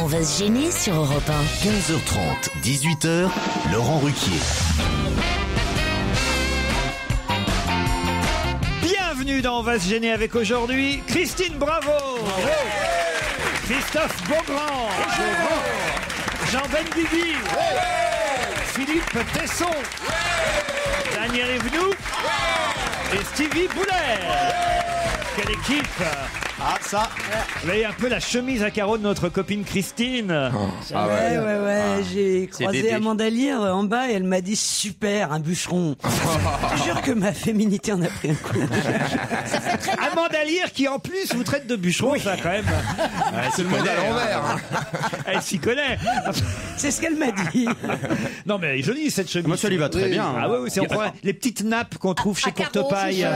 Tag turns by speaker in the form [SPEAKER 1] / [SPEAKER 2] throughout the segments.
[SPEAKER 1] On va se gêner sur Europe 1.
[SPEAKER 2] 15h30, 18h, Laurent Ruquier.
[SPEAKER 3] Bienvenue dans On va se gêner avec aujourd'hui Christine Bravo, Christophe Beaugrand, Jean Benguigui, Philippe Tesson, Daniel Evenou et Stevie Boulet. Quelle équipe
[SPEAKER 4] Ah, ça
[SPEAKER 3] Vous avez un peu la chemise à carreaux de notre copine
[SPEAKER 4] Ah,
[SPEAKER 3] Christine. Ah
[SPEAKER 5] ouais, ouais, ouais, j'ai croisé
[SPEAKER 4] Dédé.
[SPEAKER 5] Amanda Lear euh, en bas et elle m'a dit super, un bûcheron. Je te jure que ma féminité en a pris un coup.
[SPEAKER 3] Amanda Lear qui en plus vous traite de bûcheron, ça quand même.
[SPEAKER 4] C'est le monde à l'envers.
[SPEAKER 3] Elle s'y connaît.
[SPEAKER 5] C'est ce qu'elle m'a dit.
[SPEAKER 3] Non mais elle est jolie cette chemise.
[SPEAKER 6] Moi, ça lui va très bien.
[SPEAKER 3] Ah oui, oui, c'est on croirait les petites nappes qu'on trouve
[SPEAKER 6] Ah,
[SPEAKER 3] chez Courtepaille.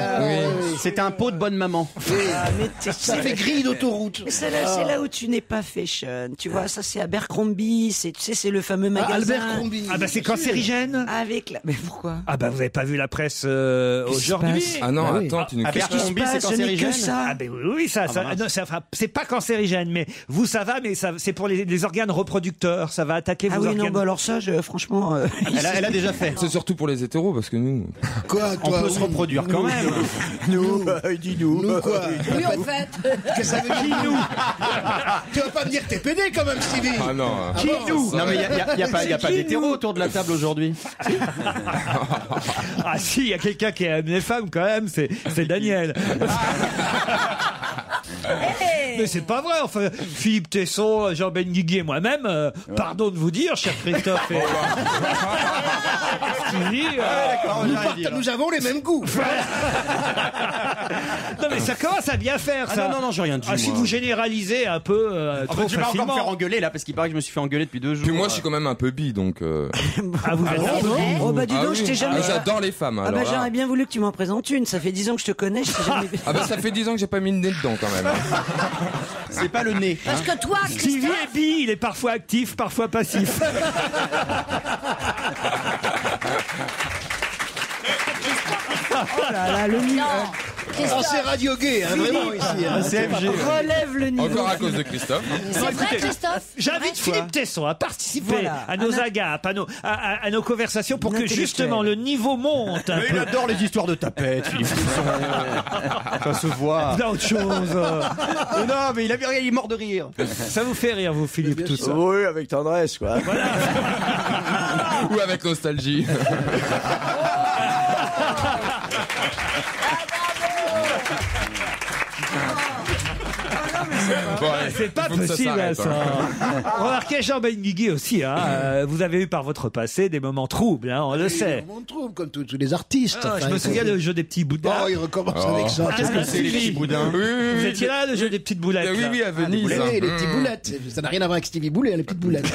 [SPEAKER 6] C'était un pot de bonne maman.
[SPEAKER 5] Ah, mais t'es-
[SPEAKER 4] Ça fait grille d'autoroute. Ah.
[SPEAKER 5] Mais C'est là, c'est
[SPEAKER 6] Ah.
[SPEAKER 5] là où tu n'es pas fashion. Tu vois, ça c'est Abercrombie, c'est tu sais c'est le fameux magasin
[SPEAKER 4] Albert Combi.
[SPEAKER 3] Ah bah c'est cancérigène.
[SPEAKER 5] avec la. Mais pourquoi
[SPEAKER 3] Ah bah vous avez pas vu la presse euh, aujourd'hui
[SPEAKER 7] Ah non, attends, tu nous
[SPEAKER 6] Ah,
[SPEAKER 5] Qu'est-ce qui se
[SPEAKER 6] Abercrombie, c'est
[SPEAKER 5] passe Je n'ai que
[SPEAKER 6] cancérigène
[SPEAKER 5] ça.
[SPEAKER 3] ah ben oui, oui, ça, ça-
[SPEAKER 6] bah, mince.
[SPEAKER 3] non, ça- enfin, c'est pas cancérigène, mais vous ça va, mais ça, c'est pour les, les organes reproducteurs, ça va attaquer
[SPEAKER 5] Ah
[SPEAKER 3] vos
[SPEAKER 5] oui,
[SPEAKER 3] organes.
[SPEAKER 5] non, bah alors ça, je, franchement, euh,
[SPEAKER 6] Elle a, elle a déjà fait.
[SPEAKER 7] C'est surtout pour les hétéros parce que nous.
[SPEAKER 4] Quoi,
[SPEAKER 6] On
[SPEAKER 4] toi
[SPEAKER 6] peut se reproduire quand même.
[SPEAKER 4] Nous,
[SPEAKER 7] euh,
[SPEAKER 4] dis-nous. Nous, quoi Oui, en fait. Qu'est-ce que ça veut dire nous Tu vas pas me dire que t'es pédé quand même, Stevie
[SPEAKER 7] Ah
[SPEAKER 6] hein.
[SPEAKER 7] non.
[SPEAKER 3] Qui nous
[SPEAKER 6] Non mais il y a, y a- y a pas, y a pas d'hétéro autour de la table aujourd'hui.
[SPEAKER 3] Ah si, il y a quelqu'un qui aime les femmes quand même, c'est c'est Daniel. Mais c'est pas vrai, enfin, Philippe Tesson, Jean Benguigui et moi-même, euh, pardon de vous dire, cher Christophe et...
[SPEAKER 6] bah.
[SPEAKER 3] Stevie, euh,
[SPEAKER 6] Nous partons- nous-
[SPEAKER 4] Nous avons les mêmes goûts.
[SPEAKER 3] non mais ça commence à bien faire
[SPEAKER 6] Ah
[SPEAKER 3] ça.
[SPEAKER 6] non, non, non, j'ai rien dit.
[SPEAKER 3] Ah, si
[SPEAKER 6] moi.
[SPEAKER 3] vous généralisez un peu euh,
[SPEAKER 6] En
[SPEAKER 3] trop
[SPEAKER 6] fait, je vais encore me
[SPEAKER 3] facilement.
[SPEAKER 6] faire engueuler là parce qu'il paraît que je me suis fait engueuler depuis deux jours.
[SPEAKER 7] Puis moi, je suis quand même un peu bi, donc. euh,
[SPEAKER 3] Ah, vous êtes un peu-
[SPEAKER 5] oh bah dis
[SPEAKER 7] ah
[SPEAKER 5] donc,
[SPEAKER 7] oui.
[SPEAKER 5] je t'ai jamais.
[SPEAKER 7] Ah, J'adore les femmes.
[SPEAKER 5] Ah
[SPEAKER 7] Alors
[SPEAKER 5] bah
[SPEAKER 7] là.
[SPEAKER 5] j'aurais bien voulu que tu m'en présentes une. Ça fait 10 ans que je te connais, je t'ai jamais.
[SPEAKER 7] Ah bah ça fait 10 ans que j'ai pas mis le nez dedans quand même. hein.
[SPEAKER 6] C'est pas le nez. hein.
[SPEAKER 8] Parce que toi,
[SPEAKER 3] Stevie
[SPEAKER 8] Christophe,
[SPEAKER 3] est bi, il est parfois actif, parfois passif.
[SPEAKER 5] Oh là là, le niveau.
[SPEAKER 8] non.
[SPEAKER 9] Ah,
[SPEAKER 4] On
[SPEAKER 8] Christophe,
[SPEAKER 4] s'est Oh, radio gay, hein, vraiment ici.
[SPEAKER 3] Ah,
[SPEAKER 7] Ah,
[SPEAKER 4] hein.
[SPEAKER 5] Relève le niveau.
[SPEAKER 7] Encore à cause de Christophe. hein.
[SPEAKER 8] c'est vrai, Christophe
[SPEAKER 3] J'invite Philippe Tesson à participer
[SPEAKER 5] Voilà.
[SPEAKER 3] à nos
[SPEAKER 5] Un in-
[SPEAKER 3] agapes, à nos, à, à- à nos conversations pour
[SPEAKER 5] Un
[SPEAKER 3] que
[SPEAKER 5] intellectuel.
[SPEAKER 3] justement le niveau monte un
[SPEAKER 6] Mais
[SPEAKER 3] peu.
[SPEAKER 6] il adore les histoires de tapettes, Philippe Tesson. Ça se voit.
[SPEAKER 3] Plein d'autres choses.
[SPEAKER 6] Oh non, mais il avait rien, il est mort de rire.
[SPEAKER 3] Ça vous fait rire, vous, Philippe, tout ça.
[SPEAKER 9] Oui, avec tendresse, quoi.
[SPEAKER 7] Ou avec nostalgie. Bon, allez,
[SPEAKER 3] C'est pas
[SPEAKER 7] faut que ça
[SPEAKER 3] possible,
[SPEAKER 7] s'arrête,
[SPEAKER 3] ça.
[SPEAKER 7] hein.
[SPEAKER 3] Remarquez Jean Benguigui aussi, hein. euh, Vous avez eu par votre passé des moments troubles, hein, on le sait.
[SPEAKER 9] On trouve comme tous tous les artistes.
[SPEAKER 3] Ah, je
[SPEAKER 9] Enfin,
[SPEAKER 3] me
[SPEAKER 9] ils
[SPEAKER 3] souviens
[SPEAKER 9] sont-
[SPEAKER 3] du jeu des petits boudins.
[SPEAKER 9] Oh, il recommence avec ça.
[SPEAKER 3] Qu'est-ce que c'est, les petits boudins
[SPEAKER 7] Oui, oui, oui.
[SPEAKER 3] Vous étiez là, le jeu des petites boulettes.
[SPEAKER 7] Ah oui,
[SPEAKER 3] là.
[SPEAKER 7] oui, à Venise.
[SPEAKER 9] Oui, Mmh. les petites boulettes. Ça n'a rien à voir avec Stevie Boulet, les petites boulettes.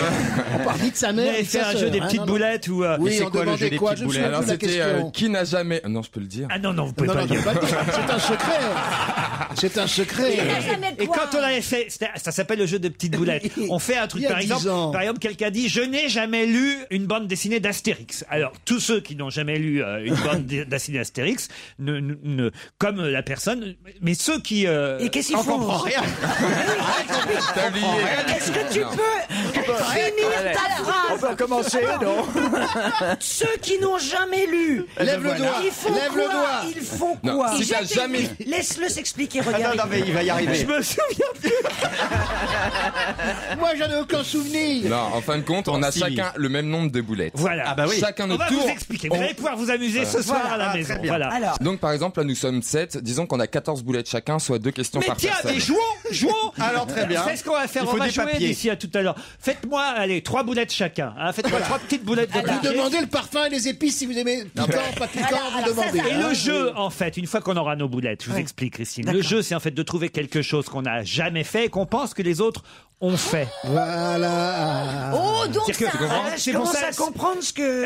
[SPEAKER 9] On parle vite de sa
[SPEAKER 3] Vous
[SPEAKER 9] mère.
[SPEAKER 3] avez
[SPEAKER 9] et de
[SPEAKER 3] fait
[SPEAKER 9] sa
[SPEAKER 3] un
[SPEAKER 9] sœur,
[SPEAKER 3] jeu des
[SPEAKER 9] hein,
[SPEAKER 3] petites
[SPEAKER 9] non, non.
[SPEAKER 3] boulettes ou. euh,
[SPEAKER 9] Oui,
[SPEAKER 6] c'est
[SPEAKER 9] on
[SPEAKER 6] quoi, le jeu
[SPEAKER 9] demandait
[SPEAKER 6] des
[SPEAKER 9] quoi
[SPEAKER 6] petites
[SPEAKER 9] Je me souviens
[SPEAKER 7] Alors
[SPEAKER 9] plus de la
[SPEAKER 7] c'était euh,
[SPEAKER 9] question.
[SPEAKER 7] qui n'a jamais. Non, je peux le dire.
[SPEAKER 3] Ah non, non, vous pouvez
[SPEAKER 9] Non,
[SPEAKER 3] pas
[SPEAKER 9] non,
[SPEAKER 3] dire.
[SPEAKER 9] je peux pas dire. c'est un secret. C'est un secret.
[SPEAKER 8] il n'a jamais
[SPEAKER 3] Et
[SPEAKER 8] quoi.
[SPEAKER 3] quand on avait fait, c'était- ça s'appelle le jeu des petites boulettes. On fait un truc,
[SPEAKER 9] Il y a
[SPEAKER 3] par exemple,
[SPEAKER 9] 10 ans.
[SPEAKER 3] par exemple, quelqu'un dit, je n'ai jamais lu une bande dessinée d'Astérix. Alors, tous ceux qui n'ont jamais lu euh, une bande de- dessinée d'Astérix, ne, ne- ne- comme la personne, mais ceux qui, euh,
[SPEAKER 5] Et qu'est-ce qu'ils
[SPEAKER 6] On comprend
[SPEAKER 5] font
[SPEAKER 6] rien.
[SPEAKER 7] T'as oublié.
[SPEAKER 5] Est-ce que tu
[SPEAKER 7] Non.
[SPEAKER 5] peux finir ta
[SPEAKER 9] On
[SPEAKER 5] phrase
[SPEAKER 9] peut commencer, non
[SPEAKER 5] Ceux qui n'ont jamais lu,
[SPEAKER 6] Eh ben
[SPEAKER 9] Lève le doigt.
[SPEAKER 5] ils font
[SPEAKER 9] Lève
[SPEAKER 5] quoi
[SPEAKER 9] le doigt.
[SPEAKER 5] Ils font
[SPEAKER 7] Non,
[SPEAKER 5] quoi
[SPEAKER 7] si t'as jamais-
[SPEAKER 5] Laisse-le s'expliquer,
[SPEAKER 6] Attends,
[SPEAKER 5] regarde.
[SPEAKER 6] non, mais il va y
[SPEAKER 3] je
[SPEAKER 6] arriver.
[SPEAKER 3] me souviens plus.
[SPEAKER 9] Moi, j'en ai aucun souvenir.
[SPEAKER 7] Non, en fin de compte, on a
[SPEAKER 6] si.
[SPEAKER 7] chacun le même nombre de boulettes.
[SPEAKER 3] Voilà.
[SPEAKER 6] Ah bah oui.
[SPEAKER 7] Chacun
[SPEAKER 3] On
[SPEAKER 7] notre
[SPEAKER 3] va
[SPEAKER 7] tour.
[SPEAKER 3] vous expliquer. Vous
[SPEAKER 7] on-
[SPEAKER 3] allez pouvoir vous amuser ce soir à la maison. Voilà.
[SPEAKER 5] Alors,
[SPEAKER 7] Donc par exemple, là nous sommes 7, disons qu'on a 14 boulettes chacun, soit deux questions
[SPEAKER 3] mais
[SPEAKER 7] par
[SPEAKER 3] tiens,
[SPEAKER 7] personne.
[SPEAKER 3] mais jouons, jouons.
[SPEAKER 6] Alors, très bien.
[SPEAKER 3] C'est ce qu'on va faire.
[SPEAKER 6] Il
[SPEAKER 3] On
[SPEAKER 6] faut
[SPEAKER 3] va
[SPEAKER 6] des
[SPEAKER 3] jouer
[SPEAKER 6] papiers.
[SPEAKER 3] d'ici à tout à l'heure. Faites-moi, allez, trois boulettes chacun. hein. Faites-moi trois petites boulettes de
[SPEAKER 9] Vous
[SPEAKER 3] papier.
[SPEAKER 9] demandez le parfum et les épices si vous aimez piquant, pas piquant,
[SPEAKER 8] Alors,
[SPEAKER 9] vous
[SPEAKER 8] alors, ça,
[SPEAKER 9] demandez.
[SPEAKER 8] ça-
[SPEAKER 3] Et
[SPEAKER 9] hein.
[SPEAKER 3] le jeu, en fait, une fois qu'on aura nos boulettes, je vous explique, Christine. Le jeu, c'est en fait de trouver quelque chose qu'on n'a jamais fait et qu'on pense que les autres ont fait.
[SPEAKER 9] Voilà.
[SPEAKER 8] Oh, donc
[SPEAKER 3] C'est-à-dire
[SPEAKER 8] ça.
[SPEAKER 3] que-
[SPEAKER 5] euh, je
[SPEAKER 3] c'est pour
[SPEAKER 5] commence
[SPEAKER 3] ça-
[SPEAKER 5] à comprendre ce que.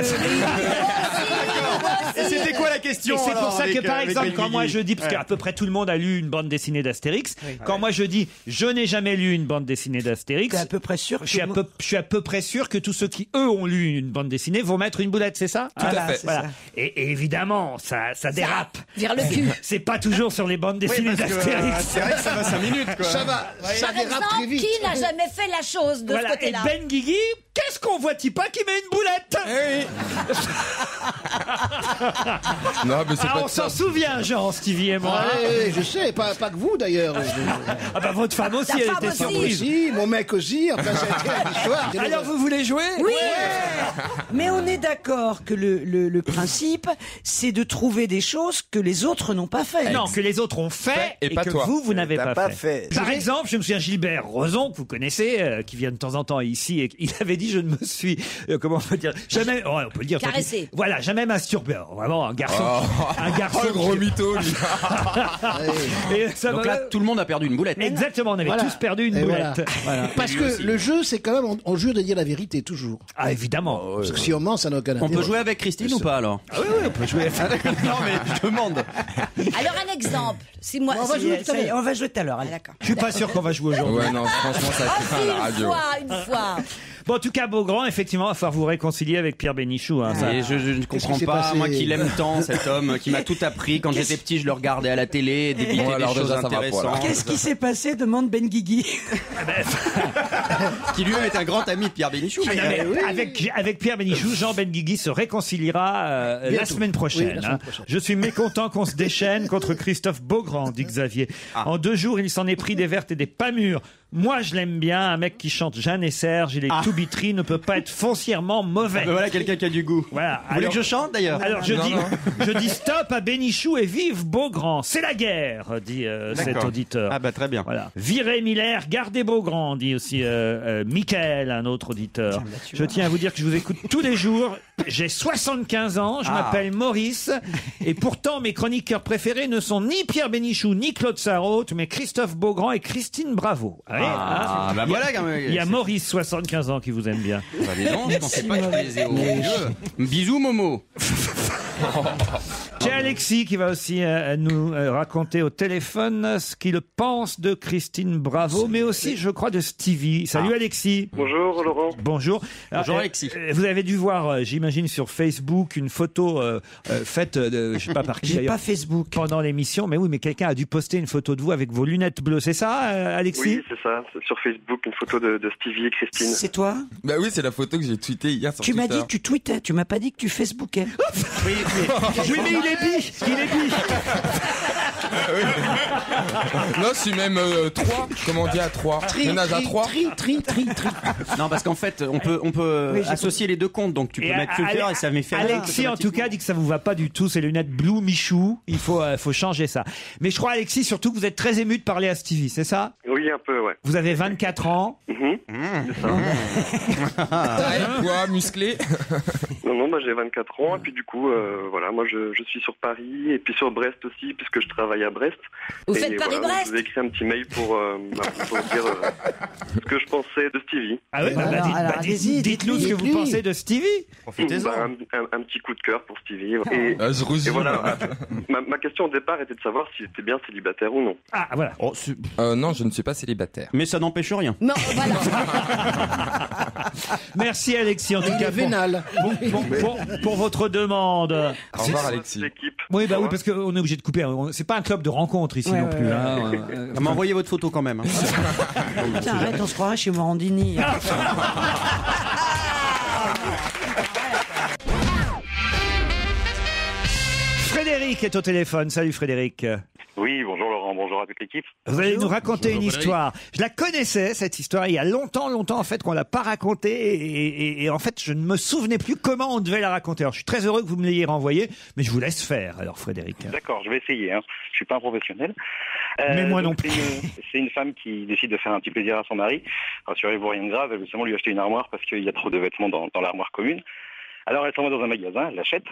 [SPEAKER 6] Et c'était quoi la question
[SPEAKER 3] Et c'est pour
[SPEAKER 6] alors,
[SPEAKER 3] ça que,
[SPEAKER 6] avec,
[SPEAKER 3] par
[SPEAKER 6] euh, avec
[SPEAKER 3] exemple, quand
[SPEAKER 6] Benguigui
[SPEAKER 3] moi je dis, parce qu'à peu près tout le monde a lu une bande dessinée d'Astérix, quand moi je dis, je n'ai jamais lu une bande dessinée d'Astérix,
[SPEAKER 5] T'es à peu près sûr
[SPEAKER 3] je
[SPEAKER 5] que
[SPEAKER 3] suis, à peu, je suis à peu près sûr que tous ceux qui, eux, ont lu une bande dessinée vont mettre une boulette, c'est ça Tout
[SPEAKER 5] à fait. c'est ça.
[SPEAKER 3] Et, et évidemment, ça, ça dérape.
[SPEAKER 8] Vers le cul.
[SPEAKER 3] C'est pas toujours sur les bandes
[SPEAKER 6] Oui,
[SPEAKER 3] dessinées
[SPEAKER 6] parce que, euh,
[SPEAKER 3] d'Astérix.
[SPEAKER 6] C'est vrai que ça va 5 minutes quoi.
[SPEAKER 9] Ça va, ça
[SPEAKER 8] Par
[SPEAKER 9] dérape très
[SPEAKER 8] exemple,
[SPEAKER 9] vite.
[SPEAKER 8] qui n'a jamais jamais fait la chose de
[SPEAKER 3] Voilà.
[SPEAKER 8] ce côté-là.
[SPEAKER 3] Et Ben Guigui, qu'est-ce qu'on voit il pas qui met une boulette
[SPEAKER 7] Eh Non, mais c'est
[SPEAKER 3] Ah,
[SPEAKER 7] pas
[SPEAKER 3] on
[SPEAKER 7] de ça.
[SPEAKER 3] s'en souvient, Jean, Stevie et moi.
[SPEAKER 9] Ah, ouais, ouais, je sais, pas, pas que vous d'ailleurs.
[SPEAKER 3] Ah bah votre femme aussi,
[SPEAKER 8] Ta
[SPEAKER 3] elle
[SPEAKER 8] femme
[SPEAKER 3] était
[SPEAKER 8] aussi.
[SPEAKER 3] surprise.
[SPEAKER 9] Si, mon mec aussi, enfin, ça a été une histoire.
[SPEAKER 5] Alors vous voulez jouer
[SPEAKER 8] Oui,
[SPEAKER 5] Mais on est d'accord que le, le- le principe, c'est de trouver des choses que les autres n'ont pas fait.
[SPEAKER 3] Non, que les autres ont fait
[SPEAKER 7] et
[SPEAKER 3] et,
[SPEAKER 7] pas
[SPEAKER 3] que
[SPEAKER 7] toi.
[SPEAKER 3] vous, vous n'avez pas,
[SPEAKER 6] pas fait.
[SPEAKER 3] Par exemple, je me souviens Gilbert Rozon, que vous connaissez, euh, qui vient de temps en temps ici, et il avait dit, je ne me suis, euh, comment on peut dire, jamais, oh, on peut le dire.
[SPEAKER 8] Caressé.
[SPEAKER 3] Voilà, jamais masturbé. Alors, Vraiment, un garçon. Un garçon.
[SPEAKER 7] Oh, le gros mytho, lui.
[SPEAKER 3] Et ça
[SPEAKER 6] Donc
[SPEAKER 3] m'a-
[SPEAKER 6] là, tout le monde a perdu une boulette.
[SPEAKER 3] Exactement, on avait
[SPEAKER 9] Voilà.
[SPEAKER 3] tous perdu une
[SPEAKER 9] Et voilà.
[SPEAKER 3] boulette.
[SPEAKER 9] Parce que le jeu, c'est quand même, on, on jure de dire la vérité toujours.
[SPEAKER 3] Ah, évidemment.
[SPEAKER 9] Parce que si on ment, ça n'a aucun intérêt.
[SPEAKER 6] On peut jouer avec Christine ou pas alors
[SPEAKER 3] Ah oui, oui, on peut jouer.
[SPEAKER 6] Non, mais je demande.
[SPEAKER 8] Alors un exemple. Si moi,
[SPEAKER 9] On va
[SPEAKER 3] Ah,
[SPEAKER 8] si-
[SPEAKER 3] eh,
[SPEAKER 9] jouer tout à
[SPEAKER 5] Ça y est,
[SPEAKER 9] l'heure.
[SPEAKER 5] on va jouer tout à l'heure.
[SPEAKER 8] Ah,
[SPEAKER 5] allez.
[SPEAKER 8] D'accord.
[SPEAKER 3] Je suis pas sûr qu'on va jouer aujourd'hui.
[SPEAKER 7] Ouais, non, franchement, ça
[SPEAKER 8] Ah
[SPEAKER 7] fait
[SPEAKER 8] si,
[SPEAKER 7] à la
[SPEAKER 8] une
[SPEAKER 7] radio.
[SPEAKER 8] fois, une fois.
[SPEAKER 3] Bon, en tout cas, Beaugrand, effectivement, il va falloir vous réconcilier avec Pierre Bénichou. Hein, ça.
[SPEAKER 6] Et je, je ne comprends
[SPEAKER 9] qui s'est
[SPEAKER 6] pas,
[SPEAKER 9] passé
[SPEAKER 6] moi qui l'aime tant, cet homme qui m'a tout appris. Quand j'étais petit, je le regardais à la
[SPEAKER 3] Eh,
[SPEAKER 6] télé, débitait
[SPEAKER 7] Bon,
[SPEAKER 6] des
[SPEAKER 7] alors
[SPEAKER 6] choses
[SPEAKER 7] déjà, ça va pas,
[SPEAKER 6] intéressantes.
[SPEAKER 7] alors.
[SPEAKER 5] Qu'est-ce qui s'est passé demande Ben Guigui.
[SPEAKER 6] Qui lui est un grand ami de Pierre Bénichou. euh,
[SPEAKER 3] Ah, non, mais avec, avec Pierre Bénichou, Jean Benguigui se réconciliera euh, la,
[SPEAKER 9] Bientôt.
[SPEAKER 3] semaine prochaine,
[SPEAKER 9] Oui, la semaine
[SPEAKER 3] hein.
[SPEAKER 9] prochaine.
[SPEAKER 3] Je suis mécontent qu'on se déchaîne contre Christophe Beaugrand, dit Xavier.
[SPEAKER 6] Ah.
[SPEAKER 3] En deux jours, il s'en est pris des vertes et des pas mûres. Moi, je l'aime bien, un mec qui chante Jeanne et Serge, il est tout bitri, ne peut pas être foncièrement mauvais.
[SPEAKER 6] Ben Ah. voilà quelqu'un qui a du goût.
[SPEAKER 3] Voilà.
[SPEAKER 6] Vous voulez que je chante d'ailleurs
[SPEAKER 3] Alors je
[SPEAKER 7] Non,
[SPEAKER 3] dis,
[SPEAKER 7] non.
[SPEAKER 3] je dis stop à Bénichou et vive Beaugrand. C'est la guerre, dit euh, cet
[SPEAKER 6] D'accord.
[SPEAKER 3] auditeur.
[SPEAKER 6] Ah bah très bien.
[SPEAKER 3] Voilà. Virez Miller, gardez Beaugrand, dit aussi euh, euh, Michael, un autre auditeur.
[SPEAKER 6] bah,
[SPEAKER 3] je tiens à vous dire que je vous écoute tous les jours. J'ai 75 ans, je
[SPEAKER 6] Ah.
[SPEAKER 3] m'appelle Maurice. Et pourtant, mes chroniqueurs préférés ne sont ni Pierre Bénichou, ni Claude Sarraute, mais Christophe Beaugrand et Christine Bravo. Ah oui,
[SPEAKER 6] Ah,
[SPEAKER 3] hein.
[SPEAKER 6] bah
[SPEAKER 3] Il y a-
[SPEAKER 6] voilà quand même.
[SPEAKER 3] Il y a
[SPEAKER 6] C'est-
[SPEAKER 3] Maurice, 75 ans, qui vous aime bien.
[SPEAKER 6] Bah, dis donc, je pensais pas que je plaisais au jeu. Bisous Momo.
[SPEAKER 3] J'ai Alexis qui va aussi euh, nous euh, raconter au téléphone ce qu'il pense de Christine Bravo, mais aussi, je crois, de Stevie.
[SPEAKER 5] Ah.
[SPEAKER 3] Salut Alexis.
[SPEAKER 10] Bonjour Laurent.
[SPEAKER 3] Bonjour.
[SPEAKER 6] Bonjour,
[SPEAKER 3] euh,
[SPEAKER 6] Alexis.
[SPEAKER 3] euh, Vous avez dû voir, euh, j'imagine, sur Facebook une photo euh, euh, faite, euh, de, je sais pas par qui
[SPEAKER 5] J'ai
[SPEAKER 3] d'ailleurs,
[SPEAKER 5] pas Facebook.
[SPEAKER 3] pendant l'émission. Mais oui, mais quelqu'un a dû poster une photo de vous avec vos lunettes bleues. C'est ça, euh, Alexis
[SPEAKER 10] Oui, c'est ça. C'est sur Facebook une photo de, de Stevie et Christine.
[SPEAKER 5] C'est toi
[SPEAKER 7] Bah oui, c'est la photo que j'ai tweetée hier sur
[SPEAKER 5] Tu m'as dit
[SPEAKER 7] Twitter.
[SPEAKER 5] que tu tweetais, tu m'as pas dit que tu Facebookais.
[SPEAKER 3] Oui, mais il est bi. Il est bi.
[SPEAKER 7] Non, je suis même 3. Comment on dit à 3 Ménage à 3
[SPEAKER 9] Tri, tri, tri, tri.
[SPEAKER 6] Non parce qu'en fait on peut on peut
[SPEAKER 5] Oui, j'ai
[SPEAKER 6] associer les deux comptes donc tu peux
[SPEAKER 3] Et
[SPEAKER 6] mettre
[SPEAKER 3] Ale-
[SPEAKER 6] Twitter et ça met faire.
[SPEAKER 3] Alexis, en tout cas, dit que ça vous va pas du tout. Ces lunettes blue Michou. Il faut, euh, faut changer ça. Mais je crois, Alexis, surtout que vous êtes très ému de parler à Stevie, c'est ça
[SPEAKER 10] Oui, un peu, ouais.
[SPEAKER 3] Vous avez 24 ans. Ah bah,
[SPEAKER 10] Mhm.
[SPEAKER 5] Mm-hmm. Ah
[SPEAKER 7] Taille, poids, Ah, musclé.
[SPEAKER 10] Non, non, bah, j'ai 24 ans. Et puis du coup, euh, voilà, moi je, je suis sur Paris et puis sur Brest aussi, puisque je travaille à Brest.
[SPEAKER 8] Vous
[SPEAKER 10] et
[SPEAKER 8] faites
[SPEAKER 10] voilà,
[SPEAKER 8] Paris-Brest
[SPEAKER 10] Je vous ai écrit un petit mail pour, euh, bah, pour dire euh, ce que je pensais de Stevie.
[SPEAKER 3] Ah oui, bah,
[SPEAKER 5] Alors,
[SPEAKER 3] bah, dites-
[SPEAKER 5] alors,
[SPEAKER 3] bah, dites-
[SPEAKER 5] allez-y,
[SPEAKER 3] dites-nous ce que vous
[SPEAKER 9] dites-lui.
[SPEAKER 3] pensez de Stevie.
[SPEAKER 10] Bah, un, un- un petit coup de cœur pour Stevie. Et,
[SPEAKER 7] Ah, je rougis.
[SPEAKER 10] et voilà, ma, ma question au départ était de savoir s'il était bien célibataire ou non.
[SPEAKER 3] Ah voilà.
[SPEAKER 7] Euh, non, je ne suis pas célibataire.
[SPEAKER 6] Mais ça n'empêche rien.
[SPEAKER 8] Non, voilà.
[SPEAKER 3] Merci Alexis en tout
[SPEAKER 9] Il
[SPEAKER 3] cas
[SPEAKER 9] est
[SPEAKER 3] pour,
[SPEAKER 9] vénal.
[SPEAKER 3] pour, pour- pour votre demande.
[SPEAKER 7] Au revoir, Alexis.
[SPEAKER 10] L'équipe.
[SPEAKER 3] Oui bah
[SPEAKER 10] Au
[SPEAKER 3] oui
[SPEAKER 10] revoir.
[SPEAKER 3] parce qu'on est obligé de couper. On- C'est pas un club de rencontre ici
[SPEAKER 5] Ouais,
[SPEAKER 3] non
[SPEAKER 5] ouais,
[SPEAKER 3] plus.
[SPEAKER 5] ouais.
[SPEAKER 3] hein. Euh,
[SPEAKER 6] Ah, mais envoyez votre photo quand même. hein.
[SPEAKER 5] Putain, arrête, on se croirait chez Morandini.
[SPEAKER 3] Frédéric est au téléphone. Salut Frédéric.
[SPEAKER 10] Oui, bonjour Laurent, bonjour à toute l'équipe.
[SPEAKER 3] Vous allez nous raconter une histoire. Je la connaissais cette histoire. Il y a longtemps, longtemps en fait qu'on l'a pas racontée et, et- et en fait je ne me souvenais plus comment on devait la raconter. Alors je suis très heureux que vous me l'ayez renvoyée, mais je vous laisse faire alors Frédéric.
[SPEAKER 10] D'accord, je vais essayer. Hein. Je suis pas un professionnel.
[SPEAKER 3] Euh,
[SPEAKER 10] Euh,
[SPEAKER 3] Mais moi
[SPEAKER 10] donc,
[SPEAKER 3] non plus.
[SPEAKER 10] C'est une, c'est une femme qui décide de faire un petit plaisir à son mari. Rassurez-vous, rien de grave. Elle veut seulement lui acheter une armoire parce qu'il y a trop de vêtements dans, dans l'armoire commune. Alors elle s'en va dans un magasin, elle l'achète.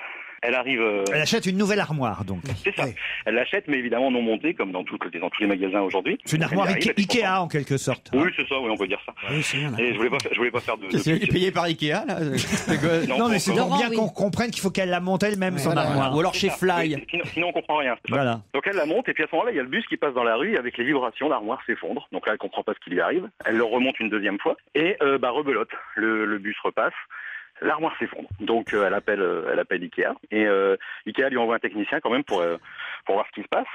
[SPEAKER 10] Elle arrive. euh,
[SPEAKER 3] Elle achète une nouvelle armoire donc.
[SPEAKER 10] c'est ça. Elle l'achète, mais évidemment non montée, comme dans, toutes les- dans tous les magasins aujourd'hui.
[SPEAKER 3] C'est une
[SPEAKER 10] Elle
[SPEAKER 3] armoire hein.
[SPEAKER 10] arrive,
[SPEAKER 3] Ike-
[SPEAKER 10] elle est
[SPEAKER 3] Ikea
[SPEAKER 10] contente.
[SPEAKER 3] en quelque sorte.
[SPEAKER 10] Oui, c'est ça, oui, on peut dire ça.
[SPEAKER 5] Oui, c'est bien, là.
[SPEAKER 10] Et je voulais pas, faire- je voulais pas faire de. de-
[SPEAKER 6] C'est payé par Ikea là. C'est quoi
[SPEAKER 10] Non,
[SPEAKER 3] Non,
[SPEAKER 10] pas
[SPEAKER 3] mais c'est
[SPEAKER 10] encore.
[SPEAKER 3] pour
[SPEAKER 8] Laurent,
[SPEAKER 3] bien
[SPEAKER 8] oui.
[SPEAKER 3] qu'on comprenne qu'il faut qu'elle la monte elle-même, son armoire.
[SPEAKER 6] Ou alors chez Fly.
[SPEAKER 10] Oui, sinon, sinon on comprend rien. c'est ça.
[SPEAKER 3] Voilà.
[SPEAKER 10] Donc elle la monte et puis à ce moment-là, il y a le bus qui passe dans la rue et avec les vibrations, l'armoire s'effondre. Donc là, elle comprend pas ce qui lui arrive. Elle le remonte une deuxième fois et euh, bah rebelote. Le, le bus repasse. L'armoire s'effondre. Donc euh, elle appelle, euh, elle appelle Ikea et euh, Ikea lui envoie un technicien quand même pour euh, pour voir ce qui se passe.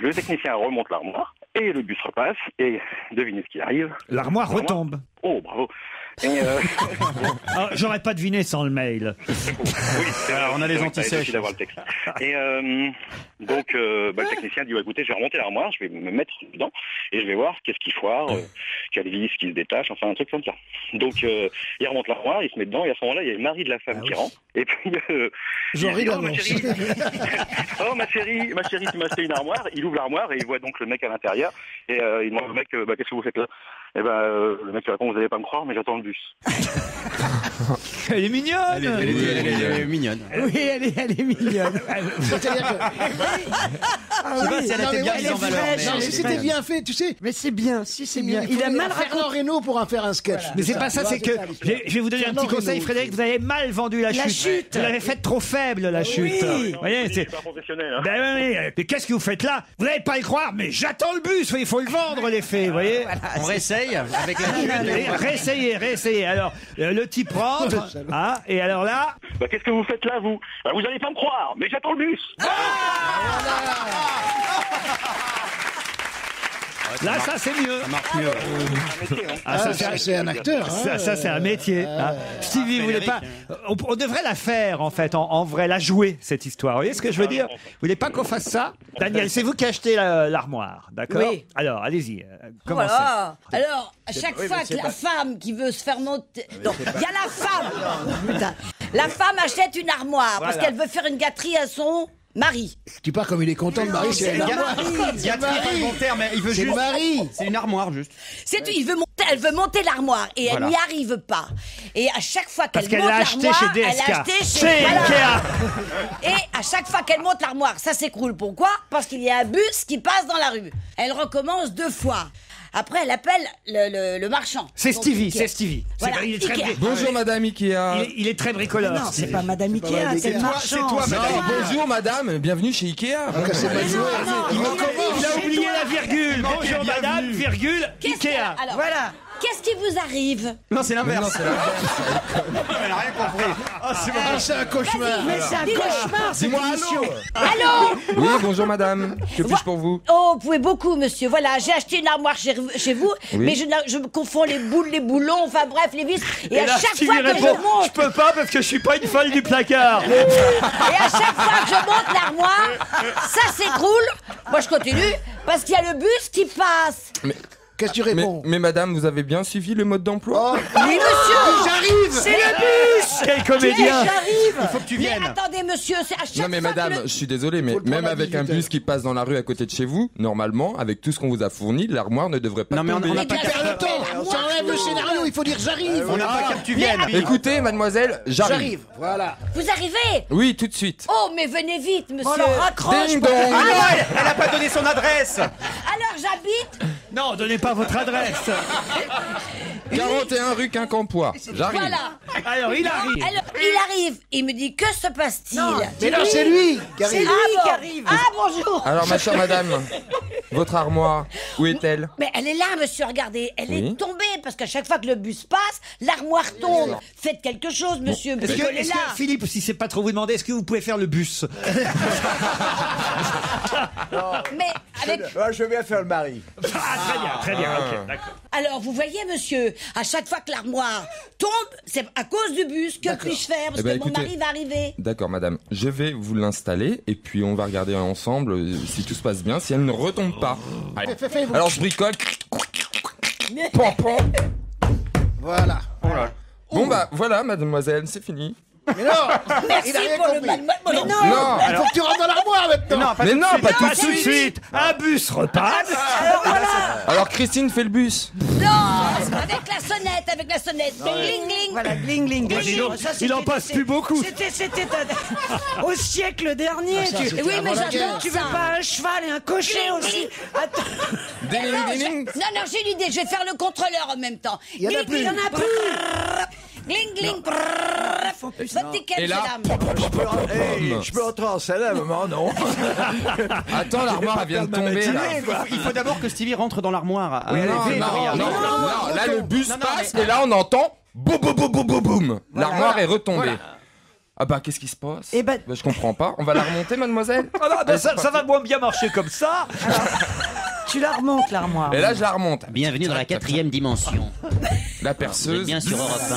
[SPEAKER 10] Le technicien remonte l'armoire et le bus repasse et devinez ce qui arrive.
[SPEAKER 3] L'armoire retombe.
[SPEAKER 10] Oh bravo. Et, euh,
[SPEAKER 3] Ah, J'aurais pas deviné sans le mail.
[SPEAKER 10] Alors,
[SPEAKER 6] Ah, on a les antisèches.
[SPEAKER 10] d'avoir le texte. Et euh, donc, euh, bah, le technicien dit, ouais, écoutez, je vais remonter l'armoire, je vais me mettre dedans et je vais voir qu'est-ce qui foire, euh, quelle vis qui se détache, enfin un truc comme ça. Donc, euh, il remonte l'armoire, il se met dedans et à ce moment-là, il y a le mari de la
[SPEAKER 6] Ah
[SPEAKER 10] femme qui rentre. Et puis, euh,
[SPEAKER 9] J'en
[SPEAKER 10] il dit,
[SPEAKER 9] ris
[SPEAKER 10] oh, ma
[SPEAKER 9] d'avance.
[SPEAKER 10] chérie, oh ma chérie, ma chérie, tu m'as acheté une armoire. Il ouvre l'armoire et il voit donc le mec à l'intérieur et euh, il demande au mec, euh, bah, qu'est-ce que vous faites là Et ben, euh, le mec lui répond, vous n'allez pas me croire, mais j'attends le bus.
[SPEAKER 3] Elle est mignonne.
[SPEAKER 6] Elle est- elle est- elle est mignonne.
[SPEAKER 5] Oui, elle est, elle est mignonne.
[SPEAKER 3] Ah,
[SPEAKER 9] C'est-à-dire que- Ah
[SPEAKER 6] Je sais pas si elle
[SPEAKER 9] Non,
[SPEAKER 6] était
[SPEAKER 9] mais
[SPEAKER 6] bien
[SPEAKER 9] ouais,
[SPEAKER 6] mise en
[SPEAKER 5] elle est
[SPEAKER 6] valeur.
[SPEAKER 5] fraîche,
[SPEAKER 6] mais-
[SPEAKER 9] Non, si c'était bien fait, tu sais.
[SPEAKER 5] Mais c'est bien, si c'est bien.
[SPEAKER 9] faut
[SPEAKER 5] Il a
[SPEAKER 9] aller
[SPEAKER 5] mal
[SPEAKER 9] à Fernand
[SPEAKER 5] raconté.
[SPEAKER 9] Reno pour en faire un sketch.
[SPEAKER 3] Mais c'est pas ça,
[SPEAKER 9] Tu vois,
[SPEAKER 3] c'est que.
[SPEAKER 9] l'histoire.
[SPEAKER 3] Je vais- je vais vous donner un petit
[SPEAKER 9] Fernand
[SPEAKER 3] conseil,
[SPEAKER 9] Reynaud.
[SPEAKER 3] Frédéric, vous avez mal vendu la chute.
[SPEAKER 5] La chute.
[SPEAKER 3] Vous l'avez faite trop faible, la chute. Vous voyez,
[SPEAKER 10] C'est
[SPEAKER 3] c'est.
[SPEAKER 10] pas professionnel. Hein.
[SPEAKER 3] Ben oui, oui, euh, mais qu'est-ce que vous faites là Vous n'allez pas le croire, mais j'attends le bus, il faut le vendre, les faits, vous voyez
[SPEAKER 6] On réessaye avec la
[SPEAKER 3] Allez,
[SPEAKER 6] chute.
[SPEAKER 3] Réessayez, réessayez. Alors, euh, le type rentre, hein, et alors là,
[SPEAKER 10] Bah, qu'est-ce que vous faites là, vous Bah, Vous allez pas me croire, mais j'attends le bus.
[SPEAKER 3] là, ça c'est mieux.
[SPEAKER 6] Marque mieux.
[SPEAKER 3] Ah, ça,
[SPEAKER 9] Ah,
[SPEAKER 3] c'est-
[SPEAKER 9] c'est- C'est un acteur. hein.
[SPEAKER 3] ça, ça, c'est un métier. hein. Stevie, vous voulez pas on, on devrait la faire en fait, en, en vrai, la jouer cette histoire. Vous voyez ce que je veux dire Vous voulez pas qu'on fasse ça Daniel, c'est vous qui achetez la- l'armoire, d'accord
[SPEAKER 5] Oui.
[SPEAKER 3] Alors, allez-y. euh, Commencez.
[SPEAKER 8] Voilà. Alors, à chaque fois que la femme qui veut se faire
[SPEAKER 7] Ah,
[SPEAKER 8] monter. Non, il y a la femme Putain. La femme achète une armoire parce qu'elle veut faire une gâterie à son mari.
[SPEAKER 9] Tu pars comme il est content de Marie. C'est
[SPEAKER 6] Il y a- il y a pas le bon terme, mais il veut
[SPEAKER 9] c'est
[SPEAKER 6] juste.
[SPEAKER 9] Marie.
[SPEAKER 6] C'est une armoire juste.
[SPEAKER 8] C'est tout, il veut monter, elle veut monter l'armoire et elle
[SPEAKER 6] Voilà.
[SPEAKER 8] n'y arrive pas. Et à chaque fois
[SPEAKER 3] Parce
[SPEAKER 8] qu'elle
[SPEAKER 3] qu'elle
[SPEAKER 8] monte
[SPEAKER 3] l'a acheté
[SPEAKER 8] l'armoire,
[SPEAKER 3] chez
[SPEAKER 8] elle l'a
[SPEAKER 3] DSK.
[SPEAKER 8] acheté chez
[SPEAKER 3] Chez
[SPEAKER 8] voilà.
[SPEAKER 3] Ikea.
[SPEAKER 8] Et à chaque fois qu'elle monte l'armoire, ça s'écroule. Pourquoi Parce qu'il y a un bus qui passe dans la rue. Elle recommence deux fois. Après, elle appelle le, le- le marchand.
[SPEAKER 3] C'est
[SPEAKER 8] Donc,
[SPEAKER 3] Stevie,
[SPEAKER 8] Ikea.
[SPEAKER 3] c'est Stevie. C'est
[SPEAKER 8] Voilà,
[SPEAKER 3] vrai, il, est très,
[SPEAKER 8] Ikea.
[SPEAKER 7] Bonjour madame Ikea.
[SPEAKER 3] il est- il est très bricoleur.
[SPEAKER 5] Non, c'est
[SPEAKER 3] Stevie.
[SPEAKER 5] pas Madame Ikea, c'est le
[SPEAKER 9] Ikea.
[SPEAKER 5] marchand. Ah,
[SPEAKER 3] C'est toi,
[SPEAKER 7] Non, bonjour madame, bienvenue chez Ikea.
[SPEAKER 9] C'est pas joué.
[SPEAKER 3] Il a oublié la virgule. Bonjour madame, virgule,
[SPEAKER 8] Qu'est-ce que-
[SPEAKER 3] Ikea.
[SPEAKER 8] alors,
[SPEAKER 5] Voilà.
[SPEAKER 8] Qu'est-ce qui vous arrive
[SPEAKER 6] Non, c'est l'inverse. Elle a rien compris.
[SPEAKER 9] Ah, C'est un cauchemar.
[SPEAKER 5] Mais c'est un
[SPEAKER 8] Dis-le.
[SPEAKER 5] cauchemar, cette
[SPEAKER 7] Dis-moi
[SPEAKER 5] émission.
[SPEAKER 7] allô.
[SPEAKER 8] Allô
[SPEAKER 7] Oui, bonjour madame. Que puis-je pour vous
[SPEAKER 8] Oh, vous pouvez beaucoup, monsieur. Voilà, j'ai acheté une armoire chez, chez vous, mais je, n'a- je confonds les boules, les boulons, enfin bref, les vis. Et, à
[SPEAKER 3] là,
[SPEAKER 8] chaque
[SPEAKER 3] Stevie
[SPEAKER 8] fois que
[SPEAKER 3] répond,
[SPEAKER 8] je monte,
[SPEAKER 3] je peux pas parce que je suis pas une folle du placard.
[SPEAKER 8] et à chaque fois que je monte l'armoire, ça s'écroule. Moi, je continue parce qu'il y a le bus qui passe.
[SPEAKER 9] Qu'est-ce que tu
[SPEAKER 7] mais,
[SPEAKER 9] réponds Oh.
[SPEAKER 7] mais madame, vous avez bien suivi le mode d'emploi
[SPEAKER 8] Mais monsieur,
[SPEAKER 9] J'arrive.
[SPEAKER 8] c'est le bus.
[SPEAKER 3] Quel
[SPEAKER 8] Mais
[SPEAKER 3] comédien
[SPEAKER 8] j'arrive. Il faut
[SPEAKER 6] que tu viennes.
[SPEAKER 8] Mais attendez, monsieur, c'est à chaque
[SPEAKER 7] Non mais
[SPEAKER 8] fois que
[SPEAKER 7] madame,
[SPEAKER 8] le-
[SPEAKER 7] je suis désolé, mais
[SPEAKER 9] Faut le prendre
[SPEAKER 7] même
[SPEAKER 9] à
[SPEAKER 7] avec un
[SPEAKER 9] 18 heures.
[SPEAKER 7] bus qui passe dans la rue à côté de chez vous, normalement, avec tout ce qu'on vous a fourni, l'armoire ne devrait pas
[SPEAKER 6] Non, mais on-
[SPEAKER 7] tomber.
[SPEAKER 6] on a
[SPEAKER 8] Mais
[SPEAKER 6] pas
[SPEAKER 8] bien
[SPEAKER 9] Perds le
[SPEAKER 8] sûr, mais
[SPEAKER 9] temps. Ça
[SPEAKER 8] l'armoire-
[SPEAKER 9] enlève le scénario. Il faut dire j'arrive. Ah.
[SPEAKER 6] On n'a Ah, pas qu'à que tu viennes.
[SPEAKER 7] Écoutez, mademoiselle, j'arrive.
[SPEAKER 9] J'arrive. Voilà.
[SPEAKER 8] Vous arrivez
[SPEAKER 7] Oui, tout de suite.
[SPEAKER 8] Oh, mais venez vite, monsieur.
[SPEAKER 5] On leur raccroche.
[SPEAKER 7] Ding dong.
[SPEAKER 6] Ah non, elle- elle a pas donné son adresse.
[SPEAKER 8] Alors, j'habite.
[SPEAKER 3] Non, donnez pas votre adresse.
[SPEAKER 7] 41 rue Quincampoix. J'arrive.
[SPEAKER 8] Voilà.
[SPEAKER 3] Alors, il arrive.
[SPEAKER 8] Alors, il arrive, il me dit que se passe-t-il
[SPEAKER 9] Mais non, c'est lui qui
[SPEAKER 8] C'est lui
[SPEAKER 9] arrive.
[SPEAKER 8] qui arrive. Ah bonjour.
[SPEAKER 7] Alors ma chère madame, votre armoire, où est-elle
[SPEAKER 8] Mais elle est là, monsieur, regardez. Elle est
[SPEAKER 7] Oui.
[SPEAKER 8] tombée parce qu'à chaque fois que le bus passe, l'armoire tombe. Faites quelque chose, monsieur, parce
[SPEAKER 3] Est-ce que,
[SPEAKER 8] qu'elle est
[SPEAKER 3] est-ce que,
[SPEAKER 8] là.
[SPEAKER 3] Philippe, si c'est pas trop vous demander, est-ce que vous pouvez faire le bus
[SPEAKER 8] Mais avec.
[SPEAKER 11] je vais faire le mari.
[SPEAKER 3] Ah, très bien, très bien, ok, d'accord.
[SPEAKER 8] Alors, vous voyez, monsieur, à chaque fois que l'armoire tombe, c'est à cause du bus. Que puis-je faire Parce
[SPEAKER 7] Eh ben,
[SPEAKER 8] que mon mari
[SPEAKER 7] écoutez-
[SPEAKER 8] va arriver.
[SPEAKER 7] D'accord madame, je vais vous l'installer et puis on va regarder ensemble euh, si tout se passe bien, si elle ne retombe pas. Allez. Alors je bricole. Pan, pan.
[SPEAKER 9] Voilà.
[SPEAKER 7] Bon bah voilà mademoiselle, c'est fini.
[SPEAKER 9] Mais non
[SPEAKER 8] Merci
[SPEAKER 9] Il a rien
[SPEAKER 8] pour le
[SPEAKER 9] compris.
[SPEAKER 8] mal. moi- moi-
[SPEAKER 7] Non,
[SPEAKER 9] Il faut que tu rentres dans l'armoire maintenant
[SPEAKER 7] mais non, pas tout de
[SPEAKER 3] Tout de
[SPEAKER 7] suite.
[SPEAKER 3] suite, un bus
[SPEAKER 8] Ah,
[SPEAKER 3] repasse.
[SPEAKER 8] bah,
[SPEAKER 7] Alors Christine fait le bus.
[SPEAKER 8] Non, avec la sonnette, avec la sonnette. Gling, gling.
[SPEAKER 5] Voilà, gling, gling,
[SPEAKER 3] Bah, dis
[SPEAKER 5] gling.
[SPEAKER 3] donc,
[SPEAKER 5] Ça,
[SPEAKER 3] il en
[SPEAKER 5] c'était-
[SPEAKER 3] passe
[SPEAKER 5] c'est-
[SPEAKER 3] plus beaucoup.
[SPEAKER 5] C'était, c'était un- au siècle dernier. tu...
[SPEAKER 8] Oui, mais j'adore
[SPEAKER 5] Tu veux
[SPEAKER 8] ça.
[SPEAKER 5] pas un cheval et un cocher aussi Attends,
[SPEAKER 7] Ding,
[SPEAKER 8] Non,
[SPEAKER 7] ding,
[SPEAKER 8] j'ai-
[SPEAKER 7] ding.
[SPEAKER 8] non, non, j'ai une idée. Je vais faire le contrôleur en même temps. Il
[SPEAKER 9] y en a plus.
[SPEAKER 8] Il y en a plus. Gling, gling. brrr. Votre ticket,
[SPEAKER 7] Et là,
[SPEAKER 8] madame.
[SPEAKER 11] Je peux entrer en salle à un moment, non
[SPEAKER 7] Attends, l'armoire elle vient de tomber là.
[SPEAKER 6] Il faut Ah, d'abord que Stevie rentre dans l'armoire.
[SPEAKER 7] non, non, non, non, là le bus passe et là on entend. Boum, boum, boum, boum, boum, boum.
[SPEAKER 12] Voilà.
[SPEAKER 7] L'armoire est retombée.
[SPEAKER 12] Voilà.
[SPEAKER 7] Ah bah, qu'est-ce qui se passe
[SPEAKER 5] Eh ben-
[SPEAKER 7] Bah, Je comprends pas. On va la remonter, mademoiselle
[SPEAKER 3] Ah non,
[SPEAKER 7] Allez,
[SPEAKER 3] ça-
[SPEAKER 7] c'est
[SPEAKER 3] ça
[SPEAKER 7] parti.
[SPEAKER 3] va moins bien marcher comme ça.
[SPEAKER 5] Tu la remontes, l'armoire.
[SPEAKER 7] Et là, je la remonte.
[SPEAKER 13] Bienvenue dans la quatrième dimension. Vous
[SPEAKER 7] La
[SPEAKER 13] êtes
[SPEAKER 7] perceuse.
[SPEAKER 13] bien sur Europe 1.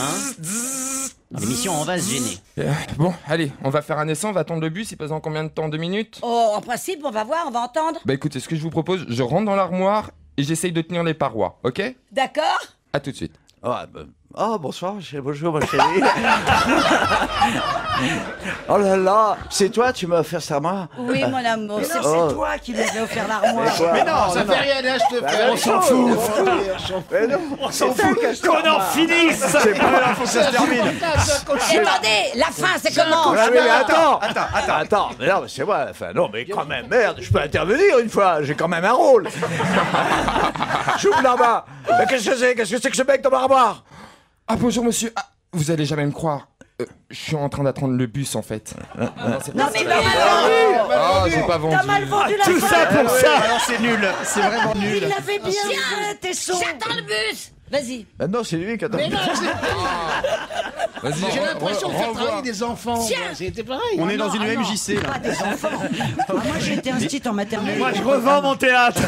[SPEAKER 13] Dans l'émission On va se gêner.
[SPEAKER 7] Euh, Bon, allez, on va faire un essai, on va attendre le bus, il passe dans combien de temps Deux minutes
[SPEAKER 8] Oh, en principe, on va voir, on va entendre.
[SPEAKER 7] Bah écoutez, ce que je vous propose, je rentre dans l'armoire et j'essaye de tenir les parois, ok
[SPEAKER 8] D'accord
[SPEAKER 7] À tout de suite.
[SPEAKER 11] Oh, bonsoir, chérie, bonjour, ma chérie. oh là là, c'est toi, tu m'as offert ça, moi
[SPEAKER 8] Oui, mon amour.
[SPEAKER 5] Mais non,
[SPEAKER 11] Oh.
[SPEAKER 5] c'est toi qui lui as offert l'armoire.
[SPEAKER 11] Mais quoi Mais non, ça fait
[SPEAKER 9] rien,
[SPEAKER 11] je te fais-
[SPEAKER 5] Bah, On s'en fout.
[SPEAKER 11] Mais non,
[SPEAKER 3] On s'en
[SPEAKER 11] c'est toi
[SPEAKER 3] fout.
[SPEAKER 11] qui as acheté
[SPEAKER 3] Qu'on en
[SPEAKER 11] ça.
[SPEAKER 3] finisse.
[SPEAKER 11] C'est pas là, faut que ça se termine
[SPEAKER 8] Attendez, la fin, c'est comment
[SPEAKER 11] Ouais, mais attends, attends, attends, attends. Mais non, mais c'est moi. Enfin, non, mais quand même, merde, je peux intervenir une fois. J'ai quand même un rôle. J'ouvre l'armoire. Mais qu'est-ce que c'est Qu'est-ce que c'est que ce mec dans ma armoire
[SPEAKER 7] Ah bonjour monsieur, Ah, vous allez jamais me croire. Euh, je suis en train d'attendre le bus en fait.
[SPEAKER 11] Euh,
[SPEAKER 8] Non, mais t'as mal vendu
[SPEAKER 7] Ah, j'ai pas vendu.
[SPEAKER 8] Oh,
[SPEAKER 7] Ah,
[SPEAKER 8] T'as mal vendu
[SPEAKER 11] Ah,
[SPEAKER 8] la
[SPEAKER 7] Tout
[SPEAKER 8] fin.
[SPEAKER 7] ça
[SPEAKER 11] Euh,
[SPEAKER 7] pour
[SPEAKER 8] Ouais,
[SPEAKER 7] ça.
[SPEAKER 8] ouais,
[SPEAKER 7] c'est nul, c'est vraiment nul.
[SPEAKER 8] Il l'avait bien Tiens, tes sons J'attends le bus Vas-y
[SPEAKER 11] Maintenant, c'est lui qui attend.
[SPEAKER 9] Mais non,
[SPEAKER 11] Vas-y,
[SPEAKER 9] J'ai l'impression de faire
[SPEAKER 11] renvoie.
[SPEAKER 9] travailler des enfants.
[SPEAKER 11] Tiens.
[SPEAKER 9] moi, C'était pareil.
[SPEAKER 11] On est
[SPEAKER 9] Ah
[SPEAKER 11] dans
[SPEAKER 9] non,
[SPEAKER 11] une
[SPEAKER 9] ah non.
[SPEAKER 11] MJC, là.
[SPEAKER 9] Pas des enfants.
[SPEAKER 5] Ah, moi, j'ai été instite en maternelle. Ah,
[SPEAKER 3] Moi, je revends mon théâtre.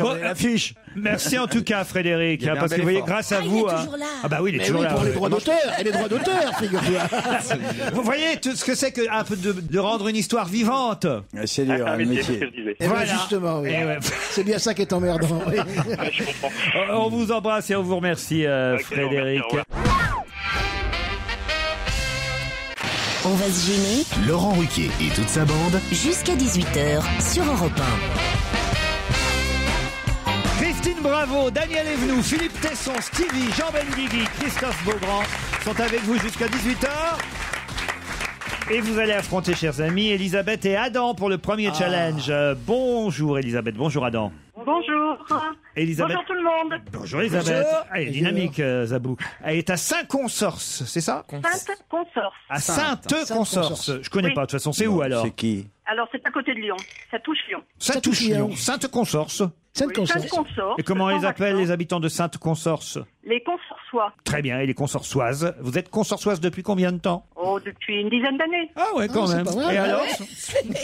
[SPEAKER 3] Bon,
[SPEAKER 11] l'affiche.
[SPEAKER 3] Merci en tout cas, Frédéric,
[SPEAKER 11] Il y
[SPEAKER 3] hein,
[SPEAKER 11] avait un
[SPEAKER 3] parce que
[SPEAKER 11] bel
[SPEAKER 3] vous voyez,
[SPEAKER 11] effort.
[SPEAKER 3] grâce à
[SPEAKER 11] Ah, il
[SPEAKER 3] vous.
[SPEAKER 11] est
[SPEAKER 3] hein.
[SPEAKER 11] toujours là.
[SPEAKER 3] Ah, bah oui, il est
[SPEAKER 9] Mais
[SPEAKER 3] toujours
[SPEAKER 9] oui,
[SPEAKER 3] là.
[SPEAKER 9] pour les
[SPEAKER 3] ouais.
[SPEAKER 9] droits d'auteur. Et les droits d'auteur, figure-toi.
[SPEAKER 3] Vous voyez tout ce que c'est que un peu de, de rendre une histoire vivante.
[SPEAKER 11] C'est dur, hein,
[SPEAKER 3] Ah,
[SPEAKER 11] le
[SPEAKER 3] mais c'est ce
[SPEAKER 11] métier.
[SPEAKER 3] que je disais.
[SPEAKER 9] Eh ben,
[SPEAKER 3] Voilà.
[SPEAKER 9] justement, oui.
[SPEAKER 3] Eh ouais.
[SPEAKER 9] C'est bien ça qui est emmerdant. oui.
[SPEAKER 3] Euh, On vous embrasse et on vous remercie, euh, Frédéric.
[SPEAKER 1] On va se gêner
[SPEAKER 2] Laurent Ruquier et toute sa bande.
[SPEAKER 1] jusqu'à 18h sur Europe
[SPEAKER 3] Christine Bravo, Daniel Evenou, Philippe Tesson, Stevie, Jean Benguigui, Christophe Beaugrand sont avec vous jusqu'à 18h. Et vous allez affronter, chers amis, Elisabeth et Adam pour le premier challenge. Euh, Bonjour Elisabeth, bonjour Adam.
[SPEAKER 14] Bonjour.
[SPEAKER 3] Elisabeth.
[SPEAKER 14] Bonjour tout le monde.
[SPEAKER 3] Bonjour Elisabeth. Ah, Elle est dynamique, euh, Zabou. Elle est à Saint-Consorce, c'est ça
[SPEAKER 14] Sainte Consorce.
[SPEAKER 3] À Sainte-Consorce. Je connais
[SPEAKER 14] Oui.
[SPEAKER 3] pas, de toute façon, c'est où alors
[SPEAKER 11] C'est qui
[SPEAKER 14] Alors c'est à côté de Lyon. Ça touche Lyon.
[SPEAKER 3] Ça touche Lyon. Sainte-Consorce.
[SPEAKER 14] Sainte Consorce.
[SPEAKER 3] Et comment ils appellent les habitants de Sainte-Consorce
[SPEAKER 14] Les Consorçois.
[SPEAKER 3] Très bien, et les consorçoises. Vous êtes consorçoise depuis combien de temps
[SPEAKER 14] Oh, depuis une dizaine d'années.
[SPEAKER 3] Ah ouais, quand même. et alors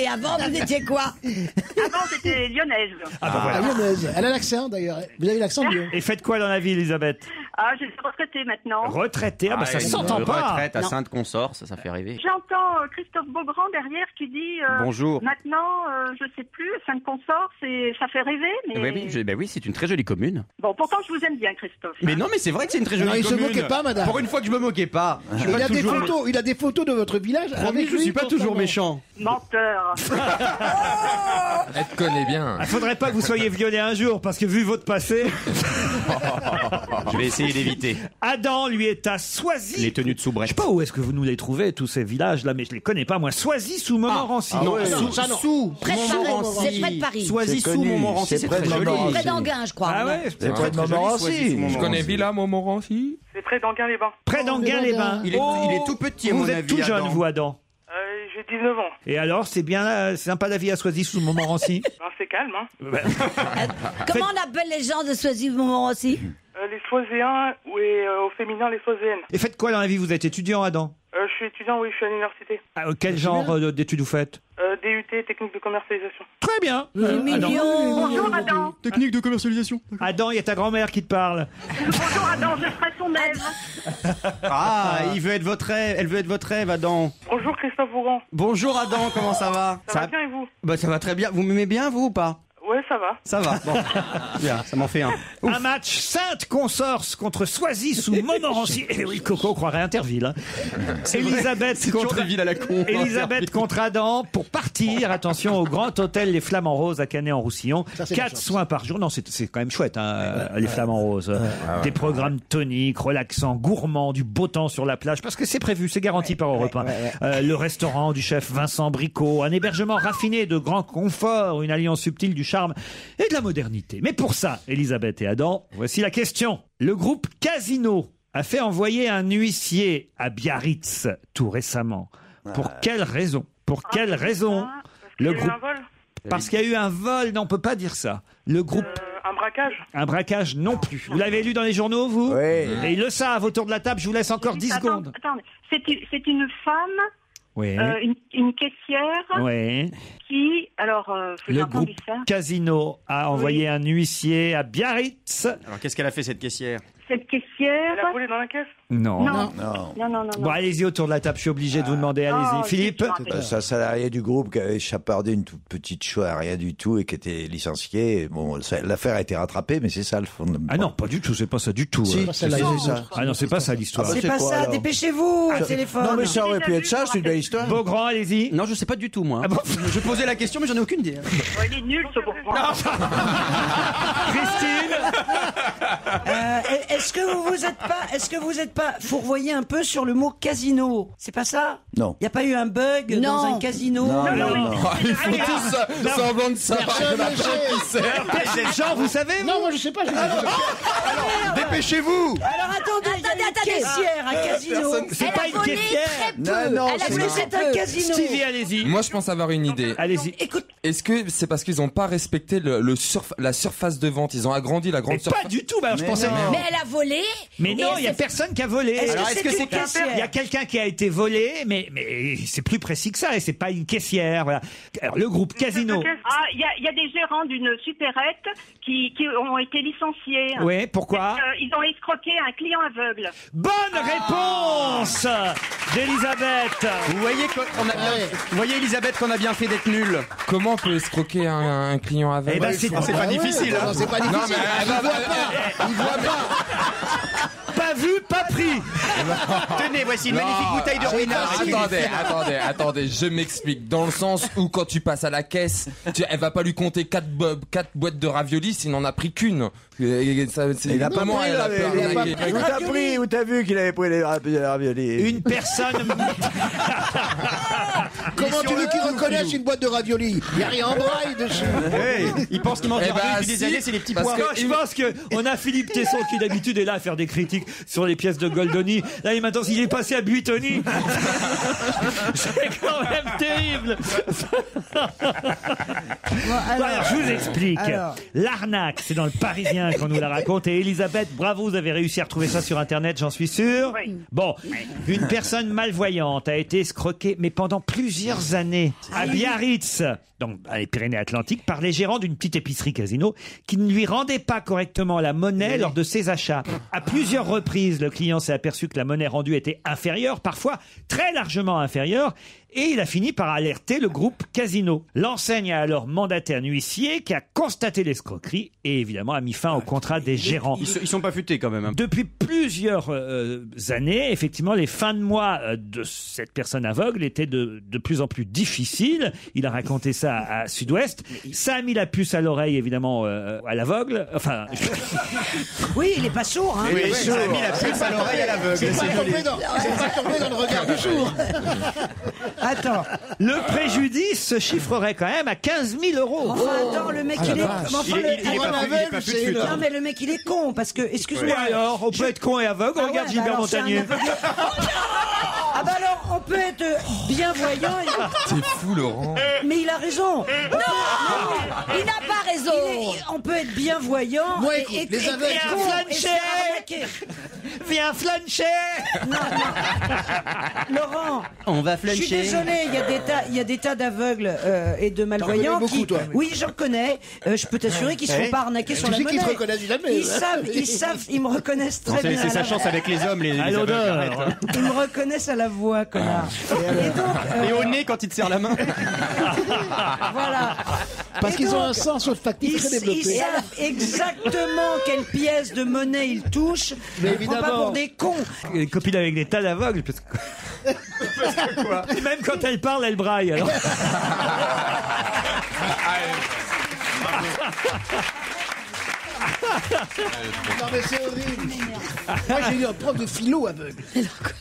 [SPEAKER 8] Et avant, vous étiez quoi
[SPEAKER 14] Avant, j'étais lyonnaise.
[SPEAKER 3] Ah bah voilà.
[SPEAKER 9] Ah, lyonnaise. Elle a l'accent d'ailleurs. Vous avez l'accent de Lyon.
[SPEAKER 3] Et faites quoi dans la vie, Elisabeth
[SPEAKER 14] Ah, je suis retraitée maintenant.
[SPEAKER 3] Retraité, ah bah ça
[SPEAKER 6] une
[SPEAKER 3] s'entend pas.
[SPEAKER 6] retraite à
[SPEAKER 14] Non.
[SPEAKER 6] Sainte-Consort, ça, ça fait rêver.
[SPEAKER 14] J'entends euh, Christophe Beaugrand derrière qui dit euh,
[SPEAKER 6] Bonjour.
[SPEAKER 14] Maintenant, euh, je sais plus, Sainte Consorce, et ça fait rêver, mais.
[SPEAKER 6] Oui, oui, je- ben oui, c'est une très jolie commune.
[SPEAKER 14] Bon, pourtant, je vous aime bien, Christophe.
[SPEAKER 6] Mais non, mais c'est vrai que c'est une très jolie
[SPEAKER 9] Non, il se
[SPEAKER 6] commune.
[SPEAKER 9] moquait pas, madame.
[SPEAKER 6] Pour une fois que je me moquais pas. Je suis
[SPEAKER 9] Il
[SPEAKER 6] pas
[SPEAKER 9] a, des
[SPEAKER 6] toujours-
[SPEAKER 9] photos, il a des photos de votre village
[SPEAKER 6] Promis,
[SPEAKER 9] avec
[SPEAKER 6] je
[SPEAKER 9] lui,
[SPEAKER 6] suis pas toujours
[SPEAKER 9] constamment.
[SPEAKER 6] méchant.
[SPEAKER 14] Menteur.
[SPEAKER 7] Elle te connaît bien.
[SPEAKER 3] Il Ah, faudrait pas que vous soyez violé un jour, parce que vu votre passé,
[SPEAKER 6] Je vais essayer d'éviter.
[SPEAKER 3] Adam lui est à Soisy.
[SPEAKER 6] Les tenues de
[SPEAKER 3] Je sais
[SPEAKER 6] soubrette.
[SPEAKER 3] pas où est-ce que vous nous les trouvez, tous ces villages-là, mais je les connais pas, moi. Soisy sous Montmorency.
[SPEAKER 6] Ah, non,
[SPEAKER 3] Sous-
[SPEAKER 6] sous,
[SPEAKER 9] ça, non.
[SPEAKER 6] sous
[SPEAKER 8] Près de Paris,
[SPEAKER 6] Montmorency.
[SPEAKER 8] c'est près de Paris.
[SPEAKER 6] Soisy
[SPEAKER 11] C'est
[SPEAKER 6] sous
[SPEAKER 11] connu,
[SPEAKER 6] Montmorency,
[SPEAKER 11] c'est
[SPEAKER 6] c'est
[SPEAKER 11] près
[SPEAKER 6] très
[SPEAKER 11] de
[SPEAKER 6] joli.
[SPEAKER 11] Montmorency.
[SPEAKER 8] Près d'Anguin, je crois.
[SPEAKER 3] Ah ouais
[SPEAKER 11] C'est près de
[SPEAKER 6] très joli, Soisy, sous
[SPEAKER 11] Montmorency.
[SPEAKER 7] Je connais Villa Montmorency.
[SPEAKER 14] C'est près d'Anguin-les-Bains.
[SPEAKER 3] Près d'Anguin-les-Bains.
[SPEAKER 6] Il est- il
[SPEAKER 14] Oh.
[SPEAKER 6] est tout petit, à
[SPEAKER 3] Vous
[SPEAKER 6] mon
[SPEAKER 3] êtes
[SPEAKER 6] avis, hein,
[SPEAKER 3] tout jeune,
[SPEAKER 6] Adam.
[SPEAKER 3] vous, Adam.
[SPEAKER 14] Euh, J'ai 19 ans.
[SPEAKER 3] Et alors, c'est bien euh, sympa la vie à Soisy sous Montmorency Euh,
[SPEAKER 14] c'est calme, hein.
[SPEAKER 8] Comment on appelle les gens de Soisy Montmorency
[SPEAKER 3] Mhm.
[SPEAKER 14] Euh, les Soiséens, ou au féminin, les Soiséennes.
[SPEAKER 3] Et faites quoi dans la vie Vous êtes étudiant, Adam
[SPEAKER 14] je suis étudiant, oui, je suis à l'université. Euh,
[SPEAKER 3] Ah, euh, Quel genre euh, d'études vous faites
[SPEAKER 14] DUT, technique de commercialisation.
[SPEAKER 3] Très
[SPEAKER 6] hein.
[SPEAKER 3] bien.
[SPEAKER 6] Euh,
[SPEAKER 3] Euh,
[SPEAKER 8] C'est mignon
[SPEAKER 14] Bonjour Adam.
[SPEAKER 3] Technique de commercialisation. Adam, il y a ta grand-mère qui te parle.
[SPEAKER 14] Bonjour Adam, je serai son aide.
[SPEAKER 6] Ah, il veut être votre rêve. Elle veut être votre rêve, Adam.
[SPEAKER 14] Bonjour Christophe Bourgon.
[SPEAKER 6] Bonjour, Adam. Comment ça va
[SPEAKER 14] Ça, va bien et vous
[SPEAKER 6] Bah, ça va très bien. Vous m'aimez bien, vous ou pas
[SPEAKER 14] Ouais, ça va.
[SPEAKER 6] Ça va. Bon. bien, ça m'en fait un.
[SPEAKER 3] Un match Sainte-Consorce contre Soisy sous Montmorency. Et oui, Coco croirait Interville. hein. Elisabeth contre...
[SPEAKER 6] villes à la con. hein.
[SPEAKER 3] Elisabeth contre Adam pour partir, attention, au Grand Hôtel Les Flamants Roses à Canet-en-Roussillon.
[SPEAKER 9] c'est
[SPEAKER 3] Quatre
[SPEAKER 9] la chance.
[SPEAKER 3] soins par jour. Non, c'est c'est quand même chouette, hein, les Flamants Roses.
[SPEAKER 6] Euh,
[SPEAKER 3] Des programmes toniques, relaxants, gourmands, du beau temps sur la plage, parce que c'est prévu, c'est garanti par Europe 1. Euh, le restaurant du chef Vincent Bricot, un hébergement raffiné de grand confort, une alliance subtile du charme et de la modernité. Mais pour ça, Elisabeth et Adam, voici la question. Le groupe Casino a fait envoyer un huissier à Biarritz tout récemment Pour quelle raison Pour quelle raison le
[SPEAKER 14] qu'il y a eu
[SPEAKER 3] groupe
[SPEAKER 14] un vol
[SPEAKER 3] Parce qu'il y a eu un vol, non, on peut pas dire ça. Le groupe
[SPEAKER 14] Euh, Un braquage
[SPEAKER 3] un braquage non plus. Vous l'avez lu dans les journaux, vous Oui. Et ils le savent autour de la table. Je vous laisse encore 10
[SPEAKER 14] Attends,
[SPEAKER 3] secondes.
[SPEAKER 14] attendez. C'est une- c'est une femme,
[SPEAKER 3] Oui.
[SPEAKER 14] euh, une, une caissière,
[SPEAKER 3] Oui.
[SPEAKER 14] qui, alors, euh, faut que
[SPEAKER 3] Le
[SPEAKER 14] j'entende
[SPEAKER 3] groupe
[SPEAKER 14] ça.
[SPEAKER 3] Casino a envoyé un huissier à Biarritz.
[SPEAKER 13] Alors qu'est-ce qu'elle a fait cette caissière
[SPEAKER 14] cette caissière. Elle a roulé dans la caisse
[SPEAKER 3] Non.
[SPEAKER 14] Non. Non, non, non.
[SPEAKER 3] Bon, allez-y autour de la table. Je suis obligé de vous demander.
[SPEAKER 9] Ah,
[SPEAKER 3] Allez-y,
[SPEAKER 14] Oh,
[SPEAKER 3] Philippe.
[SPEAKER 11] Euh, C'est un salarié du groupe qui avait chapardé une toute petite chose à rien du tout et qui était licencié. Et Bon, ça- l'affaire a été rattrapée, mais c'est ça le fond.
[SPEAKER 3] Ah non, pas du tout, c'est pas ça du tout.
[SPEAKER 11] Si,
[SPEAKER 3] hein.
[SPEAKER 11] c'est ça, c'est ça.
[SPEAKER 3] Ah non, c'est pas ça l'histoire.
[SPEAKER 11] Ah bah,
[SPEAKER 5] C'est pas
[SPEAKER 11] quoi,
[SPEAKER 5] ça,
[SPEAKER 11] alors
[SPEAKER 5] dépêchez-vous, au téléphone.
[SPEAKER 11] histoire.
[SPEAKER 3] Beaugrand, allez-y. Ah
[SPEAKER 13] Non, je sais pas du tout, moi. je posais la question, mais j'en ai aucune idée.
[SPEAKER 14] Ouais, il est nul ce Bourgoin.
[SPEAKER 5] Euh, est-ce que vous vous êtes pas, est-ce que vous êtes pas fourvoyé un peu sur le mot casino C'est pas ça
[SPEAKER 11] Non.
[SPEAKER 5] Il y a pas eu un bug dans
[SPEAKER 8] Non.
[SPEAKER 5] un casino
[SPEAKER 11] Non, non, non.
[SPEAKER 7] Ils font Ah, tous ça, semblant de savoir
[SPEAKER 9] Personne
[SPEAKER 7] que la
[SPEAKER 9] ne sait.
[SPEAKER 7] tête, il sert.
[SPEAKER 3] Jean, vous savez
[SPEAKER 9] Non, moi je sais pas. je-
[SPEAKER 11] Dépêchez-vous
[SPEAKER 5] Alors
[SPEAKER 3] Ah,
[SPEAKER 5] attendez, il y a
[SPEAKER 8] Attendez,
[SPEAKER 5] une
[SPEAKER 8] attendez. oh.
[SPEAKER 5] caissière,
[SPEAKER 9] Euh,
[SPEAKER 5] un casino.
[SPEAKER 3] hein. C'est pas une caissière.
[SPEAKER 11] Non, non,
[SPEAKER 8] Elle a
[SPEAKER 11] c'est
[SPEAKER 8] volé
[SPEAKER 11] non.
[SPEAKER 8] très
[SPEAKER 5] C'est un
[SPEAKER 8] peu.
[SPEAKER 5] casino.
[SPEAKER 3] Stevie, allez-y.
[SPEAKER 7] Moi, je pense avoir une idée.
[SPEAKER 3] Allez-y.
[SPEAKER 5] Écoute,
[SPEAKER 7] Est-ce que c'est parce qu'ils n'ont pas respecté le, le surf- la surface de vente Ils ont agrandi la
[SPEAKER 3] Mais
[SPEAKER 7] grande surface.
[SPEAKER 3] pas du tout. bah, alors, je
[SPEAKER 11] Mais
[SPEAKER 3] pensais.
[SPEAKER 11] non.
[SPEAKER 8] Mais elle a volé.
[SPEAKER 3] Mais
[SPEAKER 8] et
[SPEAKER 3] non,
[SPEAKER 8] elle
[SPEAKER 3] il y a
[SPEAKER 8] s'est-
[SPEAKER 3] personne qui a volé.
[SPEAKER 5] est-ce que c'est une
[SPEAKER 3] Il y a
[SPEAKER 5] caissière
[SPEAKER 3] quelqu'un qui a été volé, mais, mais c'est plus précis que ça, et c'est pas une caissière. Voilà. Alors, le groupe Casino.
[SPEAKER 14] Ah, il y, a- il y a des gérants d'une supérette qui, qui ont été licenciés.
[SPEAKER 3] Oui, pourquoi
[SPEAKER 14] Euh, ils ont escroqué un client aveugle.
[SPEAKER 3] Bonne réponse d'Elisabeth.
[SPEAKER 13] Vous voyez qu'on a bien, vous voyez Elisabeth qu'on a bien fait d'être nul.
[SPEAKER 7] Comment on peut escroquer un, un client
[SPEAKER 3] Eh
[SPEAKER 7] aveugle
[SPEAKER 3] ben,
[SPEAKER 11] Bah,
[SPEAKER 3] c'est
[SPEAKER 13] C'est pas
[SPEAKER 9] Ah ouais,
[SPEAKER 13] difficile.
[SPEAKER 9] attends,
[SPEAKER 13] hein.
[SPEAKER 9] C'est pas
[SPEAKER 7] Non,
[SPEAKER 9] difficile.
[SPEAKER 7] mais-
[SPEAKER 6] euh,
[SPEAKER 9] Il voit pas. Il voit pas.
[SPEAKER 3] pas vu, pas pris.
[SPEAKER 13] Tenez, voici une magnifique
[SPEAKER 7] Non,
[SPEAKER 9] Ah,
[SPEAKER 13] bouteille de ruinard.
[SPEAKER 7] Attendez, attendez, attendez, je m'explique. Dans le sens où quand tu passes à la caisse, tu, elle va pas lui compter 4 quatre boîtes de raviolis s'il n'en a pris qu'une. Et ça, c'est-
[SPEAKER 11] Il a pas
[SPEAKER 7] comment
[SPEAKER 11] pris,
[SPEAKER 7] elle a
[SPEAKER 11] là,
[SPEAKER 7] pu
[SPEAKER 11] il a pas
[SPEAKER 7] arnaquer
[SPEAKER 11] pris. Où t'as pris Où t'as vu qu'il avait pris les rap- les raviolis
[SPEAKER 3] Une personne.
[SPEAKER 9] Comment tu veux qu'ils reconnaissent une boîte de ravioli Il n'y a rien en braille dessus.
[SPEAKER 13] Il pense qu'il mange
[SPEAKER 7] Eh
[SPEAKER 13] des
[SPEAKER 7] ben,
[SPEAKER 13] raviolis depuis des
[SPEAKER 7] si,
[SPEAKER 13] années, c'est les petits
[SPEAKER 7] parce
[SPEAKER 13] pois.
[SPEAKER 7] que-
[SPEAKER 3] Non, je pense que on a Philippe Tesson qui d'habitude est là à faire des critiques sur les pièces de Goldoni. Là, il maintenant il est passé à Buitoni. C'est quand même terrible. Bon, alors, je vous explique.
[SPEAKER 5] Alors.
[SPEAKER 3] L'arnaque, c'est dans le Parisien qu'on nous la raconte. Et Elisabeth, bravo, vous avez réussi à retrouver ça sur Internet, j'en suis sûr.
[SPEAKER 14] Oui.
[SPEAKER 3] Bon, une personne malvoyante a été escroquée, mais pendant plusieurs années, à Biarritz, donc à les Pyrénées-Atlantiques, par les gérants d'une petite épicerie casino qui ne lui rendaient pas correctement la monnaie lors de ses achats. À plusieurs reprises, le client s'est aperçu que la monnaie rendue était inférieure, parfois très largement inférieure. Et il a fini par alerter le groupe Casino. L'enseigne a alors mandaté un huissier qui a constaté l'escroquerie et évidemment a mis fin au
[SPEAKER 13] Ah,
[SPEAKER 3] contrat des gérants.
[SPEAKER 13] Ils, se- ils sont pas futés quand même. hein.
[SPEAKER 3] Depuis plusieurs euh, années, effectivement, les fins de mois euh, de cette personne aveugle étaient de, de plus en plus difficiles. Il a raconté ça à, à Sud-Ouest. Ça a mis la puce à l'oreille, évidemment, euh, à l'aveugle.
[SPEAKER 5] Ah,
[SPEAKER 3] Enfin,
[SPEAKER 5] Oui, il est pas sourd. Hein.
[SPEAKER 13] Ouais, ça a mis la puce à l'oreille à l'aveugle.
[SPEAKER 9] C'est pas tombé dans c'est pas tombé dans le regard du jour.
[SPEAKER 5] Attends,
[SPEAKER 3] le préjudice se chiffrerait quand même à 15 000 euros. Ah,
[SPEAKER 5] enfin
[SPEAKER 13] Oh
[SPEAKER 5] attends, le mec il est, mais enfin,
[SPEAKER 13] Ah Il est-
[SPEAKER 5] le-
[SPEAKER 13] il est
[SPEAKER 9] Pour
[SPEAKER 13] pas-
[SPEAKER 9] un
[SPEAKER 13] il est
[SPEAKER 9] aveugle,
[SPEAKER 13] pas plus
[SPEAKER 9] c'est
[SPEAKER 13] fut,
[SPEAKER 9] le-
[SPEAKER 5] non mais le mec il est con parce que
[SPEAKER 3] Mais
[SPEAKER 5] excuse-moi.
[SPEAKER 3] alors, on peut être con et aveugle.
[SPEAKER 5] Ah
[SPEAKER 3] Regarde
[SPEAKER 5] ouais,
[SPEAKER 3] Gilbert
[SPEAKER 5] bah alors, c'est un
[SPEAKER 3] Montagnier.
[SPEAKER 5] aveugle. Ah bah alors on peut être euh, bienvoyant, et-
[SPEAKER 7] T'es fou, Laurent.
[SPEAKER 5] mais il a raison.
[SPEAKER 8] Il n'a pas raison.
[SPEAKER 5] Et On peut être bienvoyant
[SPEAKER 9] Ouais,
[SPEAKER 5] et, et,
[SPEAKER 9] les
[SPEAKER 5] et-
[SPEAKER 9] aveugles.
[SPEAKER 5] et
[SPEAKER 3] Un
[SPEAKER 5] con, et
[SPEAKER 3] flancher.
[SPEAKER 5] se faire arnaquer.
[SPEAKER 3] Viens flancher
[SPEAKER 5] Laurent,
[SPEAKER 13] On va
[SPEAKER 5] je suis
[SPEAKER 13] flancher.
[SPEAKER 5] désolé, il y a des tas, il y a des tas d'aveugles euh, et de malvoyants
[SPEAKER 9] T'en connais
[SPEAKER 5] qui,
[SPEAKER 9] beaucoup, toi.
[SPEAKER 5] oui, j'en connais. euh, je peux t'assurer qu'ils ne seront pas arnaqués sur
[SPEAKER 9] Tu
[SPEAKER 5] la
[SPEAKER 9] sais qu'ils
[SPEAKER 5] monnaie.
[SPEAKER 9] te reconnaissent jamais.
[SPEAKER 5] Ils savent, ils savent, ils me reconnaissent très
[SPEAKER 13] Non, C'est
[SPEAKER 5] bien. à
[SPEAKER 13] c'est
[SPEAKER 5] la
[SPEAKER 13] sa
[SPEAKER 5] voix.
[SPEAKER 13] chance avec les hommes, les, les
[SPEAKER 3] À
[SPEAKER 13] aveugles,
[SPEAKER 3] l'odeur.
[SPEAKER 13] arrête,
[SPEAKER 5] Ils me reconnaissent à la voix, connard. Et donc,
[SPEAKER 13] hein.
[SPEAKER 5] euh,
[SPEAKER 13] Et au nez quand il te serre la main.
[SPEAKER 5] voilà.
[SPEAKER 9] Ah, Parce
[SPEAKER 5] Et
[SPEAKER 9] qu'ils ont
[SPEAKER 5] donc,
[SPEAKER 9] un sens olfactif
[SPEAKER 5] Ils,
[SPEAKER 9] très
[SPEAKER 5] ils
[SPEAKER 9] développé.
[SPEAKER 5] savent exactement quelle pièce de monnaie ils touchent.
[SPEAKER 9] Mais
[SPEAKER 5] Ils prends pas
[SPEAKER 9] évidemment.
[SPEAKER 5] pour des cons.
[SPEAKER 3] Une copine avec des tas d'aveugles. Parce que... Même quand elle parle, elle braille. alors.
[SPEAKER 9] Non mais c'est horrible. Moi j'ai eu un prof de philo aveugle.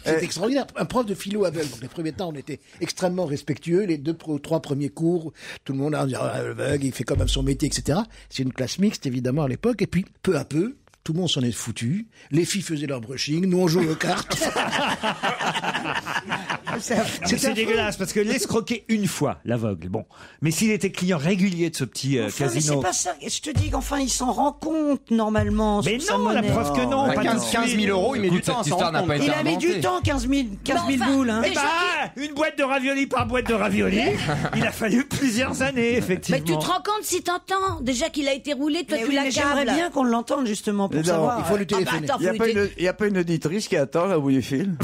[SPEAKER 9] C'était extraordinaire. Un prof de philo aveugle. Donc, les premiers temps on était extrêmement respectueux. Les deux pro- trois premiers cours, tout le monde a dit Ah, aveugle, il fait quand même son métier, etc. C'est une classe mixte évidemment à l'époque. Et puis peu à peu. Tout le monde s'en est foutu. Les filles faisaient leur brushing, nous on jouait aux cartes.
[SPEAKER 3] C'est c'est dégueulasse parce que l'escroquer une fois, l'aveugle, bon. Mais s'il était client régulier de ce petit euh,
[SPEAKER 5] Enfin, mais c'est
[SPEAKER 3] casino.
[SPEAKER 5] pas ça. Je te dis qu'enfin, il s'en rend compte normalement.
[SPEAKER 3] Mais
[SPEAKER 5] sur sa
[SPEAKER 3] non, la
[SPEAKER 5] monnaie.
[SPEAKER 3] preuve que non,
[SPEAKER 6] Bah,
[SPEAKER 3] pas
[SPEAKER 6] 15
[SPEAKER 3] tout de
[SPEAKER 6] 15 000
[SPEAKER 3] suite.
[SPEAKER 6] euros, il met
[SPEAKER 3] Écoute,
[SPEAKER 6] du temps à
[SPEAKER 3] cette
[SPEAKER 6] s'en
[SPEAKER 3] histoire
[SPEAKER 6] rendre
[SPEAKER 3] n'a pas
[SPEAKER 6] compte.
[SPEAKER 3] été
[SPEAKER 5] Il avait du
[SPEAKER 3] inventée.
[SPEAKER 5] temps, 15 000, 15 000
[SPEAKER 3] enfin,
[SPEAKER 5] boules. Hein.
[SPEAKER 3] Eh bah, une boîte de raviolis par boîte de raviolis, il a fallu plusieurs années, effectivement.
[SPEAKER 8] Mais tu te rends compte si t'entends déjà qu'il a été roulé, toi
[SPEAKER 5] Mais
[SPEAKER 8] tu
[SPEAKER 5] oui, mais
[SPEAKER 8] l'accables.
[SPEAKER 5] j'aimerais bien qu'on l'entende justement pour
[SPEAKER 11] Non,
[SPEAKER 5] savoir.
[SPEAKER 11] il faut lui
[SPEAKER 8] téléphoner. Ah bah attends,
[SPEAKER 11] Il n'y a,
[SPEAKER 8] faut
[SPEAKER 11] pas
[SPEAKER 8] lui
[SPEAKER 11] une- il y a pas une auditrice qui attend là au bout du fil.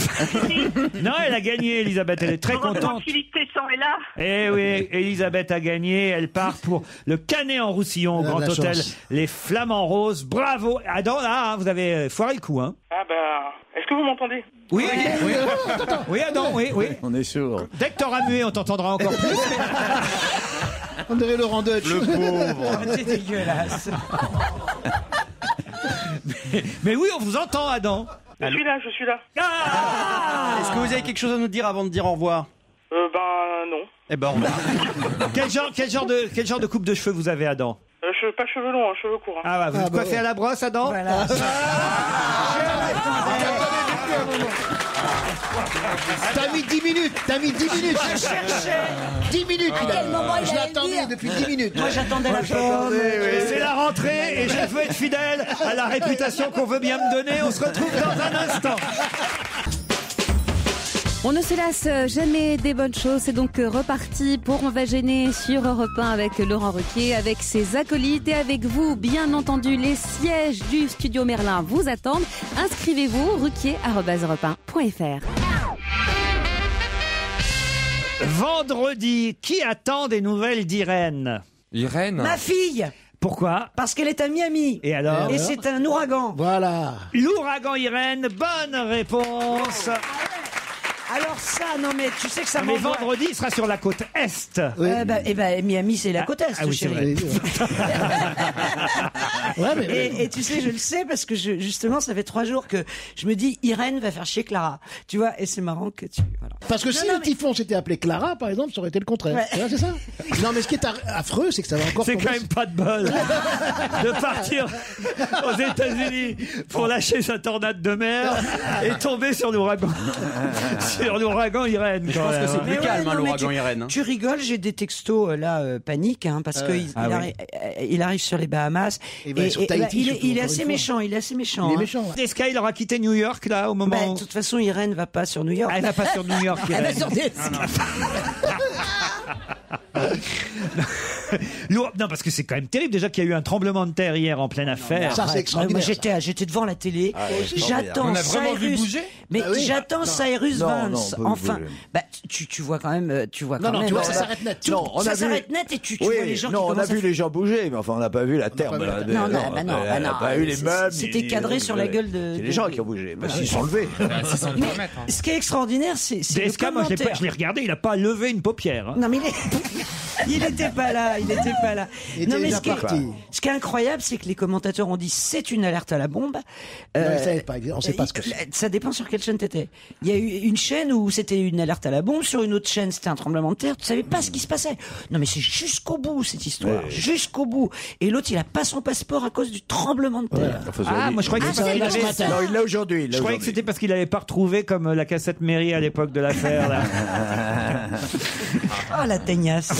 [SPEAKER 3] Non, elle a gagné, Elisabeth. Elle est très contente.
[SPEAKER 14] Philippe Tesson est là.
[SPEAKER 3] Eh oui, Elisabeth a gagné. Elle part pour le Canet en Roussillon, au
[SPEAKER 9] Elle a
[SPEAKER 3] Grand
[SPEAKER 9] de la
[SPEAKER 3] Hôtel
[SPEAKER 9] chance.
[SPEAKER 3] Les Flamands Roses. Bravo. Adam, là, hein, vous avez euh, foiré le coup. Hein.
[SPEAKER 12] Ah bah, est-ce que vous m'entendez
[SPEAKER 3] Oui, oui. Oui, Adam, oui, oui.
[SPEAKER 11] On est sûr.
[SPEAKER 3] Dès que t'auras mué, on t'entendra encore plus.
[SPEAKER 9] On dirait Laurent Deutsch.
[SPEAKER 3] Le pauvre.
[SPEAKER 5] C'est dégueulasse.
[SPEAKER 3] Mais oui, on vous entend, Adam.
[SPEAKER 12] Je suis là, je suis là.
[SPEAKER 6] Est-ce que vous avez quelque chose à nous dire avant de dire au revoir
[SPEAKER 12] Euh, ben non.
[SPEAKER 6] Eh ben, on va.
[SPEAKER 3] Quel genre, quel, genre de, quel genre de coupe de cheveux vous avez, Adam
[SPEAKER 12] Euh, cheveux- pas cheveux longs, hein, cheveux courts. hein.
[SPEAKER 3] Ah, bah, vous êtes coiffé à la brosse, Adam Ah.
[SPEAKER 9] T'as mis 10 minutes, t'as mis 10 minutes.
[SPEAKER 4] Je cherchais.
[SPEAKER 9] 10 minutes.
[SPEAKER 4] À
[SPEAKER 9] il a-
[SPEAKER 4] quel moment il
[SPEAKER 9] Je
[SPEAKER 4] allait le
[SPEAKER 9] l'attendais
[SPEAKER 4] dire
[SPEAKER 9] depuis 10 minutes.
[SPEAKER 5] Moi, j'attendais la pomme.
[SPEAKER 3] Et C'est la rentrée et je veux être fidèle à la réputation qu'on veut bien me donner. On se retrouve dans un instant.
[SPEAKER 15] On ne se lasse jamais des bonnes choses. C'est donc euh, reparti pour On va gêner sur Europe 1 avec Laurent Ruquier, avec ses acolytes et avec vous, bien entendu, les sièges du studio Merlin vous attendent. Inscrivez-vous ruquier.europe1.fr.
[SPEAKER 3] Vendredi, qui attend des nouvelles d'Irène
[SPEAKER 7] Irène
[SPEAKER 5] Ma fille
[SPEAKER 3] Pourquoi
[SPEAKER 5] Parce qu'elle est à Miami.
[SPEAKER 3] Et alors
[SPEAKER 5] Et c'est un ouragan.
[SPEAKER 9] Voilà.
[SPEAKER 3] L'ouragan Irène, bonne réponse.
[SPEAKER 5] Alors ça, non mais tu sais que ça
[SPEAKER 3] Non, Ah, mais
[SPEAKER 5] m'envoie-
[SPEAKER 3] vendredi, il sera sur la côte Est.
[SPEAKER 5] Euh, bah, eh ben, Miami, c'est la côte Est,
[SPEAKER 3] ah oui, c'est
[SPEAKER 5] chérie.
[SPEAKER 9] mais-
[SPEAKER 5] et, et tu sais, je le sais parce que je- justement, ça fait trois jours que je me dis Irène va faire chier Clara. Tu vois, et c'est marrant que tu. Voilà.
[SPEAKER 9] Parce que si le typhon s'était appelé Clara, par exemple, ça aurait été le contraire.
[SPEAKER 5] Ouais.
[SPEAKER 9] Tu vois, C'est ça Non, mais ce qui est ar- affreux, c'est que ça va encore.
[SPEAKER 3] C'est
[SPEAKER 9] tomber
[SPEAKER 3] quand
[SPEAKER 9] sur-
[SPEAKER 3] même pas de bol de partir aux États-Unis pour lâcher sa tornade de mer et tomber sur l'ouragan. sur l'ouragan Irène.
[SPEAKER 6] Mais je
[SPEAKER 3] quand
[SPEAKER 6] pense que
[SPEAKER 3] même,
[SPEAKER 6] c'est
[SPEAKER 3] hein.
[SPEAKER 6] plus calme, hein,
[SPEAKER 5] non, mais
[SPEAKER 6] l'ouragan
[SPEAKER 5] tu-
[SPEAKER 6] Irène. hein.
[SPEAKER 5] Tu rigoles, j'ai des textos euh, là euh, panique hein, parce
[SPEAKER 6] Ah
[SPEAKER 5] que
[SPEAKER 6] ouais.
[SPEAKER 5] il,
[SPEAKER 6] Ah
[SPEAKER 5] il
[SPEAKER 6] ouais.
[SPEAKER 5] arrive, euh, il arrive sur les Bahamas
[SPEAKER 9] Il va sur Tahiti,
[SPEAKER 5] bah, il,
[SPEAKER 9] surtout,
[SPEAKER 5] est- il est
[SPEAKER 9] encore une
[SPEAKER 5] assez
[SPEAKER 9] fois.
[SPEAKER 5] méchant, il est assez méchant.
[SPEAKER 9] Il est
[SPEAKER 5] hein.
[SPEAKER 9] méchant,
[SPEAKER 3] Est-ce qu'il aura quitté New York là au moment
[SPEAKER 5] Bah,
[SPEAKER 3] où-
[SPEAKER 5] de toute façon, Irène Ah, va pas sur New York. Ah,
[SPEAKER 3] Elle Ah, va pas sur New York.
[SPEAKER 5] Elle va
[SPEAKER 3] Irène.
[SPEAKER 5] sur des-
[SPEAKER 3] L'our- Non, parce que c'est quand même terrible déjà qu'il y a eu un tremblement de terre hier en pleine
[SPEAKER 5] Ah,
[SPEAKER 3] affaire.
[SPEAKER 9] Ça, c'est extraordinaire,
[SPEAKER 5] Moi, j'étais, à- j'étais devant la télé.
[SPEAKER 3] Ah ouais, c'est
[SPEAKER 5] j'attends
[SPEAKER 3] formidable. On a vraiment vu
[SPEAKER 5] Cyrus.
[SPEAKER 3] bouger
[SPEAKER 5] Mais
[SPEAKER 3] Bah
[SPEAKER 8] Ah
[SPEAKER 3] oui.
[SPEAKER 5] j'attends
[SPEAKER 3] Non.
[SPEAKER 5] Cyrus
[SPEAKER 3] Non,
[SPEAKER 5] Vance.
[SPEAKER 3] non, on peut
[SPEAKER 5] enfin,
[SPEAKER 3] bouger.
[SPEAKER 5] bah, tu, tu vois quand même, euh, tu vois
[SPEAKER 9] Non,
[SPEAKER 5] quand
[SPEAKER 9] non,
[SPEAKER 5] même.
[SPEAKER 9] tu vois,
[SPEAKER 5] euh,
[SPEAKER 9] ça s'arrête net.
[SPEAKER 5] tout-
[SPEAKER 9] Non,
[SPEAKER 11] on
[SPEAKER 5] ça
[SPEAKER 11] a vu-
[SPEAKER 5] s'arrête net et tu, tu
[SPEAKER 11] Oui,
[SPEAKER 5] vois les gens
[SPEAKER 11] non,
[SPEAKER 5] qui
[SPEAKER 11] on a
[SPEAKER 5] commencent à
[SPEAKER 11] vu les gens bouger, mais enfin, on n'a pas vu la terre.
[SPEAKER 5] pas vu la
[SPEAKER 11] bah,
[SPEAKER 5] terre. Non, non, bah non,
[SPEAKER 11] on n'a
[SPEAKER 5] bah non,
[SPEAKER 11] pas vu les
[SPEAKER 5] c'est-
[SPEAKER 11] meubles.
[SPEAKER 5] c'était
[SPEAKER 11] ni-
[SPEAKER 5] cadré
[SPEAKER 11] ni-
[SPEAKER 5] sur la gueule de-
[SPEAKER 11] C'est
[SPEAKER 5] de-
[SPEAKER 11] les gens qui ont bougé, parce
[SPEAKER 5] Ouais.
[SPEAKER 11] qu'ils sont levés.
[SPEAKER 5] Mais ce qui est extraordinaire, c'est, c'est le
[SPEAKER 3] DSK, hein. moi je l'ai pas-
[SPEAKER 5] commentaire.
[SPEAKER 3] je l'ai regardé, il a pas levé une paupière. hein.
[SPEAKER 5] Non mais il, est- il était pas là, il était pas là.
[SPEAKER 3] Il était
[SPEAKER 5] non mais
[SPEAKER 3] déjà
[SPEAKER 5] ce qui, est,
[SPEAKER 3] parti.
[SPEAKER 5] ce qui est incroyable, c'est que les commentateurs ont dit c'est une alerte à la bombe. Euh,
[SPEAKER 9] Non, ils savaient pas, on sait pas ce que c'est.
[SPEAKER 5] Ça dépend sur quelle chaîne t'étais. Il y a eu une chaîne où c'était une alerte à la bombe, sur une autre chaîne c'était un tremblement de terre. Tu savais pas ce qui se passait. Non mais c'est jusqu'au bout cette histoire,
[SPEAKER 11] Ouais.
[SPEAKER 5] jusqu'au bout. Et l'autre il a pas son passeport à cause du tremblement de terre.
[SPEAKER 11] Enfin, ça,
[SPEAKER 3] Ah,
[SPEAKER 11] il-
[SPEAKER 3] moi je croyais que
[SPEAKER 11] il-
[SPEAKER 3] c'est parce
[SPEAKER 11] il-
[SPEAKER 3] qu'il avait-
[SPEAKER 11] Non, il l'a aujourd'hui. il
[SPEAKER 3] Je
[SPEAKER 11] l'a
[SPEAKER 3] croyais que
[SPEAKER 11] aujourd'hui.
[SPEAKER 3] c'était parce qu'il n'avait pas retrouvé comme euh, la cassette mairie à l'époque de l'affaire. là.
[SPEAKER 5] Oh la teignasse.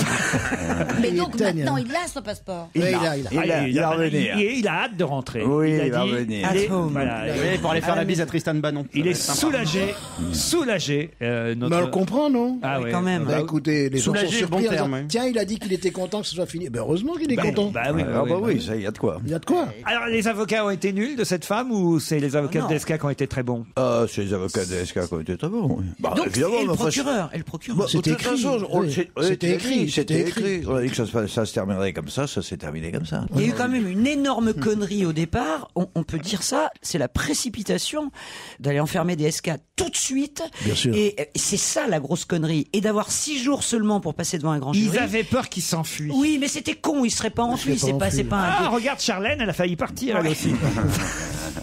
[SPEAKER 8] Mais donc maintenant il a son passeport.
[SPEAKER 11] Il a- il a- il a- il a revenir.
[SPEAKER 3] il- il a hâte de rentrer.
[SPEAKER 11] Oui,
[SPEAKER 3] a
[SPEAKER 11] il va
[SPEAKER 3] dit-
[SPEAKER 11] revenir.
[SPEAKER 3] il est-
[SPEAKER 11] At home.
[SPEAKER 3] voilà, Ah,
[SPEAKER 6] Vous voyez, pour aller faire la bise à Tristan Bannon.
[SPEAKER 3] Il est soulagé, soulagé. euh, notre...
[SPEAKER 9] Mais on le comprend, non
[SPEAKER 3] Ah ouais.
[SPEAKER 9] Bah, écoutez, les gens sont
[SPEAKER 6] Soulagé,
[SPEAKER 9] surpris.
[SPEAKER 6] bon
[SPEAKER 9] en disant,
[SPEAKER 6] terme, hein.
[SPEAKER 9] Tiens, il a dit qu'il était content que ce soit fini. Ben, heureusement qu'il est
[SPEAKER 3] Bah,
[SPEAKER 9] content.
[SPEAKER 3] bah oui,
[SPEAKER 11] Ah,
[SPEAKER 3] bah oui,
[SPEAKER 11] bah
[SPEAKER 3] bah
[SPEAKER 11] oui, ça, il y a de quoi.
[SPEAKER 9] Il y a de quoi
[SPEAKER 3] Alors, les avocats ont été nuls de cette femme ou c'est les avocats
[SPEAKER 11] Ah,
[SPEAKER 3] de
[SPEAKER 11] non.
[SPEAKER 3] DSK qui ont été très bons
[SPEAKER 11] Ah, c'est les avocats de SK qui ont été très bons. oui. Bah,
[SPEAKER 5] Donc
[SPEAKER 11] évidemment,
[SPEAKER 5] et
[SPEAKER 11] mais
[SPEAKER 5] le
[SPEAKER 11] enfin, c'est-
[SPEAKER 5] procureur, et le procureur.
[SPEAKER 11] Bah,
[SPEAKER 9] C'était
[SPEAKER 11] de toute
[SPEAKER 9] écrit,
[SPEAKER 11] façon, on-
[SPEAKER 9] oui.
[SPEAKER 11] c'est- ouais,
[SPEAKER 9] C'était écrit,
[SPEAKER 11] C'était
[SPEAKER 9] c'était
[SPEAKER 11] écrit. On a dit que ça se, ça se terminerait comme ça, ça s'est terminé comme ça.
[SPEAKER 5] Il y a eu quand même une énorme connerie au départ, on, on peut dire ça, c'est la précipitation d'aller enfermer des SK tout de suite.
[SPEAKER 9] Bien sûr.
[SPEAKER 5] Et euh, c'est ça la grosse connerie. Et d'avoir six jours seulement pour passer devant un grand jury.
[SPEAKER 3] Ils avaient peur qu'ils s'enfuient.
[SPEAKER 5] Oui, mais c'était con, ils seraient pas enfuis,
[SPEAKER 9] seraient
[SPEAKER 5] c'est
[SPEAKER 9] pas
[SPEAKER 5] pas, c'est
[SPEAKER 9] enfuis.
[SPEAKER 5] pas un
[SPEAKER 3] Ah, regarde Charlène, elle a failli partir elle aussi.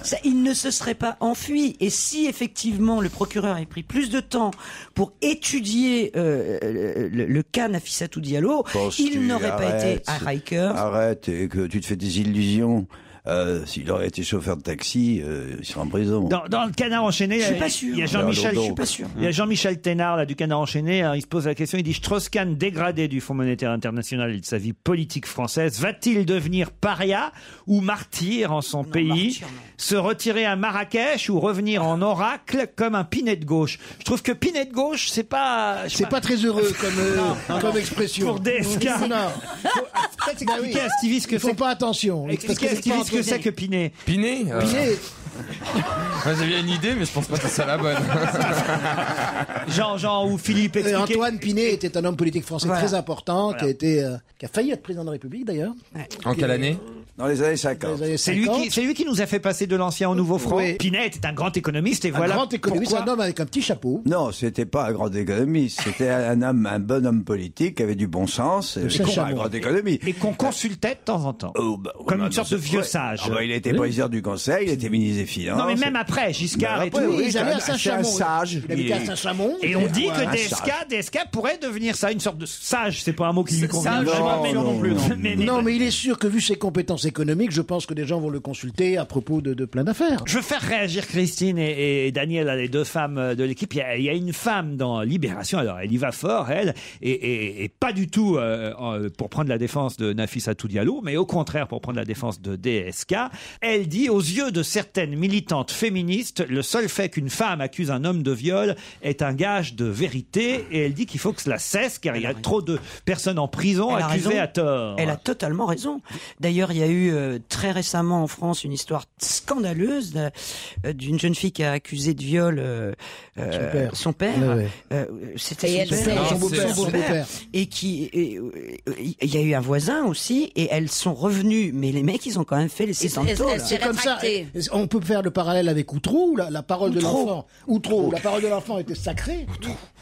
[SPEAKER 5] Ça, il ne se serait pas enfui. Et si effectivement le procureur avait pris plus de temps pour étudier euh, euh, le, le cas Nafissatou Diallo,
[SPEAKER 11] Penses-tu,
[SPEAKER 5] il n'aurait pas été
[SPEAKER 11] arrête,
[SPEAKER 5] à Riker.
[SPEAKER 11] Arrête, et que tu te fais des illusions. euh, s'il aurait été chauffeur de taxi, euh, il serait en prison.
[SPEAKER 3] Dans, dans le canard enchaîné, il y a-
[SPEAKER 11] Je suis pas sûr.
[SPEAKER 3] il y a
[SPEAKER 11] Ah,
[SPEAKER 3] Jean-Michel
[SPEAKER 11] Lodo. Je suis pas sûr.
[SPEAKER 3] Il y a Jean-Michel Thénard là, du canard enchaîné. hein, il se pose la question. Il dit Strauss-Kahn, dégradé du Fonds monétaire international et de sa vie politique française, va-t-il devenir paria ou martyr en son pays Se retirer à Marrakech ou revenir en oracle comme un pinet de gauche Je trouve que pinet de gauche, c'est pas. je sais
[SPEAKER 9] C'est pas très heureux comme, euh,
[SPEAKER 3] Non.
[SPEAKER 9] comme expression.
[SPEAKER 3] Pour DSK.
[SPEAKER 9] Non. Bah
[SPEAKER 3] Expliquez à Stevie ce que
[SPEAKER 9] Fais
[SPEAKER 3] c'est.
[SPEAKER 9] pas attention.
[SPEAKER 3] Expliquez à Stevie ce que c'est que Pinet.
[SPEAKER 7] Pinet euh,
[SPEAKER 9] Pinet.
[SPEAKER 7] ouais, J'avais une idée, mais je pense pas que c'est la bonne.
[SPEAKER 3] Jean, Jean ou Philippe.
[SPEAKER 9] Euh, Antoine Pinet était un homme politique français
[SPEAKER 7] Voilà.
[SPEAKER 9] très important qui a
[SPEAKER 7] Voilà.
[SPEAKER 9] été, euh, qui a failli être président de la République d'ailleurs.
[SPEAKER 7] En quelle année
[SPEAKER 11] Dans les années 50.
[SPEAKER 3] C'est lui, qui, c'est lui qui nous a fait passer de l'ancien au nouveau franc. Pinet était un grand économiste et voilà.
[SPEAKER 9] un grand économiste,
[SPEAKER 3] pourquoi-
[SPEAKER 9] un homme avec un petit chapeau.
[SPEAKER 11] Non, c'était pas un grand économiste, c'était un homme, un bon homme politique qui avait du bon sens, et
[SPEAKER 3] Et qu'on-
[SPEAKER 11] pas un grand Oh, bah, économiste.
[SPEAKER 3] Et qu'on consultait de temps en temps. Comme une sorte de vieux sage.
[SPEAKER 11] Ah bah, il était président du Conseil, il était ministre des Finances.
[SPEAKER 3] Non, mais même après, Giscard
[SPEAKER 11] Mais
[SPEAKER 3] et tout.
[SPEAKER 11] après, oui, Il habite à Saint-Chamond. C'est un sage. Il habite à Saint-Chamond.
[SPEAKER 3] Et on dit
[SPEAKER 11] Ouais, un
[SPEAKER 3] que DSK,
[SPEAKER 11] sage.
[SPEAKER 3] DSK pourrait devenir ça, une sorte de sage. C'est pas un mot qui lui convient.
[SPEAKER 9] Sage,
[SPEAKER 3] vraiment, mais Mais- mais-
[SPEAKER 9] Non, mais il est sûr que vu ses compétences économiques, je pense que des gens vont le consulter à propos de, de plein d'affaires.
[SPEAKER 3] Je veux faire réagir Christine et, et Daniel, là, les deux femmes euh, de l'équipe. Il y, a, il y a une femme dans Libération, alors elle y va fort, elle, et, et- et pas du tout euh, en- pour prendre la défense de Nafissa Diallo, mais au contraire pour prendre la défense de DSK. Elle dit, aux yeux de certaines militantes féministes, le seul fait qu'une femme accuse un homme de viol est un gage de vérité, et elle dit qu'il faut que cela cesse, car il y a trop de personnes en prison
[SPEAKER 5] Elle a
[SPEAKER 3] accusées
[SPEAKER 5] raison.
[SPEAKER 3] à tort.
[SPEAKER 5] Elle a totalement raison. D'ailleurs, il y a eu euh, très récemment en France une histoire scandaleuse d'un- euh, d'une jeune fille qui a accusé de viol euh, euh,
[SPEAKER 9] père.
[SPEAKER 5] son père.
[SPEAKER 9] Ouais, ouais.
[SPEAKER 5] Euh,
[SPEAKER 9] Et
[SPEAKER 5] C'était
[SPEAKER 9] elle
[SPEAKER 5] son père.
[SPEAKER 9] sait. Non,
[SPEAKER 5] Son
[SPEAKER 9] c'est-
[SPEAKER 5] beau-père.
[SPEAKER 9] son beau-père.
[SPEAKER 5] Et qui, et, euh, il y a eu un voisin aussi, et elles sont revenues. Mais les mecs, ils ont quand même fait les 60 taux, là.
[SPEAKER 9] C'est comme ça. et- On peut faire le parallèle avec Outreau, où la, la parole de
[SPEAKER 5] Outreau.
[SPEAKER 9] l'enfant. Outreau, où la parole de l'enfant était sacrée.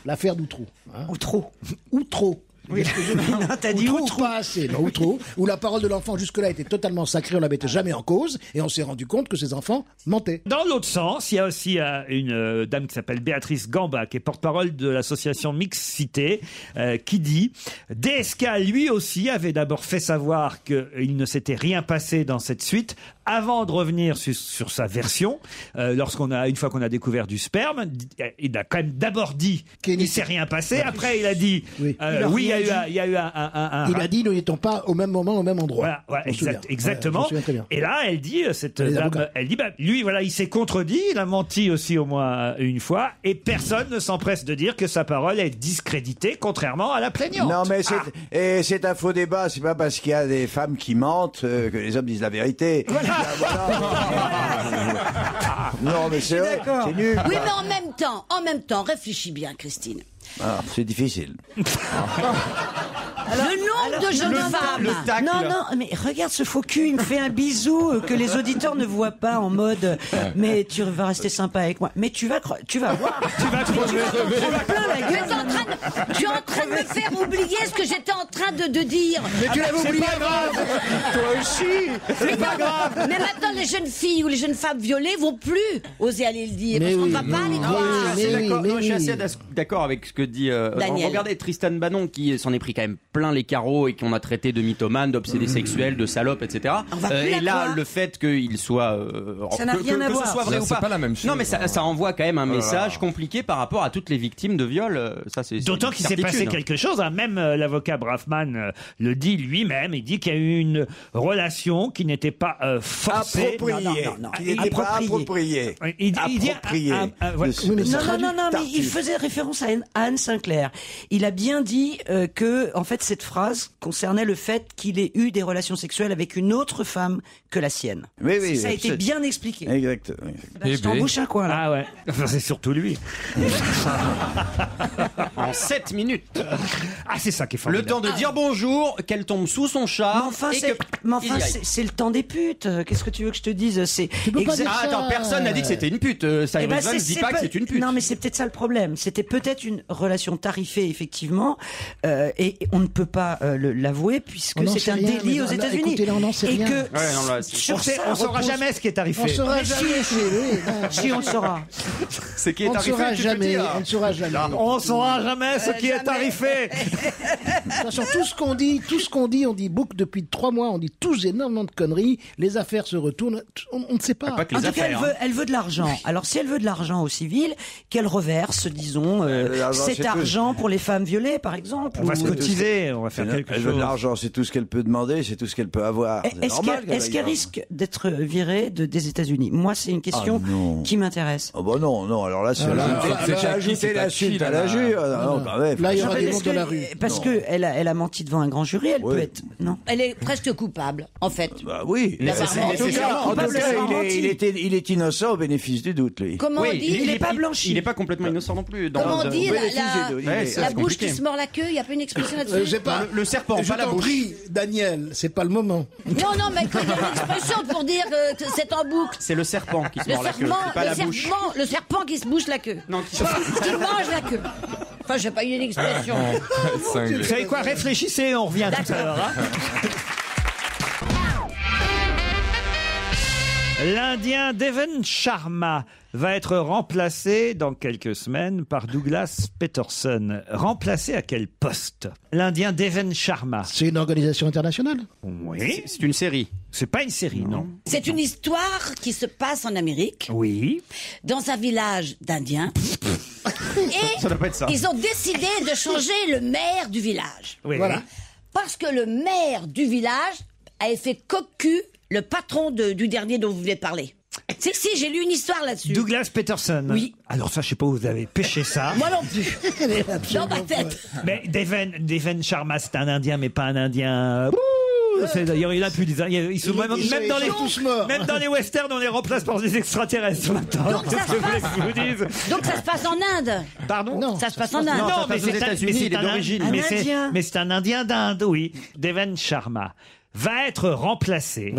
[SPEAKER 9] L'affaire hein. d'Outreau.
[SPEAKER 5] Outreau.
[SPEAKER 9] Outreau.
[SPEAKER 5] Oui. non, t'as dit
[SPEAKER 9] Outreau. Pas assez, non, Outreau. Où la parole de l'enfant jusque-là était totalement sacrée, on la mettait jamais en cause, et on s'est rendu compte que ces enfants mentaient.
[SPEAKER 3] Dans l'autre sens, il y a aussi euh, une euh, dame qui s'appelle Béatrice Gamba, qui est porte-parole de l'association Mixité, euh, qui dit DSK, lui aussi, avait d'abord fait savoir qu'il ne s'était rien passé dans cette suite avant de revenir su- sur sa version. Euh, Lorsqu'on a, une fois qu'on a découvert du sperme, di- euh, il a quand même d'abord dit qu'il ne s'est rien passé. Après, il a dit oui,
[SPEAKER 9] Il a
[SPEAKER 3] oui il y a
[SPEAKER 9] rien
[SPEAKER 3] eu, un-
[SPEAKER 9] dit.
[SPEAKER 3] il y a eu un, un- un- un-
[SPEAKER 9] Il a dit, nous n'étions pas au même moment, au même endroit.
[SPEAKER 3] Ah. voilà, voilà,
[SPEAKER 9] Je m'en souviens.
[SPEAKER 3] exact-
[SPEAKER 9] Ouais, je
[SPEAKER 3] exactement.
[SPEAKER 9] m'en souviens très bien.
[SPEAKER 3] et là, elle dit, euh, cette
[SPEAKER 9] Les
[SPEAKER 3] dame,
[SPEAKER 9] avocats.
[SPEAKER 3] elle dit, bah, lui, voilà, il s'est contredit, il a menti aussi au moins euh, une fois, et personne ne s'empresse de dire que sa parole est discréditée, contrairement à la plaignante.
[SPEAKER 11] Non, mais c'est,
[SPEAKER 3] Ah.
[SPEAKER 11] et c'est un faux débat. C'est pas parce qu'il y a des femmes qui mentent euh, que les hommes disent la vérité. Ah, non, mais c'est, vrai, c'est nul.
[SPEAKER 8] Oui, mais en même temps, en même temps, réfléchis bien, Christine.
[SPEAKER 11] Ah, c'est difficile.
[SPEAKER 8] le nombre de jeunes femmes.
[SPEAKER 5] Non, non, mais regarde ce faux cul, il me fait un bisou euh, que les auditeurs ne voient pas en mode euh, mais tu vas rester sympa avec moi. Mais tu vas cro- tu vas voir.
[SPEAKER 3] Ah,
[SPEAKER 5] tu vas
[SPEAKER 8] Tu es en train de, tu es en train de me faire oublier ce que j'étais en train de, de dire. Ah,
[SPEAKER 4] Mais tu l'avais oublié avant. Toi aussi.
[SPEAKER 8] Mais
[SPEAKER 4] C'est pas
[SPEAKER 8] non,
[SPEAKER 4] grave.
[SPEAKER 8] Mais maintenant, les jeunes filles ou les jeunes femmes violées vont plus oser aller le dire.
[SPEAKER 6] Mais
[SPEAKER 8] parce qu'on
[SPEAKER 6] oui,
[SPEAKER 8] va pas les
[SPEAKER 6] non,
[SPEAKER 8] croire.
[SPEAKER 6] je suis assez d'accord- non, je suis assez d'ac- d'accord avec ce que dit. euh,
[SPEAKER 8] Daniel.
[SPEAKER 6] regardez Tristan Bannon qui s'en est pris quand même plein les carreaux et qu'on a traité de mythomane, d'obsédé sexuel, de salope, etc.
[SPEAKER 5] va plus la
[SPEAKER 6] et là,
[SPEAKER 5] croire.
[SPEAKER 6] le fait qu'il soit. euh,
[SPEAKER 5] Ça n'a
[SPEAKER 6] que-
[SPEAKER 5] rien
[SPEAKER 6] que-
[SPEAKER 5] à
[SPEAKER 6] que ce
[SPEAKER 5] voir.
[SPEAKER 6] soit vrai
[SPEAKER 5] C'est
[SPEAKER 6] ou pas.
[SPEAKER 5] pas la même
[SPEAKER 6] Non, mais ça, ça envoie quand même un
[SPEAKER 3] là
[SPEAKER 6] message
[SPEAKER 3] là.
[SPEAKER 6] compliqué par rapport à toutes les victimes de viol. euh, Ça, c'est. c'est
[SPEAKER 3] D'autant
[SPEAKER 6] une
[SPEAKER 3] qu'il s'est passé
[SPEAKER 6] certitude.
[SPEAKER 3] quelque chose, hein. même euh, l'avocat Braffman euh, le dit lui-même, il dit qu'il y a eu une relation qui n'était pas euh, forcée.
[SPEAKER 11] Appropriée.
[SPEAKER 3] Non, non, non, non.
[SPEAKER 11] Qui n'était pas appropriée.
[SPEAKER 3] Oui, Il, il dit,
[SPEAKER 11] Appropriée.
[SPEAKER 3] ah, ah, ah, voilà.
[SPEAKER 5] non, non, non, non, mais il faisait référence à Anne- à Anne Sinclair. Il a bien dit euh, que, en fait, cette phrase concernait le fait qu'il ait eu des relations sexuelles avec une autre femme que la sienne.
[SPEAKER 11] Oui, oui,
[SPEAKER 5] ça a été
[SPEAKER 11] absolument.
[SPEAKER 5] bien expliqué.
[SPEAKER 11] Exact.
[SPEAKER 5] Bah, je t'embauche un coin, là.
[SPEAKER 3] Eh Ah ouais. Enfin, c'est surtout lui.
[SPEAKER 6] En 7 minutes.
[SPEAKER 3] Ah, c'est ça qui est
[SPEAKER 6] Le
[SPEAKER 3] formidable.
[SPEAKER 6] temps de dire bonjour, qu'elle tombe sous son char.
[SPEAKER 5] Mais enfin,
[SPEAKER 6] et
[SPEAKER 5] c'est,
[SPEAKER 6] que-
[SPEAKER 5] mais enfin,
[SPEAKER 6] il y aille.
[SPEAKER 5] c'est- c'est le temps des putes. Euh, Qu'est-ce que tu veux que je te dise C'est
[SPEAKER 6] Ah,
[SPEAKER 5] exact-
[SPEAKER 6] attends, personne n'a dit que c'était une pute. Euh,
[SPEAKER 5] Eh
[SPEAKER 6] Cyrus
[SPEAKER 5] ben,
[SPEAKER 6] Vane
[SPEAKER 5] c'est-
[SPEAKER 6] dit pas que
[SPEAKER 5] peut-
[SPEAKER 6] c'est une pute.
[SPEAKER 5] Non, mais c'est peut-être ça le problème. C'était peut-être une relation tarifée, effectivement, euh, et et on ne peut pas euh, le- l'avouer
[SPEAKER 9] On
[SPEAKER 5] puisque
[SPEAKER 9] n'en
[SPEAKER 5] c'est
[SPEAKER 9] sait
[SPEAKER 5] un
[SPEAKER 9] Oh rien, mais
[SPEAKER 5] délit aux
[SPEAKER 9] là,
[SPEAKER 5] États-Unis.
[SPEAKER 9] écoutez, là, on n'en sait
[SPEAKER 5] Et
[SPEAKER 9] rien.
[SPEAKER 5] que
[SPEAKER 9] Ouais, non, là, c'est-
[SPEAKER 5] sur
[SPEAKER 3] On sait-
[SPEAKER 5] ça
[SPEAKER 3] on saura
[SPEAKER 5] repose-
[SPEAKER 3] jamais ce qui est arrivé.
[SPEAKER 9] On saura
[SPEAKER 5] Mais si,
[SPEAKER 9] jamais,
[SPEAKER 5] si.
[SPEAKER 9] c'est- oui, non.
[SPEAKER 5] Si, on le saura.
[SPEAKER 3] Ce qui
[SPEAKER 9] On ne saura jamais, on ne saura jamais.
[SPEAKER 7] Ah.
[SPEAKER 3] On saura jamais ce qui est tarifé.
[SPEAKER 9] Attention, tout ce qu'on dit, tout ce qu'on dit, on dit beaucoup depuis trois mois, on dit tous énormément de conneries, les affaires se retournent, on, on ne sait pas.
[SPEAKER 5] en tout cas, elle
[SPEAKER 9] hein.
[SPEAKER 6] hein.
[SPEAKER 5] veut, elle veut de l'argent. Alors, si elle veut de l'argent au civil, qu'elle reverse, disons, euh,
[SPEAKER 11] l'argent, c'est
[SPEAKER 5] cet
[SPEAKER 11] tout.
[SPEAKER 5] argent pour les femmes violées, par exemple. ou-
[SPEAKER 3] on va
[SPEAKER 11] faire
[SPEAKER 3] quelque
[SPEAKER 11] euh, Elle veut de
[SPEAKER 3] chose.
[SPEAKER 11] l'argent, c'est tout ce qu'elle peut demander, c'est tout ce qu'elle peut
[SPEAKER 8] Eh,
[SPEAKER 11] avoir. C'est
[SPEAKER 5] Est-ce
[SPEAKER 11] normal
[SPEAKER 5] qu'elle est-ce
[SPEAKER 11] aille
[SPEAKER 5] qu'elle
[SPEAKER 11] voir.
[SPEAKER 5] risque d'être virée de- des États-Unis Moi, c'est une question
[SPEAKER 11] Ah, non.
[SPEAKER 5] qui m'intéresse.
[SPEAKER 11] Ah bah non, non, alors là, c'est
[SPEAKER 5] Ah là,
[SPEAKER 11] ajouter-
[SPEAKER 5] là,
[SPEAKER 11] bah, c'est
[SPEAKER 5] là,
[SPEAKER 11] ajouter
[SPEAKER 5] c'est pas
[SPEAKER 11] l'insulte
[SPEAKER 5] qui,
[SPEAKER 11] à
[SPEAKER 5] là,
[SPEAKER 11] la jus.
[SPEAKER 5] là.
[SPEAKER 11] Ah, non, bah ouais,
[SPEAKER 5] Non, mais parce que- Parce
[SPEAKER 11] Non.
[SPEAKER 5] qu'elle a, elle a menti devant un grand jury, elle peut être. Non.
[SPEAKER 8] Elle est presque coupable, en fait.
[SPEAKER 11] Bah oui.
[SPEAKER 8] Bah,
[SPEAKER 11] En tout
[SPEAKER 8] c'est- c'est-
[SPEAKER 11] cas, en tout
[SPEAKER 8] c'est-
[SPEAKER 11] cas,
[SPEAKER 8] c'est-
[SPEAKER 11] il est- il était- il est innocent au bénéfice du doute, lui.
[SPEAKER 8] Comment on dit
[SPEAKER 6] est Il n'est pas complètement innocent non plus. dans-
[SPEAKER 8] Comment on
[SPEAKER 6] dans-
[SPEAKER 8] dit
[SPEAKER 6] Ouais,
[SPEAKER 8] la, la-
[SPEAKER 6] c'est-
[SPEAKER 8] la
[SPEAKER 6] ouais, c'est
[SPEAKER 8] bouche
[SPEAKER 6] compliqué.
[SPEAKER 8] qui se mord la queue Il n'y a pas une expression là-dessus
[SPEAKER 9] Euh, j'ai pas- je t'en prie, Daniel, c'est pas le moment.
[SPEAKER 8] Non, non, mais quand il y a une expression pour dire euh, que c'est en boucle.
[SPEAKER 6] C'est le serpent qui se
[SPEAKER 8] Le
[SPEAKER 6] mord la queue,
[SPEAKER 8] serpent,
[SPEAKER 6] c'est pas la
[SPEAKER 8] le,
[SPEAKER 6] bouche.
[SPEAKER 8] serpent, le serpent qui se bouche la queue. Non, qui, mange la queue. Enfin, j'ai pas eu une expression.
[SPEAKER 6] Euh,
[SPEAKER 3] Vous savez quoi Réfléchissez, on revient tout à l'heure. hein. L'Indien Devon Sharma va être remplacé dans quelques semaines par Douglas Peterson. Remplacé à quel poste L'Indien Devon Sharma.
[SPEAKER 9] C'est une organisation internationale
[SPEAKER 3] Oui. C'est une série. C'est pas une série, non.
[SPEAKER 8] C'est une histoire qui se passe en Amérique,
[SPEAKER 3] Oui.
[SPEAKER 8] dans un village d'Indiens. Et
[SPEAKER 6] Ça doit pas être ça.
[SPEAKER 8] ils ont décidé de changer le maire du village.
[SPEAKER 6] Oui. Voilà.
[SPEAKER 8] Parce que le maire du village avait fait cocu le patron de- du dernier dont vous voulez parler. Si, si, j'ai lu une histoire là-dessus.
[SPEAKER 3] Douglas Peterson.
[SPEAKER 8] Oui.
[SPEAKER 3] Alors ça, je sais pas où vous avez pêché ça.
[SPEAKER 8] Moi non plus. Dans ma tête.
[SPEAKER 3] Mais Deven, Deven Sharma, c'est un Indien, mais pas un Indien. euh, bouh, c'est- D'ailleurs, il a plus des Indiens. Ils sont
[SPEAKER 9] Il-
[SPEAKER 3] même,
[SPEAKER 9] ils sont-
[SPEAKER 3] même dans
[SPEAKER 9] ils
[SPEAKER 3] les
[SPEAKER 9] sont tous morts.
[SPEAKER 3] même dans les westerns, on les remplace par des extraterrestres maintenant.
[SPEAKER 8] Donc, ça se
[SPEAKER 3] Qu'est-ce que vous voulez
[SPEAKER 8] passe-
[SPEAKER 3] que je vous dise
[SPEAKER 8] Donc ça se passe en Inde.
[SPEAKER 3] Pardon
[SPEAKER 8] Non, ça se passe en Inde.
[SPEAKER 3] Non, mais c'est un- mais c'est un- mais c'est-
[SPEAKER 8] Indien.
[SPEAKER 3] Mais c'est un Indien d'Inde, oui. Deven Sharma va être remplacé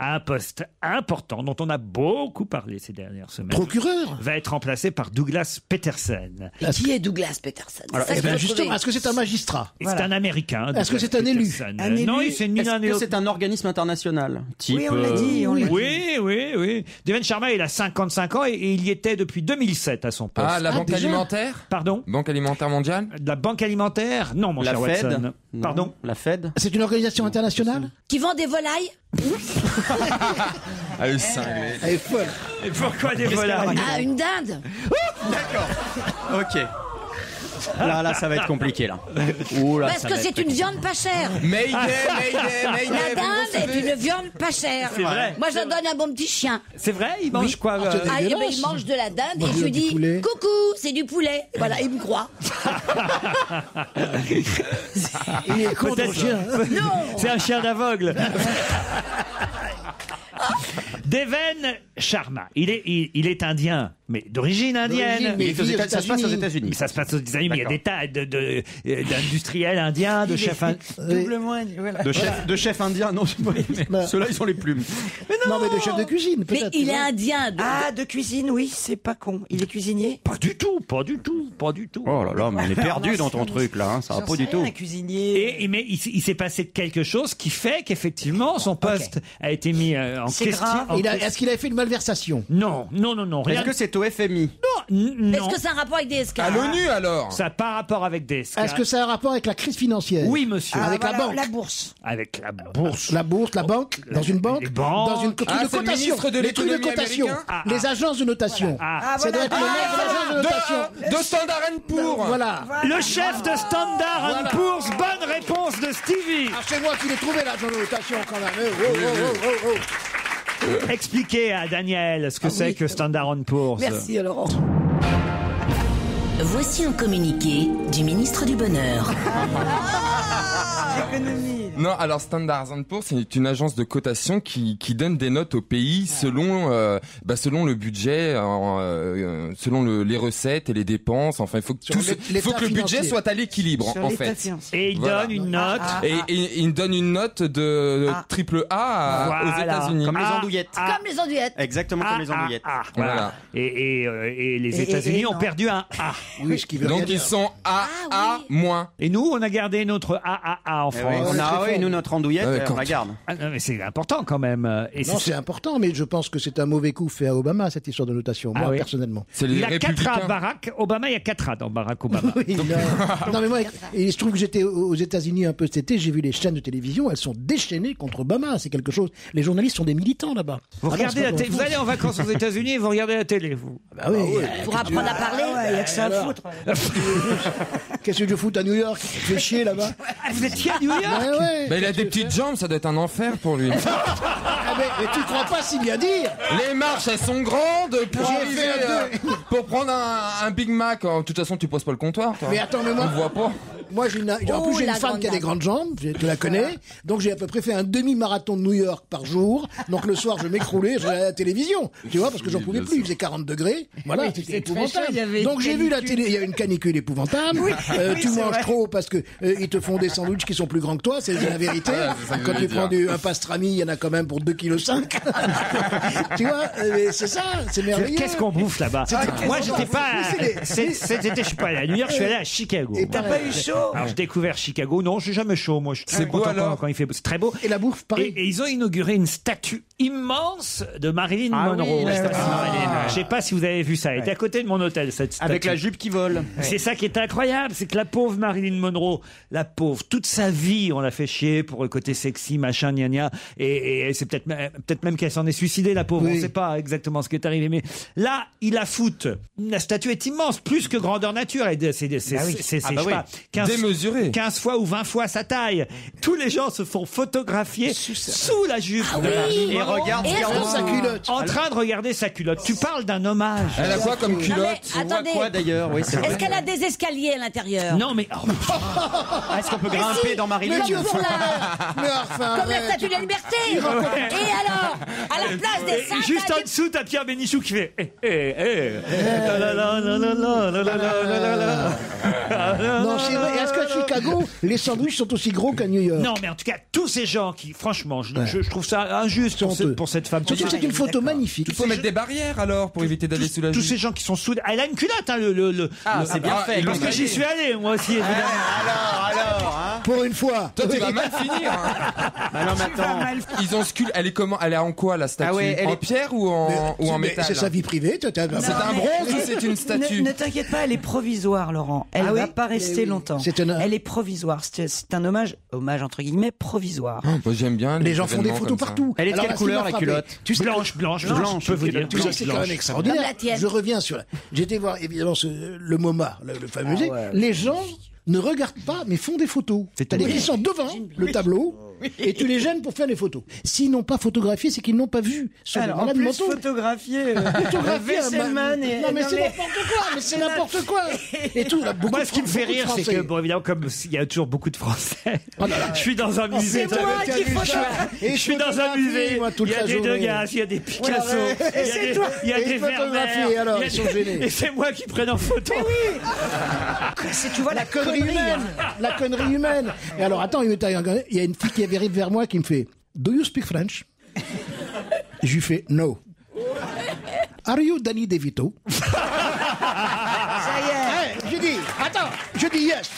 [SPEAKER 3] à un poste important dont on a beaucoup parlé ces dernières semaines.
[SPEAKER 9] Procureur
[SPEAKER 3] Va être remplacé par Douglas Peterson.
[SPEAKER 8] Et qui est Douglas Peterson
[SPEAKER 3] Alors,
[SPEAKER 8] C'est ça
[SPEAKER 3] eh
[SPEAKER 8] que
[SPEAKER 3] ben,
[SPEAKER 8] je veux
[SPEAKER 3] justement,
[SPEAKER 8] trouver.
[SPEAKER 9] Est-ce que c'est un magistrat
[SPEAKER 3] Et C'est un Américain.
[SPEAKER 9] Est-ce que c'est un élu
[SPEAKER 3] Un élu Non, il- c'est ni
[SPEAKER 6] Est-ce
[SPEAKER 3] l'un ni
[SPEAKER 6] que
[SPEAKER 3] l'autre.
[SPEAKER 6] c'est un organisme international type,
[SPEAKER 3] Oui, on l'a dit.
[SPEAKER 6] euh,
[SPEAKER 3] oui, oui, oui, Deven Sharma, il a 55 ans et, et il y était depuis 2007 à son poste.
[SPEAKER 7] Ah, la Banque alimentaire
[SPEAKER 3] Pardon
[SPEAKER 7] Banque alimentaire mondiale
[SPEAKER 3] La Banque alimentaire Non, mon
[SPEAKER 7] La
[SPEAKER 3] cher
[SPEAKER 7] Fed
[SPEAKER 3] Watson.
[SPEAKER 7] Non.
[SPEAKER 3] Pardon
[SPEAKER 6] La Fed
[SPEAKER 9] C'est une organisation internationale
[SPEAKER 8] Qui vend des volailles
[SPEAKER 7] Elle est cinglée.
[SPEAKER 9] Elle est folle.
[SPEAKER 3] Et pourquoi des volailles
[SPEAKER 8] Ah, une dinde
[SPEAKER 6] Ok. Là, là, ça va être compliqué, là. Ouh, là,
[SPEAKER 8] Parce
[SPEAKER 6] ça
[SPEAKER 8] que
[SPEAKER 6] va être
[SPEAKER 8] c'est une viande pas chère.
[SPEAKER 6] Mayday, mayday, mayday,
[SPEAKER 8] La dinde est une viande pas chère.
[SPEAKER 6] C'est vrai.
[SPEAKER 8] Moi, j'en donne à mon petit chien.
[SPEAKER 3] C'est vrai Il mange quoi
[SPEAKER 8] Ah,
[SPEAKER 3] euh,
[SPEAKER 8] eh ben, il mange de la dinde et je lui dis coucou, c'est du poulet. Voilà, il me croit.
[SPEAKER 9] Il est con, ton
[SPEAKER 3] Peut-être-
[SPEAKER 9] chien.
[SPEAKER 8] Non.
[SPEAKER 3] C'est un chien d'aveugle. Deven Sharma, il est, il, il est indien, mais d'origine indienne.
[SPEAKER 6] D'origine, mais Il est aux vit aux États- ça se passe aux États-Unis. États-Unis.
[SPEAKER 3] Mais Ça se passe aux États-Unis, mais il y a des tas de- de- euh, d'industriels
[SPEAKER 5] Ah,
[SPEAKER 3] indiens, de chefs indiens.
[SPEAKER 9] Doublement.
[SPEAKER 6] De chef, de chef indien, non, c'est pas mais Ceux-là, ils ont les plumes.
[SPEAKER 9] Mais non, mais de chef de cuisine,
[SPEAKER 5] Mais
[SPEAKER 9] peut-être.
[SPEAKER 5] il est
[SPEAKER 8] indien.
[SPEAKER 5] Ah, de cuisine, oui, c'est pas con. Il est cuisinier.
[SPEAKER 3] Pas du tout, pas du tout, pas du tout.
[SPEAKER 6] Oh là là, mais on est perdu dans ton truc, là. hein, Ça va
[SPEAKER 5] J'en
[SPEAKER 6] pas
[SPEAKER 5] sais
[SPEAKER 6] du tout.
[SPEAKER 5] rien, un cuisinier.
[SPEAKER 3] Et, mais il, s- il s'est passé quelque chose qui fait qu'effectivement son poste a été mis euh, en question. en
[SPEAKER 9] Il a-
[SPEAKER 3] question.
[SPEAKER 9] Est-ce qu'il avait fait une malversation
[SPEAKER 3] Non, non, non, non.
[SPEAKER 6] Est-ce que c'est au FMI
[SPEAKER 3] Non.
[SPEAKER 8] Est-ce que c'est un rapport avec des esclaves
[SPEAKER 7] alors
[SPEAKER 3] Ça n'a pas rapport avec des esclaves.
[SPEAKER 9] Est-ce que ça a un rapport avec la crise financière
[SPEAKER 3] Oui, monsieur.
[SPEAKER 9] Avec la banque
[SPEAKER 5] Ah, bah, bourse.
[SPEAKER 3] Avec la bourse. Oh,
[SPEAKER 9] La bourse, la banque, dans une banque,
[SPEAKER 3] les banques.
[SPEAKER 9] dans une truc
[SPEAKER 7] Ah,
[SPEAKER 9] de
[SPEAKER 7] c'est le
[SPEAKER 9] cotation,
[SPEAKER 7] ministre de
[SPEAKER 9] les trucs de
[SPEAKER 7] l'économie
[SPEAKER 9] cotation,
[SPEAKER 7] américain
[SPEAKER 3] Ah,
[SPEAKER 9] les agences de notation. ça doit être le maire de l'agence de
[SPEAKER 6] Ah,
[SPEAKER 9] notation.
[SPEAKER 7] De, de Standard Poor's
[SPEAKER 9] Voilà.
[SPEAKER 3] Le chef de Standard Poor's, bonne réponse de Stevie.
[SPEAKER 9] Ah, c'est moi qui l'ai trouvé l'agence de notation quand même. Oh, oh, oh, oh, oh.
[SPEAKER 3] Expliquez à Daniel
[SPEAKER 9] Ah
[SPEAKER 3] ce que c'est que Standard Poor's.
[SPEAKER 5] Merci, Laurent.
[SPEAKER 1] Voici un communiqué du ministre du Bonheur.
[SPEAKER 7] Non, alors Standard Poor's, c'est une agence de cotation qui, qui donne des notes au pays selon euh, bah, selon le budget, en, euh, selon le- les recettes et les dépenses. Enfin, il faut que,
[SPEAKER 9] Sur
[SPEAKER 7] tout se-
[SPEAKER 9] l'é-
[SPEAKER 7] faut que le
[SPEAKER 9] l'état
[SPEAKER 7] budget
[SPEAKER 9] financier.
[SPEAKER 7] soit à l'équilibre,
[SPEAKER 5] Sur
[SPEAKER 7] en
[SPEAKER 5] l'état
[SPEAKER 7] fait.
[SPEAKER 5] financier.
[SPEAKER 3] Et il
[SPEAKER 7] Voilà.
[SPEAKER 3] donne une
[SPEAKER 8] Ah,
[SPEAKER 3] note.
[SPEAKER 6] Ah.
[SPEAKER 7] Et, et il donne une note de triple A à-
[SPEAKER 3] Voilà.
[SPEAKER 7] aux États-Unis.
[SPEAKER 6] Comme les
[SPEAKER 3] Ah,
[SPEAKER 6] andouillettes.
[SPEAKER 8] ah. Comme les andouillettes.
[SPEAKER 6] Exactement
[SPEAKER 3] Ah,
[SPEAKER 6] comme les andouillettes.
[SPEAKER 3] ah, ah,
[SPEAKER 7] Voilà.
[SPEAKER 3] voilà. Et, et, euh, et les
[SPEAKER 5] Et- et-
[SPEAKER 3] États-Unis
[SPEAKER 5] et
[SPEAKER 3] ont
[SPEAKER 5] non.
[SPEAKER 3] perdu un A.
[SPEAKER 9] Oui, ce qui veut
[SPEAKER 7] Donc
[SPEAKER 9] rien
[SPEAKER 7] ils
[SPEAKER 9] dire.
[SPEAKER 7] sont
[SPEAKER 8] Ah
[SPEAKER 7] A, A, moins.
[SPEAKER 3] Et nous, on a gardé notre A, A, A en
[SPEAKER 7] Eh oui,
[SPEAKER 3] France.
[SPEAKER 7] on a A, oui, nous, notre andouillette,
[SPEAKER 3] Ah ouais,
[SPEAKER 7] euh, on
[SPEAKER 3] quand-
[SPEAKER 7] la garde.
[SPEAKER 3] Ah non, mais c'est important quand même. Et
[SPEAKER 9] Non, c'est important, mais je pense que c'est un mauvais coup fait à Obama, cette histoire de notation, moi,
[SPEAKER 3] Ah oui.
[SPEAKER 9] personnellement.
[SPEAKER 3] il y a 4 A Barack Obama, il y a 4 A dans Barack Obama.
[SPEAKER 9] Euh, Non, mais moi, il se trouve que j'étais aux États-Unis un peu cet été, j'ai vu les chaînes de télévision, elles sont déchaînées contre Obama, c'est quelque chose. Les journalistes sont des militants là-bas.
[SPEAKER 3] Vous, regardez la télé- vous allez en vacances aux États-Unis et vous regardez la télé, vous. bah
[SPEAKER 9] Ah oui,
[SPEAKER 8] Pour apprendre à parler
[SPEAKER 9] Ah il n'y a que ça à foutre. Qu'est-ce que je fous à New York Je vais chier là-bas.
[SPEAKER 3] Vous étiez à
[SPEAKER 9] New York Ouais, ouais.
[SPEAKER 7] Bah, il a des petites jambes, ça doit être un enfer pour lui.
[SPEAKER 9] Ah, mais, mais tu crois pas si bien dire
[SPEAKER 7] Les marches, elles sont grandes pour
[SPEAKER 9] J'ai
[SPEAKER 7] arriver,
[SPEAKER 9] fait un
[SPEAKER 7] euh, pour prendre un, un Big Mac. Oh, De toute façon, tu poses pas le comptoir. toi.
[SPEAKER 9] Mais attends, mais moi-
[SPEAKER 7] On voit pas.
[SPEAKER 9] Moi, j'ai une, en plus,
[SPEAKER 7] Oh,
[SPEAKER 9] j'ai une
[SPEAKER 7] la
[SPEAKER 9] femme
[SPEAKER 7] grande
[SPEAKER 9] qui a des
[SPEAKER 7] dame.
[SPEAKER 9] grandes jambes, je- tu la connais. Donc, j'ai à peu près fait un demi-marathon de New York par jour. Donc, le soir, je m'écroulais, je regardais la télévision. Tu vois, parce que j'en pouvais plus. Il faisait 40 degrés. Voilà,
[SPEAKER 16] Oui,
[SPEAKER 9] c'était
[SPEAKER 16] c'était très
[SPEAKER 9] épouvantable.
[SPEAKER 16] chaud, il y avait une
[SPEAKER 9] Donc, j'ai vu la
[SPEAKER 16] canicule.
[SPEAKER 9] télé, il y a une canicule épouvantable.
[SPEAKER 16] Oui,
[SPEAKER 9] Euh,
[SPEAKER 16] oui,
[SPEAKER 9] tu
[SPEAKER 16] c'est
[SPEAKER 9] manges
[SPEAKER 16] vrai.
[SPEAKER 9] trop parce que euh, ils te font des sandwichs qui sont plus grands que toi, c'est la vérité.
[SPEAKER 16] Ouais, c'est ça que je
[SPEAKER 9] quand
[SPEAKER 16] voulais
[SPEAKER 9] tu prends
[SPEAKER 16] dire.
[SPEAKER 9] du, un pastrami, il y en a quand même pour 2,5 kg. tu vois, euh, mais c'est ça, c'est merveilleux.
[SPEAKER 3] Qu'est-ce qu'on bouffe là-bas
[SPEAKER 9] C'était-
[SPEAKER 3] Moi, j'étais pas.
[SPEAKER 9] Mais c'est les-
[SPEAKER 3] c'est- Cet été, je suis pas allé à New York, je suis allé à Chicago.
[SPEAKER 9] Et t'as pas eu chaud
[SPEAKER 3] Alors, j'ai découvert Chicago. Non, j'ai jamais chaud. Moi, je suis très
[SPEAKER 9] beau,
[SPEAKER 3] content
[SPEAKER 9] alors
[SPEAKER 3] quand il fait beau. C'est très beau.
[SPEAKER 9] Et la bouffe, pareil.
[SPEAKER 3] Et, et ils ont inauguré une statue immense de Marilyn
[SPEAKER 6] Ah oui,
[SPEAKER 3] Monroe.
[SPEAKER 6] la statue de
[SPEAKER 3] Ah.
[SPEAKER 6] Marilyn, ouais.
[SPEAKER 3] Je sais pas si vous avez vu ça. Elle était à côté de mon hôtel cette statue.
[SPEAKER 6] Avec la jupe qui vole.
[SPEAKER 3] C'est ça qui est incroyable, c'est que la pauvre Marilyn Monroe, la pauvre, toute sa vie, on l'a fait chier pour le côté sexy, machin, gna gna. Et, et c'est peut-être peut même qu'elle s'en est suicidée, la pauvre. On ne sait pas exactement ce qui est arrivé. Mais là, il la fout. La statue est immense, plus que grandeur nature. Elle est- C'est c'est-
[SPEAKER 7] Bah oui.
[SPEAKER 3] c'est- c'est-
[SPEAKER 7] Ah
[SPEAKER 3] je
[SPEAKER 7] bah
[SPEAKER 3] sais
[SPEAKER 7] oui.
[SPEAKER 3] pas, 15
[SPEAKER 7] Démesuré.
[SPEAKER 3] 15 fois ou 20 fois sa taille. Tous les gens se font photographier sous la jupe.
[SPEAKER 7] Ah
[SPEAKER 3] de
[SPEAKER 7] oui.
[SPEAKER 3] Marilyn
[SPEAKER 7] Et
[SPEAKER 3] Monroe.
[SPEAKER 7] regarde ce Et qu'elle elle a
[SPEAKER 8] sa culotte.
[SPEAKER 3] En train de regarder sa culotte. Tu parles d'un hommage.
[SPEAKER 7] Elle a quoi comme
[SPEAKER 8] Non, mais
[SPEAKER 7] culotte
[SPEAKER 8] attendez. Est-ce qu'elle a des escaliers à l'intérieur Ah,
[SPEAKER 3] Non, mais.
[SPEAKER 6] oh. Est-ce qu'on peut
[SPEAKER 8] Mais
[SPEAKER 6] grimper
[SPEAKER 8] si,
[SPEAKER 6] dans Marilyn
[SPEAKER 8] mais tu pour la-
[SPEAKER 6] Mais enfin,
[SPEAKER 8] euh, Comme la
[SPEAKER 6] ouais,
[SPEAKER 9] euh,
[SPEAKER 8] statue de la liberté Et alors À la place des
[SPEAKER 3] Et
[SPEAKER 8] saints,
[SPEAKER 3] juste en dessous, t'as Pierre Bénichou qui fait. Eh, eh, eh. La, la, la, la, la, la, la, la, la, la, la.
[SPEAKER 9] Non, c'est vrai. Est-ce qu'à Chicago, les sandwichs sont aussi gros qu'à New York
[SPEAKER 3] Non, mais en tout cas, tous ces gens qui, franchement, je, je- je trouve ça injuste pour, ce- pour cette femme.
[SPEAKER 9] Surtout que c'est une photo magnifique.
[SPEAKER 7] Il faut mettre des barrières alors pour éviter d'aller sous la
[SPEAKER 3] Tous
[SPEAKER 7] jupe.
[SPEAKER 3] ces gens qui sont soudés. Elle a une culotte, hein, le. le, le-
[SPEAKER 7] Ah,
[SPEAKER 3] le-
[SPEAKER 7] c'est bien fait,
[SPEAKER 3] Parce
[SPEAKER 7] quand
[SPEAKER 3] que
[SPEAKER 7] même. Ah,
[SPEAKER 3] j'y suis allé, moi aussi, évidemment.
[SPEAKER 9] Pour une fois.
[SPEAKER 7] hein. Toi, tu vas mal finir. hein.
[SPEAKER 6] Ah non, mais attends.
[SPEAKER 7] Ils ont scul... Elle est comment Elle est en quoi la statue
[SPEAKER 6] Ah ouais, elle
[SPEAKER 7] En
[SPEAKER 6] est-
[SPEAKER 7] pierre ou en, ou en
[SPEAKER 9] Mais
[SPEAKER 7] métal
[SPEAKER 9] C'est sa vie privée, toi, t'as-
[SPEAKER 7] C'est un bronze ou c'est une statue
[SPEAKER 5] Ne, ne t'inquiète pas, elle est provisoire, Laurent. Elle
[SPEAKER 9] Ah
[SPEAKER 5] va
[SPEAKER 9] oui
[SPEAKER 5] pas rester
[SPEAKER 9] Eh oui.
[SPEAKER 5] longtemps. Elle est provisoire. C'est c'est un hommage, hommage entre guillemets, provisoire.
[SPEAKER 7] Hein, Moi, J'aime bien.
[SPEAKER 9] Les gens font des
[SPEAKER 7] événements
[SPEAKER 9] photos
[SPEAKER 7] comme ça.
[SPEAKER 9] partout. Alors là, ce qui m'a frappé, tu sais-
[SPEAKER 3] Blanche, blanche, blanche, je peux vous dire.
[SPEAKER 9] Tu sais, c'est quand
[SPEAKER 3] blanche.
[SPEAKER 9] même extraordinaire.
[SPEAKER 8] Comme la tienne.
[SPEAKER 9] Je reviens sur la... J'étais voir, évidemment, ce- le MoMA, le, le fameux musée. Les gens ne regardent pas, mais font des photos. T'as des
[SPEAKER 3] terrible.
[SPEAKER 9] qui sont devant le tableau et tu les gênes pour faire des photos. S'ils n'ont pas photographié, c'est qu'ils n'ont pas vu. Ce
[SPEAKER 5] Alors,
[SPEAKER 9] malade
[SPEAKER 5] en plus,
[SPEAKER 9] menton.
[SPEAKER 5] photographié, euh,
[SPEAKER 9] Photographié,
[SPEAKER 5] Vesselman
[SPEAKER 9] ma-
[SPEAKER 5] et-
[SPEAKER 9] Non, mais
[SPEAKER 5] non,
[SPEAKER 9] c'est
[SPEAKER 5] mais-
[SPEAKER 9] n'importe quoi, mais c'est n'importe quoi. Et tout, là, beaucoup
[SPEAKER 3] Moi,
[SPEAKER 9] de
[SPEAKER 3] ce qui me
[SPEAKER 9] Fran-
[SPEAKER 3] fait
[SPEAKER 9] beaucoup de
[SPEAKER 3] rire, c'est
[SPEAKER 9] Français.
[SPEAKER 3] que, bon, évidemment, comme il y a toujours beaucoup de Français, je suis dans un
[SPEAKER 9] Oh,
[SPEAKER 3] musée.
[SPEAKER 9] c'est moi qui photographie.
[SPEAKER 3] Je
[SPEAKER 9] Et je
[SPEAKER 3] suis dans un
[SPEAKER 9] photographie,
[SPEAKER 3] musée.
[SPEAKER 9] moi, toute
[SPEAKER 3] Il y a
[SPEAKER 9] la
[SPEAKER 3] des
[SPEAKER 9] journée.
[SPEAKER 3] Degas, il y a des Picasso,
[SPEAKER 9] Ouais, ouais.
[SPEAKER 3] il y a
[SPEAKER 9] Et
[SPEAKER 3] des-
[SPEAKER 9] toi
[SPEAKER 3] il y a
[SPEAKER 9] Et
[SPEAKER 3] des
[SPEAKER 9] je photographie,
[SPEAKER 3] Vermeer,
[SPEAKER 9] alors,
[SPEAKER 3] il y a
[SPEAKER 9] ils sont
[SPEAKER 3] des-
[SPEAKER 9] gênés. Eh
[SPEAKER 3] Et c'est moi qui prenne en photo.
[SPEAKER 5] Si tu vois la,
[SPEAKER 9] connerie humaine, la connerie humaine. Et alors attends, il m'est arrivé- il y a une fille qui arrive vers moi qui me fait Do you speak French Je lui fais No. Are you Danny DeVito
[SPEAKER 16] Ça y est.
[SPEAKER 9] Je dis Attends, je dis yes.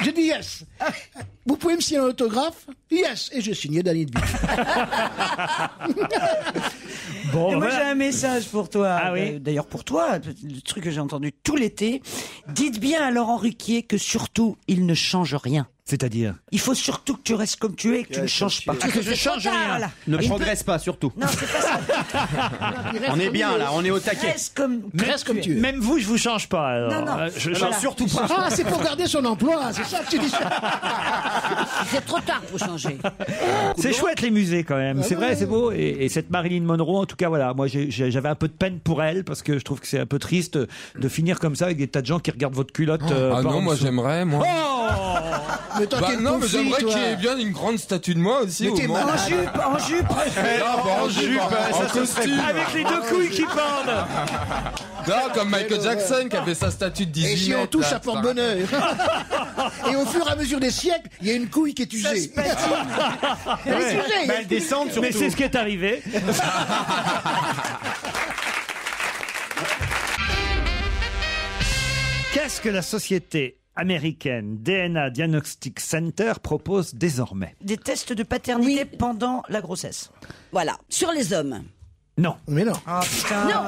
[SPEAKER 9] Je dis yes. Vous pouvez me signer un autographe Yes. Et j'ai signé Danny DeVito.
[SPEAKER 3] Bon,
[SPEAKER 5] Et moi
[SPEAKER 3] voilà. Ah
[SPEAKER 5] j'ai un message pour toi. Euh, D'ailleurs pour toi, le truc que j'ai entendu tout l'été. Dites bien à Laurent Ruquier que surtout il ne change rien.
[SPEAKER 3] C'est-à-dire
[SPEAKER 5] Il faut surtout que tu restes comme tu es et que tu ne changes pas.
[SPEAKER 6] Ah, que je
[SPEAKER 5] C'est trop
[SPEAKER 6] change
[SPEAKER 5] tard,
[SPEAKER 6] rien.
[SPEAKER 5] là.
[SPEAKER 6] Ne
[SPEAKER 5] Il
[SPEAKER 6] progresse pas surtout.
[SPEAKER 5] Non, c'est pas ça.
[SPEAKER 6] On est bien là, on est au taquet.
[SPEAKER 5] Reste comme,
[SPEAKER 3] Même-
[SPEAKER 5] reste comme tu es.
[SPEAKER 3] Même vous, je vous change pas. alors.
[SPEAKER 5] Non, non.
[SPEAKER 3] Euh, Je
[SPEAKER 5] Voilà.
[SPEAKER 3] change surtout pas.
[SPEAKER 9] Ah, c'est pour garder son emploi, c'est ça que tu dis.
[SPEAKER 8] c'est trop tard pour changer.
[SPEAKER 3] C'est chouette les musées quand
[SPEAKER 7] Ah
[SPEAKER 3] même. C'est vrai, c'est beau. Et, et cette Marilyn Monroe, en tout cas, voilà, moi j'ai- j'ai- j'avais un peu de peine pour elle parce que je trouve que c'est un peu triste de finir comme ça avec des tas de gens qui regardent votre culotte. euh,
[SPEAKER 7] Ah
[SPEAKER 3] par en
[SPEAKER 7] non, moi
[SPEAKER 3] dessous. Oh
[SPEAKER 7] j'aimerais, moi.
[SPEAKER 8] Oh.
[SPEAKER 9] Mais toi,
[SPEAKER 7] Bah
[SPEAKER 9] t'es
[SPEAKER 7] non, mais
[SPEAKER 9] confit,
[SPEAKER 7] j'aimerais
[SPEAKER 9] toi.
[SPEAKER 7] qu'il y ait bien une grande statue de moi aussi
[SPEAKER 9] Mais
[SPEAKER 7] au
[SPEAKER 9] t'es
[SPEAKER 7] moins.
[SPEAKER 9] malade. En jupe,
[SPEAKER 5] en jupe.
[SPEAKER 7] Eh, ah, bah, en jupe,
[SPEAKER 16] ça,
[SPEAKER 7] en
[SPEAKER 16] ça serait-
[SPEAKER 7] costume.
[SPEAKER 16] Avec
[SPEAKER 3] les deux couilles qui pendent.
[SPEAKER 7] Non, comme Michael Jackson qui avait sa statue de 18
[SPEAKER 9] Et si on
[SPEAKER 7] mètres,
[SPEAKER 9] touche
[SPEAKER 7] là,
[SPEAKER 9] à porte
[SPEAKER 7] ça-
[SPEAKER 9] bonheur. Et au fur et à mesure des siècles, il y a une couille qui est usée. Elle est usée, il y a une couille.
[SPEAKER 3] Mais c'est ce qui est arrivé. Qu'est-ce que la société américaine DNA Diagnostic Center propose désormais
[SPEAKER 5] Des tests de paternité pendant la grossesse. Ah,
[SPEAKER 8] Voilà, sur les hommes.
[SPEAKER 3] Non. Mais non.
[SPEAKER 8] Non,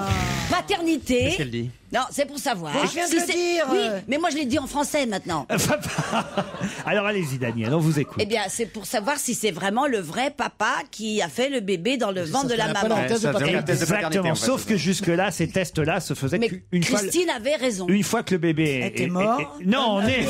[SPEAKER 8] paternité.
[SPEAKER 3] Qu'est-ce qu'elle dit
[SPEAKER 8] Non, c'est pour savoir.
[SPEAKER 5] Mais je viens de le
[SPEAKER 8] c'est-
[SPEAKER 5] dire,
[SPEAKER 8] Oui,
[SPEAKER 5] euh.
[SPEAKER 8] mais moi je l'ai dit en français maintenant.
[SPEAKER 3] Alors allez-y, Daniel, on vous écoute.
[SPEAKER 8] Eh bien, c'est pour savoir si c'est vraiment le vrai papa qui a fait le bébé dans le ventre de la
[SPEAKER 3] Pas
[SPEAKER 8] maman.
[SPEAKER 3] dans le test de paternité. Exactement. Sauf que jusque-là, ces tests-là se faisaient
[SPEAKER 8] Mais
[SPEAKER 3] qu'une fois,
[SPEAKER 8] Christine avait raison.
[SPEAKER 3] une fois que le bébé est-
[SPEAKER 8] était
[SPEAKER 3] est- est-
[SPEAKER 8] mort.
[SPEAKER 3] est- non, on est.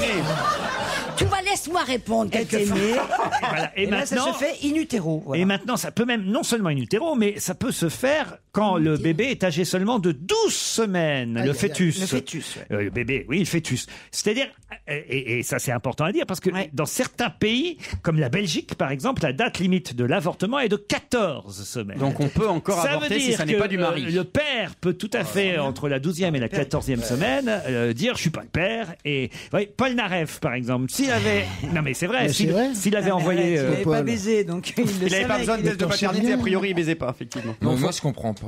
[SPEAKER 8] Tu vas laisse-moi répondre quelque
[SPEAKER 3] était
[SPEAKER 8] fois.
[SPEAKER 3] née. Voilà. Et,
[SPEAKER 8] Et là, ça
[SPEAKER 3] maintenant,
[SPEAKER 8] se fait
[SPEAKER 3] in utero. Et maintenant, ça peut même non seulement in utero, mais ça peut se faire quand le bébé est âgé seulement de 12 semaines,
[SPEAKER 5] Aïe, aïe,
[SPEAKER 3] le
[SPEAKER 5] aïe.
[SPEAKER 3] fœtus.
[SPEAKER 5] Le fœtus, ouais.
[SPEAKER 3] Euh, le bébé, oui, le fœtus. C'est-à-dire, euh, et, et ça c'est important à dire parce que dans certains pays, comme la Belgique par exemple, la date limite de l'avortement est de 14 semaines.
[SPEAKER 6] Donc on peut encore
[SPEAKER 3] ça
[SPEAKER 6] avorter
[SPEAKER 3] veut
[SPEAKER 6] si
[SPEAKER 3] dire
[SPEAKER 6] ça n'est
[SPEAKER 3] que,
[SPEAKER 6] pas du mari. Ah,
[SPEAKER 3] euh, Le père peut tout à fait, entre la 12e et la 14e semaine, euh, dire je suis pas le père. Et oui, Paul Naref, par exemple, s'il avait. Non, mais c'est vrai,
[SPEAKER 5] Mais
[SPEAKER 3] s'il
[SPEAKER 5] c'est vrai.
[SPEAKER 3] s'il avait
[SPEAKER 5] Ah, mais
[SPEAKER 3] envoyé. euh,
[SPEAKER 5] arrête, il avait pas Paul. baisé, donc il le
[SPEAKER 6] Il avait
[SPEAKER 5] savait
[SPEAKER 6] pas besoin de
[SPEAKER 5] qu'il
[SPEAKER 6] test de
[SPEAKER 5] était
[SPEAKER 6] paternité,
[SPEAKER 5] chien.
[SPEAKER 6] a priori, il baisait pas, effectivement.
[SPEAKER 7] Non, moi je comprends pas.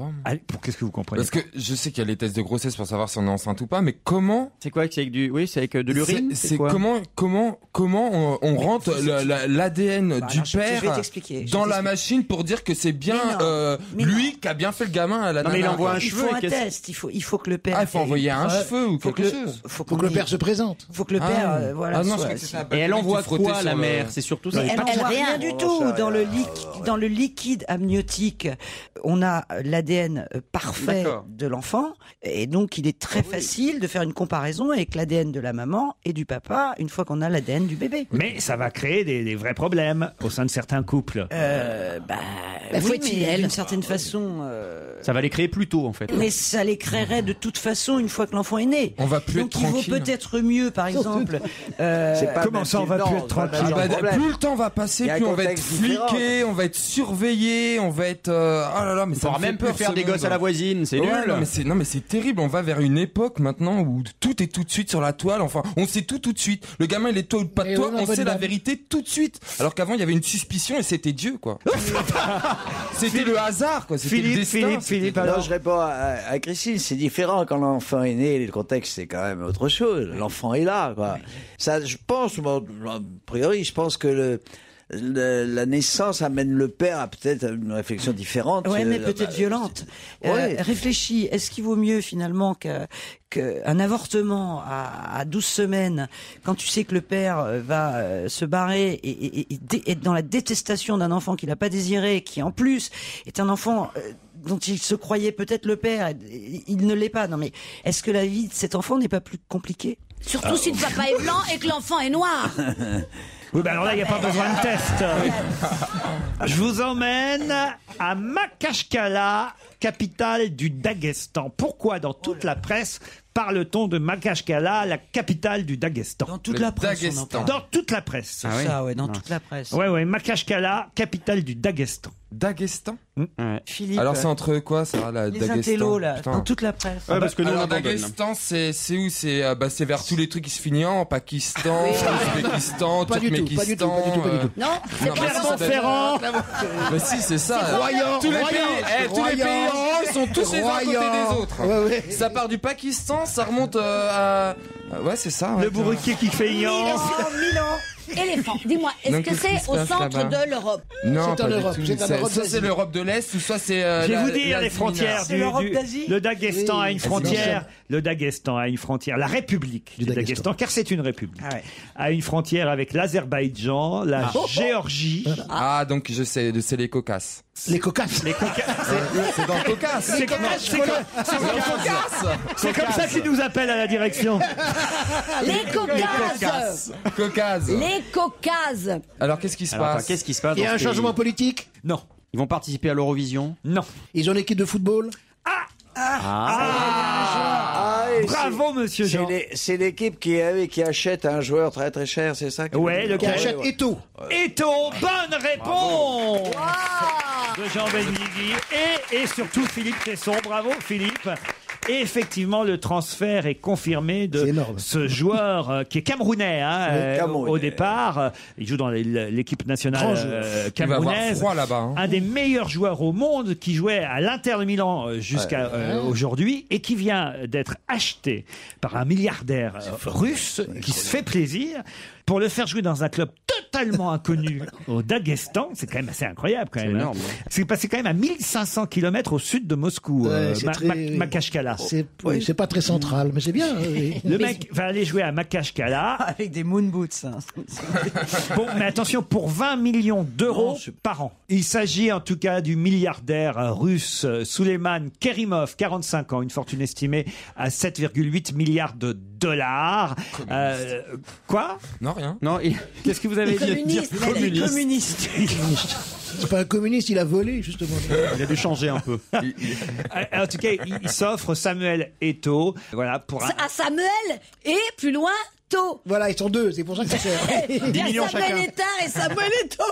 [SPEAKER 3] pour qu'est-ce que vous comprenez
[SPEAKER 7] Parce que je sais qu'il y a les tests de grossesse pour savoir si on est enceinte ou pas, mais comment
[SPEAKER 6] C'est quoi C'est avec du, oui, c'est avec euh, de l'urine.
[SPEAKER 7] C'est-
[SPEAKER 6] quoi
[SPEAKER 7] C'est comment comment comment on, on rentre le- la- l'ADN
[SPEAKER 6] Bah
[SPEAKER 7] du
[SPEAKER 6] alors, je- je vais
[SPEAKER 7] père
[SPEAKER 6] t'expliquer, je vais
[SPEAKER 7] dans la
[SPEAKER 6] t'expliquer.
[SPEAKER 7] machine pour dire que c'est bien
[SPEAKER 5] Mais non,
[SPEAKER 7] euh, lui qui a bien fait le gamin à la
[SPEAKER 5] Non, mais il
[SPEAKER 7] nana,
[SPEAKER 5] envoie
[SPEAKER 7] quoi.
[SPEAKER 5] un Il cheveu faut et un qu'est-ce- test, il faut- il faut que le père
[SPEAKER 7] Ah, il faut
[SPEAKER 5] ait-
[SPEAKER 7] envoyer un
[SPEAKER 5] Ouais.
[SPEAKER 7] cheveu ou
[SPEAKER 5] Faut que
[SPEAKER 7] quelque
[SPEAKER 5] le-
[SPEAKER 7] chose.
[SPEAKER 5] faut qu'on Faut que le père y- se
[SPEAKER 9] présente.
[SPEAKER 5] Faut que le père,
[SPEAKER 7] Ah.
[SPEAKER 5] euh, voilà.
[SPEAKER 7] Ah non, je
[SPEAKER 5] soit-
[SPEAKER 7] crois que c'est ça.
[SPEAKER 6] Et elle envoie
[SPEAKER 7] Tu frottais
[SPEAKER 6] quoi
[SPEAKER 7] sur
[SPEAKER 6] la
[SPEAKER 7] le-
[SPEAKER 6] mère C'est surtout ça.
[SPEAKER 5] Mais euh, elle n'envoie rien du tout. Dans le, liqui- dans le liquide amniotique, on a l'ADN euh, parfait
[SPEAKER 6] D'accord.
[SPEAKER 5] de l'enfant. Et donc, il est très facile de faire une comparaison avec l'ADN de la maman et du papa une fois qu'on a l'ADN du bébé.
[SPEAKER 3] Mais ça va créer des, des vrais problèmes au sein de certains couples.
[SPEAKER 5] Euh, bah,
[SPEAKER 3] Bah,
[SPEAKER 5] oui,
[SPEAKER 3] faut-il,
[SPEAKER 5] mais
[SPEAKER 3] elle
[SPEAKER 5] d'une certaine façon. euh,
[SPEAKER 6] Ça va les créer plus tôt, en fait.
[SPEAKER 5] Mais ça les créerait de toute façon une fois que l'enfant est né.
[SPEAKER 6] On va plus
[SPEAKER 5] Donc
[SPEAKER 6] être
[SPEAKER 5] il vaut
[SPEAKER 6] tranquille.
[SPEAKER 5] peut-être mieux, par exemple. euh,
[SPEAKER 7] C'est pas
[SPEAKER 3] Comment ça, on va plus être tranquille
[SPEAKER 7] Ah bah,
[SPEAKER 3] problème.
[SPEAKER 7] plus le temps va passer,
[SPEAKER 6] Il y a un
[SPEAKER 7] plus on va être
[SPEAKER 6] contexte différent.
[SPEAKER 7] fliqué, on va être surveillé, on va être. euh, Oh là là, mais ça
[SPEAKER 6] pourra
[SPEAKER 7] me fait
[SPEAKER 6] même plus
[SPEAKER 7] peur,
[SPEAKER 6] faire
[SPEAKER 7] ce
[SPEAKER 6] des
[SPEAKER 7] monde.
[SPEAKER 6] gosses à la voisine, c'est
[SPEAKER 7] Ouais,
[SPEAKER 6] nul.
[SPEAKER 7] Non mais c'est non mais c'est terrible. On va vers une époque maintenant où tout est tout de suite sur la toile. Enfin, on sait tout tout de suite. Le gamin, il est toi ou pas
[SPEAKER 3] Et
[SPEAKER 7] toi.
[SPEAKER 3] oui, ma
[SPEAKER 7] On
[SPEAKER 3] bonne
[SPEAKER 7] sait la
[SPEAKER 3] dame.
[SPEAKER 7] vérité tout de suite. Alors qu'avant, il y avait une suspicion et c'était Dieu quoi. c'était le hasard quoi. C'était le destin. c'était-
[SPEAKER 11] Non, je réponds à, à Christine, c'est différent quand l'enfant est né, le contexte c'est quand même autre chose. L'enfant est là, quoi. Ça, je pense, bon, a priori, je pense que le- le- la naissance amène le père à peut-être une réflexion différente.
[SPEAKER 5] Ouais, mais
[SPEAKER 11] Euh,
[SPEAKER 5] peut-être
[SPEAKER 11] bah,
[SPEAKER 5] violente. Euh, réfléchis, est-ce qu'il vaut mieux finalement qu'un avortement à, à 12 semaines, quand tu sais que le père euh, va euh, se barrer et, et- et dé- être dans la détestation d'un enfant qu'il n'a pas désiré, qui en plus est un enfant euh, dont il se croyait peut-être le père, et- et il ne l'est pas. Non mais est-ce que la vie de cet enfant n'est pas plus compliquée
[SPEAKER 8] Surtout si le papa est blanc et que l'enfant est noir.
[SPEAKER 3] Oui, bah alors là, il n'y a pas besoin de test. Je vous emmène à Makashkala, capitale du Daghestan. Pourquoi dans toute la presse parle-t-on de Makashkala, la capitale du Daghestan Dans
[SPEAKER 5] toute Le la presse, on en Daghestan. parle.
[SPEAKER 3] Dans toute la presse.
[SPEAKER 5] Ah oui Ça, ouais, dans toute la presse.
[SPEAKER 3] Ouais, ouais, Makashkala, capitale du Daghestan. Mm.
[SPEAKER 7] Daghestan
[SPEAKER 5] Philippe.
[SPEAKER 7] Alors c'est entre quoi ça la
[SPEAKER 5] Les
[SPEAKER 7] Daghestan
[SPEAKER 5] intellos, là,
[SPEAKER 7] Putain.
[SPEAKER 5] dans toute la presse.
[SPEAKER 7] Ah bah, alors, Daghestan, c'est c'est où C'est euh, bah, c'est vers tous les trucs qui se finissent en Pakistan, Ouzbékistan,
[SPEAKER 9] Pas du tout, pas du tout,
[SPEAKER 7] Turkmékistan.
[SPEAKER 9] pas du tout, pas du
[SPEAKER 7] euh,
[SPEAKER 9] tout. Non, c'est
[SPEAKER 7] mais
[SPEAKER 9] Clermont-Ferrand.
[SPEAKER 7] Mais si, c'est ça.
[SPEAKER 9] C'est Royan,
[SPEAKER 7] Tous les
[SPEAKER 9] Royan,
[SPEAKER 7] pays, eh,
[SPEAKER 9] c'est
[SPEAKER 7] tous les
[SPEAKER 9] Royan.
[SPEAKER 7] pays en haut, ils sont tous les uns à côté
[SPEAKER 9] Royan.
[SPEAKER 7] des autres.
[SPEAKER 9] Ouais, ouais.
[SPEAKER 7] Ça part du Pakistan, ça remonte euh, à. Ouais, c'est ça.
[SPEAKER 3] Le bourriquier qui fait
[SPEAKER 8] Milan, Milan. Éléphant, dis-moi, est-ce
[SPEAKER 7] Donc,
[SPEAKER 8] que
[SPEAKER 7] qu'est-ce qui
[SPEAKER 8] c'est
[SPEAKER 7] se
[SPEAKER 8] au
[SPEAKER 7] passe
[SPEAKER 8] centre
[SPEAKER 7] là-bas
[SPEAKER 8] de l'Europe
[SPEAKER 7] Non,
[SPEAKER 3] C'est en
[SPEAKER 7] pas du
[SPEAKER 3] Europe,
[SPEAKER 7] tout.
[SPEAKER 3] c'est en
[SPEAKER 7] Ça-
[SPEAKER 3] Europe
[SPEAKER 7] Soit
[SPEAKER 3] d'Asie.
[SPEAKER 7] c'est l'Europe de l'Est, ou soit c'est. euh,
[SPEAKER 3] Je vais
[SPEAKER 7] la-
[SPEAKER 3] vous dire les
[SPEAKER 7] l'Asie
[SPEAKER 3] frontières
[SPEAKER 7] mineure.
[SPEAKER 3] du, du- le Daghestan
[SPEAKER 7] Oui.
[SPEAKER 3] a une
[SPEAKER 7] Vas-y,
[SPEAKER 3] frontière,
[SPEAKER 7] Michel.
[SPEAKER 3] le Daghestan a une frontière, la République du, Daghestan, car c'est une république, a une frontière avec l'Azerbaïdjan, la
[SPEAKER 7] Ah.
[SPEAKER 3] Géorgie.
[SPEAKER 7] Ah, donc je sais, c'est les cocasses.
[SPEAKER 9] Les cocasses.
[SPEAKER 3] Les cocasses.
[SPEAKER 7] C'est dans Caucase.
[SPEAKER 3] C'est comme,
[SPEAKER 7] Caucase,
[SPEAKER 3] c'est comme-
[SPEAKER 7] Caucase.
[SPEAKER 3] c'est comme-
[SPEAKER 7] Caucase.
[SPEAKER 3] c'est comme ça qu'ils nous appellent à la direction.
[SPEAKER 8] Les
[SPEAKER 7] Caucases.
[SPEAKER 8] Caucases
[SPEAKER 7] Caucase.
[SPEAKER 8] Les Caucases
[SPEAKER 7] Alors qu'est-ce qui se
[SPEAKER 6] Alors,
[SPEAKER 7] passe
[SPEAKER 6] attends, qu'est-ce qui se passe
[SPEAKER 9] Il y a
[SPEAKER 6] dans
[SPEAKER 9] un
[SPEAKER 6] ce
[SPEAKER 9] changement
[SPEAKER 6] pays
[SPEAKER 9] politique
[SPEAKER 3] Non.
[SPEAKER 6] Ils vont participer à l'Eurovision
[SPEAKER 3] Non.
[SPEAKER 9] Ils ont l'équipe de football
[SPEAKER 6] Ah
[SPEAKER 11] Ah, et
[SPEAKER 3] Bravo,
[SPEAKER 11] c'est-
[SPEAKER 3] monsieur
[SPEAKER 11] c'est
[SPEAKER 3] Jean.
[SPEAKER 11] les- C'est l'équipe qui, euh, oui, qui achète un joueur très très cher, c'est ça
[SPEAKER 3] Ouais, le
[SPEAKER 11] Qui achète
[SPEAKER 9] Eto.
[SPEAKER 3] Eto, bonne réponse de Jean Benguigui et, et surtout Philippe Tesson. Bravo Philippe. Et effectivement, le transfert est confirmé de ce joueur euh, qui est camerounais, hein,
[SPEAKER 7] Oui,
[SPEAKER 3] euh,
[SPEAKER 7] Camerounais.
[SPEAKER 3] au départ. Euh, Il joue dans l- l'équipe nationale
[SPEAKER 7] Grand joueur.
[SPEAKER 3] euh,
[SPEAKER 7] Il va avoir
[SPEAKER 3] camerounaise.
[SPEAKER 7] froid là-bas, hein.
[SPEAKER 3] Un des meilleurs joueurs au monde qui jouait à l'Inter de Milan euh, jusqu'à
[SPEAKER 7] Ouais.
[SPEAKER 3] euh,
[SPEAKER 7] Ouais.
[SPEAKER 3] aujourd'hui et qui vient d'être acheté par un milliardaire euh, russe qui se fait plaisir pour le faire jouer dans un club totalement inconnu au Daghestan. C'est quand même assez incroyable quand même. hein.
[SPEAKER 6] énorme,
[SPEAKER 3] C'est passé quand même à 1500 km au sud de Moscou,
[SPEAKER 9] Ouais,
[SPEAKER 3] euh,
[SPEAKER 9] c'est
[SPEAKER 3] Ma-
[SPEAKER 9] très- Oh,
[SPEAKER 3] Ma- Makashkala.
[SPEAKER 9] C'est oui, c'est pas très central, mais c'est bien. euh, oui.
[SPEAKER 3] Le mec va aller jouer à Makashkala.
[SPEAKER 5] Avec des moon boots. hein.
[SPEAKER 3] Bon, mais attention, pour 20 millions d'euros par an. Il s'agit en tout cas du milliardaire euh, russe euh, Souleiman Kerimov, 45 ans, une fortune estimée à 7,8 milliards de dollars. Euh, quoi
[SPEAKER 7] Non, rien.
[SPEAKER 6] Non, qu'est-ce que vous
[SPEAKER 3] avez dit
[SPEAKER 9] Communiste. C'est pas un communiste, il a volé justement.
[SPEAKER 6] Il a dû changer un peu.
[SPEAKER 3] Euh, en tout cas, il, il s'offre Samuel Eto, voilà, pour un,
[SPEAKER 8] À Samuel et plus loin, Tôt.
[SPEAKER 9] Voilà, ils sont deux, c'est pour ça que ça sert.
[SPEAKER 3] hein.
[SPEAKER 8] Il y a Samuel Etard et Samuel Eto.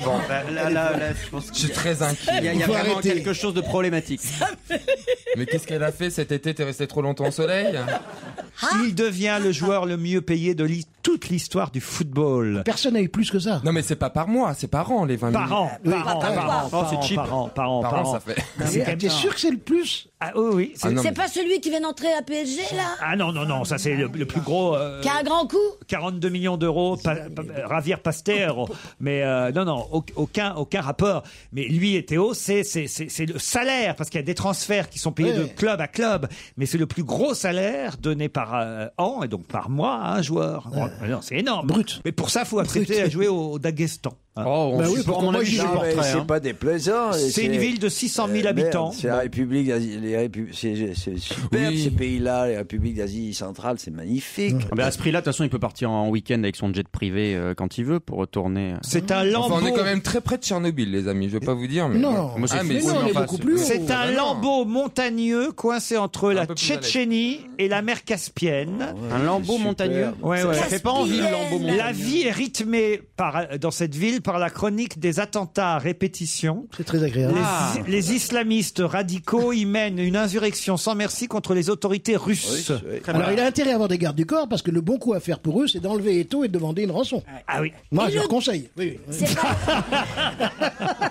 [SPEAKER 6] Bon, bah, là, là, là, je pense que-
[SPEAKER 7] Je suis très inquiet.
[SPEAKER 6] Il y a, il y a
[SPEAKER 7] Faut
[SPEAKER 6] vraiment
[SPEAKER 7] arrêter.
[SPEAKER 6] quelque chose de problématique.
[SPEAKER 7] Mais qu'est-ce qu'elle a fait cet été T'es resté trop longtemps au soleil
[SPEAKER 8] Ah.
[SPEAKER 3] Il devient le joueur le mieux payé de l'hi- toute l'histoire du football.
[SPEAKER 9] Personne n'a eu plus que ça.
[SPEAKER 7] Non, mais c'est pas par mois, c'est par an les 20
[SPEAKER 3] Par an,
[SPEAKER 7] millions.
[SPEAKER 3] par an,
[SPEAKER 7] par
[SPEAKER 3] par an,
[SPEAKER 7] an.
[SPEAKER 3] par
[SPEAKER 7] Oh,
[SPEAKER 3] an,
[SPEAKER 7] c'est cheap.
[SPEAKER 3] par an, par an,
[SPEAKER 7] Par
[SPEAKER 3] par
[SPEAKER 7] an,
[SPEAKER 3] an.
[SPEAKER 7] ça fait.
[SPEAKER 3] C'est quand même-
[SPEAKER 9] Ah, T'es sûr que c'est le plus
[SPEAKER 3] Ah oui, oui.
[SPEAKER 8] C'est pas celui qui vient d'entrer à PSG là
[SPEAKER 3] Ah non, non, non, ça c'est le, le plus gros. euh,
[SPEAKER 8] Qui a un grand coup
[SPEAKER 3] 42 millions d'euros, pa- pa- Ravir Pasteur, mais euh, non, non, au- aucun, aucun rapport. Mais lui et Théo, c'est c'est- c'est- c'est le salaire, parce qu'il y a des transferts qui sont payés
[SPEAKER 9] Ouais.
[SPEAKER 3] de club à club, mais c'est le plus gros salaire donné par euh, an, et donc par mois, à un joueur. Bon, non, c'est énorme. Brut. Mais pour ça, il faut accepter à jouer au, au Daghestan.
[SPEAKER 6] Oh,
[SPEAKER 11] Bah oui, supporte- pourquoi on a moi, vu j'y- non, supporterait, mais c'est hein. pas déplaisant.
[SPEAKER 3] C'est une
[SPEAKER 11] C'est-
[SPEAKER 3] ville de 600 000
[SPEAKER 11] Euh, merde,
[SPEAKER 3] habitants.
[SPEAKER 11] C'est la République d'Asie. les répu- C'est c'est superbe ces pays-là, les républiques d'Asie centrale, c'est magnifique.
[SPEAKER 6] Ah, mais à ce prix-là, de toute façon, il peut partir en week-end avec son jet privé euh, quand il veut pour retourner. euh.
[SPEAKER 3] C'est un
[SPEAKER 7] Enfin, on est quand même très près de Tchernobyl, les amis. Je vais pas vous dire, mais.
[SPEAKER 6] Non. Moi, c'est
[SPEAKER 7] ah,
[SPEAKER 6] fou.
[SPEAKER 7] mais
[SPEAKER 6] Mais
[SPEAKER 7] c'est
[SPEAKER 6] non, on
[SPEAKER 7] en
[SPEAKER 6] est
[SPEAKER 7] face.
[SPEAKER 6] beaucoup plus haut. Ah,
[SPEAKER 3] C'est un
[SPEAKER 6] Vraiment.
[SPEAKER 3] lambeau montagneux coincé entre la
[SPEAKER 6] plus à l'aise.
[SPEAKER 3] Tchétchénie et la mer Caspienne.
[SPEAKER 6] Un lambeau super. montagneux
[SPEAKER 3] Ouais,
[SPEAKER 6] Ça
[SPEAKER 3] ouais.
[SPEAKER 6] fait pas envie, le lambeau montagneux.
[SPEAKER 3] La vie est rythmée par, dans cette ville par la chronique des attentats à répétition.
[SPEAKER 9] C'est très agréable.
[SPEAKER 3] Les,
[SPEAKER 9] Ah.
[SPEAKER 3] les islamistes radicaux y mènent une insurrection sans merci contre les autorités russes.
[SPEAKER 9] Alors il a intérêt à avoir des gardes du corps parce que le bon coup à faire pour eux, c'est d'enlever Eto et de demander une rançon.
[SPEAKER 3] Ah oui.
[SPEAKER 9] Moi, je leur conseille. Oui, oui.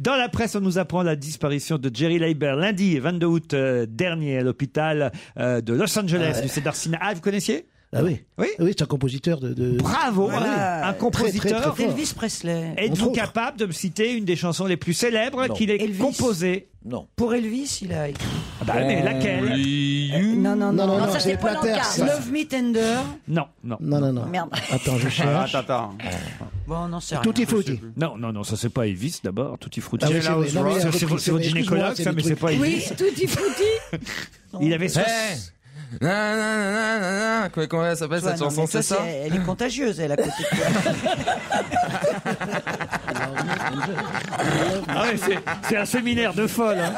[SPEAKER 3] Dans la presse, on nous apprend la disparition de Jerry Leiber lundi 22 août euh, dernier à l'hôpital euh, de Los Angeles
[SPEAKER 9] Ah ouais.
[SPEAKER 3] du Cedar Sinai. Ah, vous connaissiez
[SPEAKER 9] Ah oui.
[SPEAKER 3] Oui,
[SPEAKER 9] oui c'est un compositeur de. de-
[SPEAKER 3] Bravo,
[SPEAKER 9] Ouais, Ah
[SPEAKER 3] un-
[SPEAKER 9] oui.
[SPEAKER 5] euh,
[SPEAKER 3] un compositeur.
[SPEAKER 9] Très, très, très
[SPEAKER 5] Elvis Presley.
[SPEAKER 3] Êtes-vous capable de me citer une des chansons les plus célèbres
[SPEAKER 5] Non.
[SPEAKER 3] qu'il ait
[SPEAKER 5] Elvis.
[SPEAKER 3] composée
[SPEAKER 11] Non.
[SPEAKER 5] Pour Elvis, il a écrit.
[SPEAKER 3] Ah bah, mais laquelle
[SPEAKER 5] Non, non, non,
[SPEAKER 9] non, ça, c'est
[SPEAKER 5] pas Ah.
[SPEAKER 9] Plater,
[SPEAKER 5] Lanka.
[SPEAKER 9] ça.
[SPEAKER 5] Love Me Tender.
[SPEAKER 3] Non, non.
[SPEAKER 9] Non, non, non.
[SPEAKER 5] Merde.
[SPEAKER 9] Attends, je
[SPEAKER 6] Ah,
[SPEAKER 9] cherche.
[SPEAKER 5] Bon, non, c'est rien.
[SPEAKER 9] Tout est fauté.
[SPEAKER 3] Ah, Non, non, non, ça c'est pas Elvis d'abord, Tutti Frutti.
[SPEAKER 9] Ah oui, c'est vrai. Non, mais
[SPEAKER 3] Ça,
[SPEAKER 9] Tutti
[SPEAKER 3] c'est vo-
[SPEAKER 9] Frutti,
[SPEAKER 3] c'est votre
[SPEAKER 9] excuse-moi,
[SPEAKER 3] gynécologue,
[SPEAKER 9] c'est
[SPEAKER 3] ça,
[SPEAKER 9] des
[SPEAKER 3] mais c'est
[SPEAKER 9] trucs-
[SPEAKER 3] pas
[SPEAKER 8] Oui,
[SPEAKER 3] Elvis.
[SPEAKER 8] tutti frutti.
[SPEAKER 3] Il avait soix-
[SPEAKER 7] Hey Nan, nan, nan, nan, nan. Quoi, Comment elle s'appelle
[SPEAKER 5] Toi,
[SPEAKER 7] cette
[SPEAKER 5] non,
[SPEAKER 7] chanson
[SPEAKER 5] mais
[SPEAKER 7] C'est
[SPEAKER 5] toi,
[SPEAKER 7] ça
[SPEAKER 5] Bah, c'est- Elle est contagieuse, elle, à côté de toi.
[SPEAKER 3] Ah ouais, c'est- c'est un séminaire de folle. hein.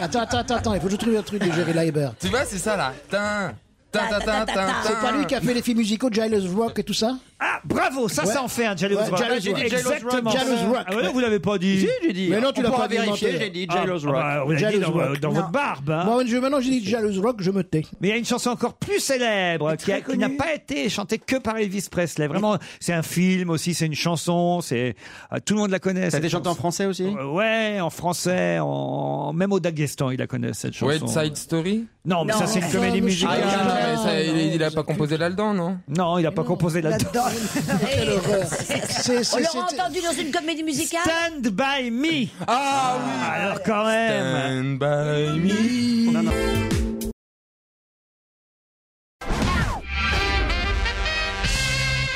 [SPEAKER 9] Attends, attends, attends, attends, il faut que je trouve un truc de Jerry Leiber.
[SPEAKER 7] Tu vois, c'est ça là. Tin, tin, tin, tin, tin, tin.
[SPEAKER 9] C'est pas lui qui a fait les films musicaux de Jailhouse Rock et tout ça
[SPEAKER 3] Ah, bravo, ça, ça en fait un Jailhouse
[SPEAKER 9] Ouais,
[SPEAKER 3] Rock.
[SPEAKER 9] Jailhouse Rock.
[SPEAKER 3] Exactement.
[SPEAKER 9] Jailhouse Rock.
[SPEAKER 3] Ah ouais, non, vous l'avez pas dit.
[SPEAKER 9] Si, j'ai dit. Mais non, tu
[SPEAKER 3] On
[SPEAKER 9] l'as
[SPEAKER 3] pourra
[SPEAKER 9] pas dit,
[SPEAKER 3] vérifier,
[SPEAKER 9] menteur.
[SPEAKER 3] J'ai dit
[SPEAKER 9] Ah,
[SPEAKER 3] Jailhouse
[SPEAKER 9] ah
[SPEAKER 3] Rock.
[SPEAKER 9] bah,
[SPEAKER 3] vous l'avez dit
[SPEAKER 9] Jailhouse
[SPEAKER 3] dans,
[SPEAKER 9] Rock.
[SPEAKER 3] dans
[SPEAKER 9] Non.
[SPEAKER 3] votre barbe. hein.
[SPEAKER 9] Moi, je- maintenant, j'ai dit Jailhouse Rock, je me tais.
[SPEAKER 3] Mais il y a une chanson encore plus célèbre qui a- qui n'a pas été chantée que par Elvis Presley. Vraiment, c'est un film aussi, c'est une chanson, c'est euh, tout le monde la connaît.
[SPEAKER 6] Ça a
[SPEAKER 3] cette
[SPEAKER 6] été chanté en
[SPEAKER 3] chanson.
[SPEAKER 6] français aussi
[SPEAKER 3] Euh, Ouais, en français, en... même au Daghestan, ils la connaissent cette chanson.
[SPEAKER 7] West Side Story
[SPEAKER 3] Non, mais ça c'est une comédie musicale.
[SPEAKER 7] Ah, mais ça, il, il a pas composé là-dedans, non
[SPEAKER 3] Non, il a pas composé là-dedans.
[SPEAKER 9] Quelle horreur. C'est-
[SPEAKER 8] On
[SPEAKER 9] c'est-
[SPEAKER 8] l'aura
[SPEAKER 9] c'est-
[SPEAKER 8] entendu dans une comédie musicale
[SPEAKER 3] Stand by me.
[SPEAKER 7] Ah oui.
[SPEAKER 3] Alors quand même.
[SPEAKER 7] Stand by me.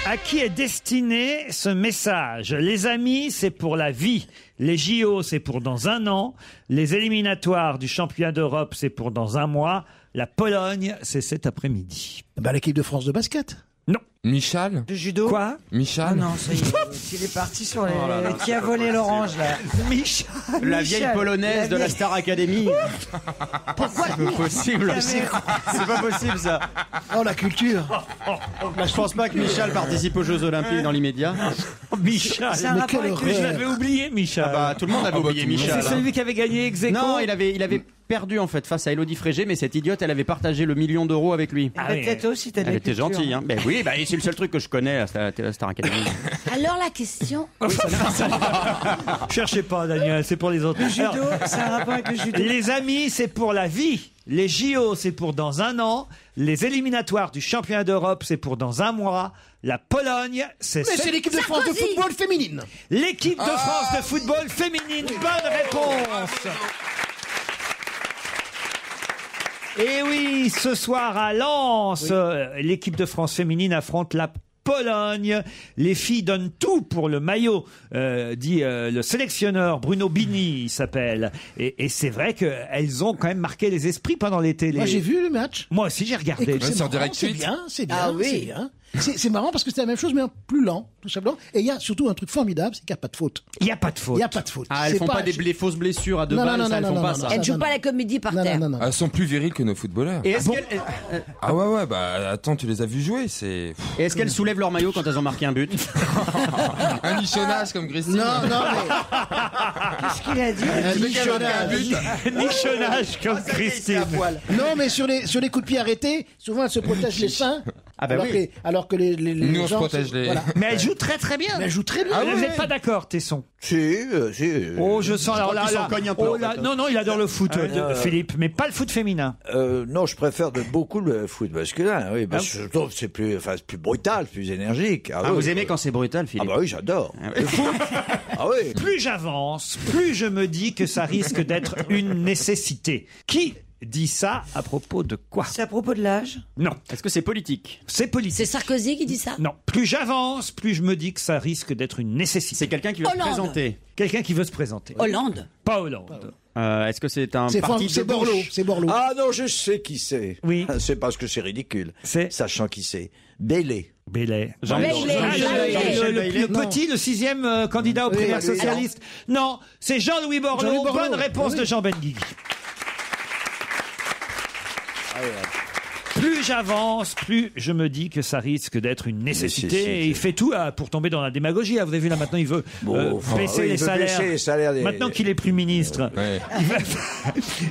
[SPEAKER 3] À qui est destiné ce message Les amis, c'est pour la vie. Les JO, c'est pour dans un an. Les éliminatoires du championnat d'Europe, c'est pour dans un mois. La Pologne, c'est cet après-midi.
[SPEAKER 9] Bah, l'équipe de France de basket.
[SPEAKER 3] Non.
[SPEAKER 7] Michal
[SPEAKER 5] De judo
[SPEAKER 3] Quoi
[SPEAKER 7] Michal
[SPEAKER 5] Ah non, ça y est. Il est parti sur les.
[SPEAKER 6] Oh là là,
[SPEAKER 5] qui a
[SPEAKER 6] c'est pas
[SPEAKER 5] volé
[SPEAKER 6] possible.
[SPEAKER 5] l'orange, là
[SPEAKER 3] Michel
[SPEAKER 6] La vieille
[SPEAKER 5] Michel,
[SPEAKER 6] polonaise de la
[SPEAKER 5] vieille-
[SPEAKER 6] Star Academy. Pourquoi C'est
[SPEAKER 9] Ah,
[SPEAKER 6] pas possible.
[SPEAKER 5] Jamais.
[SPEAKER 6] C'est pas possible ça.
[SPEAKER 4] Oh la culture
[SPEAKER 6] je pense pas que Michal participe aux Jeux Olympiques dans l'immédiat.
[SPEAKER 3] Michal,
[SPEAKER 4] C'est un mais rapport quelle avec le
[SPEAKER 6] jeu.
[SPEAKER 3] je l'avais oublié, Michel.
[SPEAKER 6] Ah bah, tout le monde avait
[SPEAKER 3] Ah bah,
[SPEAKER 6] oublié
[SPEAKER 3] tout le monde.
[SPEAKER 6] Michal.
[SPEAKER 3] C'est
[SPEAKER 6] hein.
[SPEAKER 3] celui qui avait gagné ex aequo.
[SPEAKER 6] Non, il avait, il avait perdu en fait face à Elodie Frégé, mais cette idiote, elle avait partagé le million d'euros avec lui.
[SPEAKER 5] Ah oui. Peut-être aussi, t'as de la
[SPEAKER 6] Elle était
[SPEAKER 5] culture.
[SPEAKER 6] gentille. Hein. Ben oui, bah, c'est le seul truc que je connais, la Star, la Star Academy.
[SPEAKER 8] Alors la question.
[SPEAKER 3] Cherchez pas, Daniel, c'est pour les autres.
[SPEAKER 5] Le judo,
[SPEAKER 3] Alors,
[SPEAKER 5] c'est un rapport avec le judo.
[SPEAKER 3] Les amis, c'est pour la vie. Les JO, c'est pour dans un an. Les éliminatoires du championnat d'Europe, c'est pour dans un mois. La Pologne, c'est
[SPEAKER 4] Mais c'est l'équipe de France de football féminine
[SPEAKER 3] L'équipe de
[SPEAKER 4] Ah.
[SPEAKER 3] France de football féminine. Bonne réponse. Et oui, ce soir à Lens, euh, l'équipe de France féminine affronte la Pologne. Les filles donnent tout pour le maillot, euh, dit euh, le sélectionneur Bruno Bini, il s'appelle. Et, et c'est vrai qu'elles ont quand même marqué les esprits pendant l'été. les-
[SPEAKER 4] Moi j'ai vu le match.
[SPEAKER 3] Moi aussi, j'ai regardé.
[SPEAKER 4] Écoute, c'est marrant, c'est bien, c'est bien.
[SPEAKER 3] Ah oui.
[SPEAKER 4] c'est bien. C'est c'est marrant parce que c'est la même chose mais en plus lent, tout simplement. Et il y a surtout un truc formidable, c'est qu'il n'y a pas de faute.
[SPEAKER 3] Il n'y a pas de faute.
[SPEAKER 4] Il n'y a pas de faute.
[SPEAKER 6] Ah, elles
[SPEAKER 4] C'est
[SPEAKER 6] font pas, des blé- fausses blessures à deux
[SPEAKER 4] Non, non,
[SPEAKER 6] balles,
[SPEAKER 4] non,
[SPEAKER 6] ça, elles
[SPEAKER 4] non,
[SPEAKER 6] font
[SPEAKER 4] non,
[SPEAKER 6] pas
[SPEAKER 4] non,
[SPEAKER 6] ça.
[SPEAKER 4] non,
[SPEAKER 8] Elle joue pas la comédie par terre.
[SPEAKER 7] Elles sont plus viriles que nos footballeurs.
[SPEAKER 6] Et est-ce qu'elles euh,
[SPEAKER 7] Ah ouais ouais bah attends tu les as vus jouer c'est
[SPEAKER 6] et est-ce qu'elles soulèvent leur maillot quand elles ont marqué un but
[SPEAKER 7] un nichonnage comme Christine
[SPEAKER 4] Non, non,
[SPEAKER 3] Ah,
[SPEAKER 5] Qu'est-ce qu'il a dit
[SPEAKER 4] Un
[SPEAKER 3] Nichonnage comme Christine.
[SPEAKER 4] Non, mais sur les, sur les coups de pied arrêtés, souvent elles se protègent les seins.
[SPEAKER 3] Ah bah
[SPEAKER 4] alors,
[SPEAKER 3] oui.
[SPEAKER 4] que, alors que les, les, les
[SPEAKER 7] Nous, on se
[SPEAKER 4] gens
[SPEAKER 7] protège les-
[SPEAKER 3] Mais elles jouent très très bien.
[SPEAKER 4] Mais elles jouent très bien.
[SPEAKER 3] Ah,
[SPEAKER 4] Ah
[SPEAKER 3] vous
[SPEAKER 4] ouais.
[SPEAKER 3] n'êtes pas d'accord, Tesson
[SPEAKER 11] Si, euh, si.
[SPEAKER 3] Oh, je sens là,
[SPEAKER 11] crois
[SPEAKER 3] là,
[SPEAKER 11] qu'il
[SPEAKER 3] là.
[SPEAKER 11] s'en cogne un peu,
[SPEAKER 3] Oh
[SPEAKER 11] en
[SPEAKER 3] là,
[SPEAKER 11] fait.
[SPEAKER 3] Non, non, il adore le foot,
[SPEAKER 11] Ah,
[SPEAKER 3] euh, de-
[SPEAKER 11] euh,
[SPEAKER 3] Philippe, mais pas le foot féminin.
[SPEAKER 11] Euh, non, je préfère de beaucoup le foot masculin. Oui, parce que
[SPEAKER 3] Ah.
[SPEAKER 11] je trouve que c'est plus, enfin, c'est plus brutal, plus énergique.
[SPEAKER 6] Ah,
[SPEAKER 11] oui.
[SPEAKER 6] vous aimez quand c'est brutal,
[SPEAKER 11] Ah
[SPEAKER 6] Philippe
[SPEAKER 11] bah oui, j'adore. Le foot. Ah oui.
[SPEAKER 3] Plus j'avance, plus je me dis que ça risque d'être une nécessité. Qui dit ça à propos de quoi
[SPEAKER 5] C'est à propos de l'âge
[SPEAKER 3] Non.
[SPEAKER 6] Est-ce que c'est politique
[SPEAKER 3] C'est politique.
[SPEAKER 8] C'est Sarkozy qui dit ça
[SPEAKER 3] Non. Plus j'avance, plus je me dis que ça risque d'être une nécessité.
[SPEAKER 6] C'est quelqu'un qui veut se
[SPEAKER 8] Hollande.
[SPEAKER 6] présenter.
[SPEAKER 3] Quelqu'un qui veut se présenter.
[SPEAKER 8] Hollande.
[SPEAKER 3] Pas Hollande.
[SPEAKER 6] Euh, est-ce que c'est un
[SPEAKER 4] C'est Fran-
[SPEAKER 6] parti de
[SPEAKER 4] c'est Borloo.
[SPEAKER 6] gauche
[SPEAKER 4] C'est Borloo.
[SPEAKER 11] Ah non, je sais qui c'est.
[SPEAKER 3] Oui.
[SPEAKER 11] C'est parce que c'est ridicule.
[SPEAKER 3] C'est
[SPEAKER 11] Sachant qui c'est. Bélé.
[SPEAKER 3] Bélé.
[SPEAKER 6] Jean-
[SPEAKER 8] Mais
[SPEAKER 6] Jean-
[SPEAKER 8] il est-
[SPEAKER 6] Jean-
[SPEAKER 3] Ah, le,
[SPEAKER 8] Jean-
[SPEAKER 6] Jean-
[SPEAKER 8] Jean-
[SPEAKER 3] le- le- le- le
[SPEAKER 4] Non.
[SPEAKER 3] petit, le sixième euh, candidat aux
[SPEAKER 4] Oui,
[SPEAKER 3] primaires
[SPEAKER 4] oui, oui.
[SPEAKER 3] socialistes. Non, c'est Jean-Louis Borloo.
[SPEAKER 4] Jean-Louis Borloo.
[SPEAKER 3] Bonne réponse
[SPEAKER 4] Oui.
[SPEAKER 3] de Jean Benguigui. Plus j'avance, plus je me dis que ça risque d'être une nécessité.
[SPEAKER 11] Nécessité.
[SPEAKER 3] Et il fait tout ah, pour tomber dans la démagogie. Ah, vous avez vu là maintenant, il veut
[SPEAKER 11] Bon,
[SPEAKER 3] euh,
[SPEAKER 11] enfin,
[SPEAKER 3] baisser,
[SPEAKER 11] oui, il
[SPEAKER 3] les
[SPEAKER 11] veut
[SPEAKER 3] salaires.
[SPEAKER 11] baisser les salaires des-
[SPEAKER 3] Maintenant qu'il est plus ministre,
[SPEAKER 7] Ouais.
[SPEAKER 3] il, va-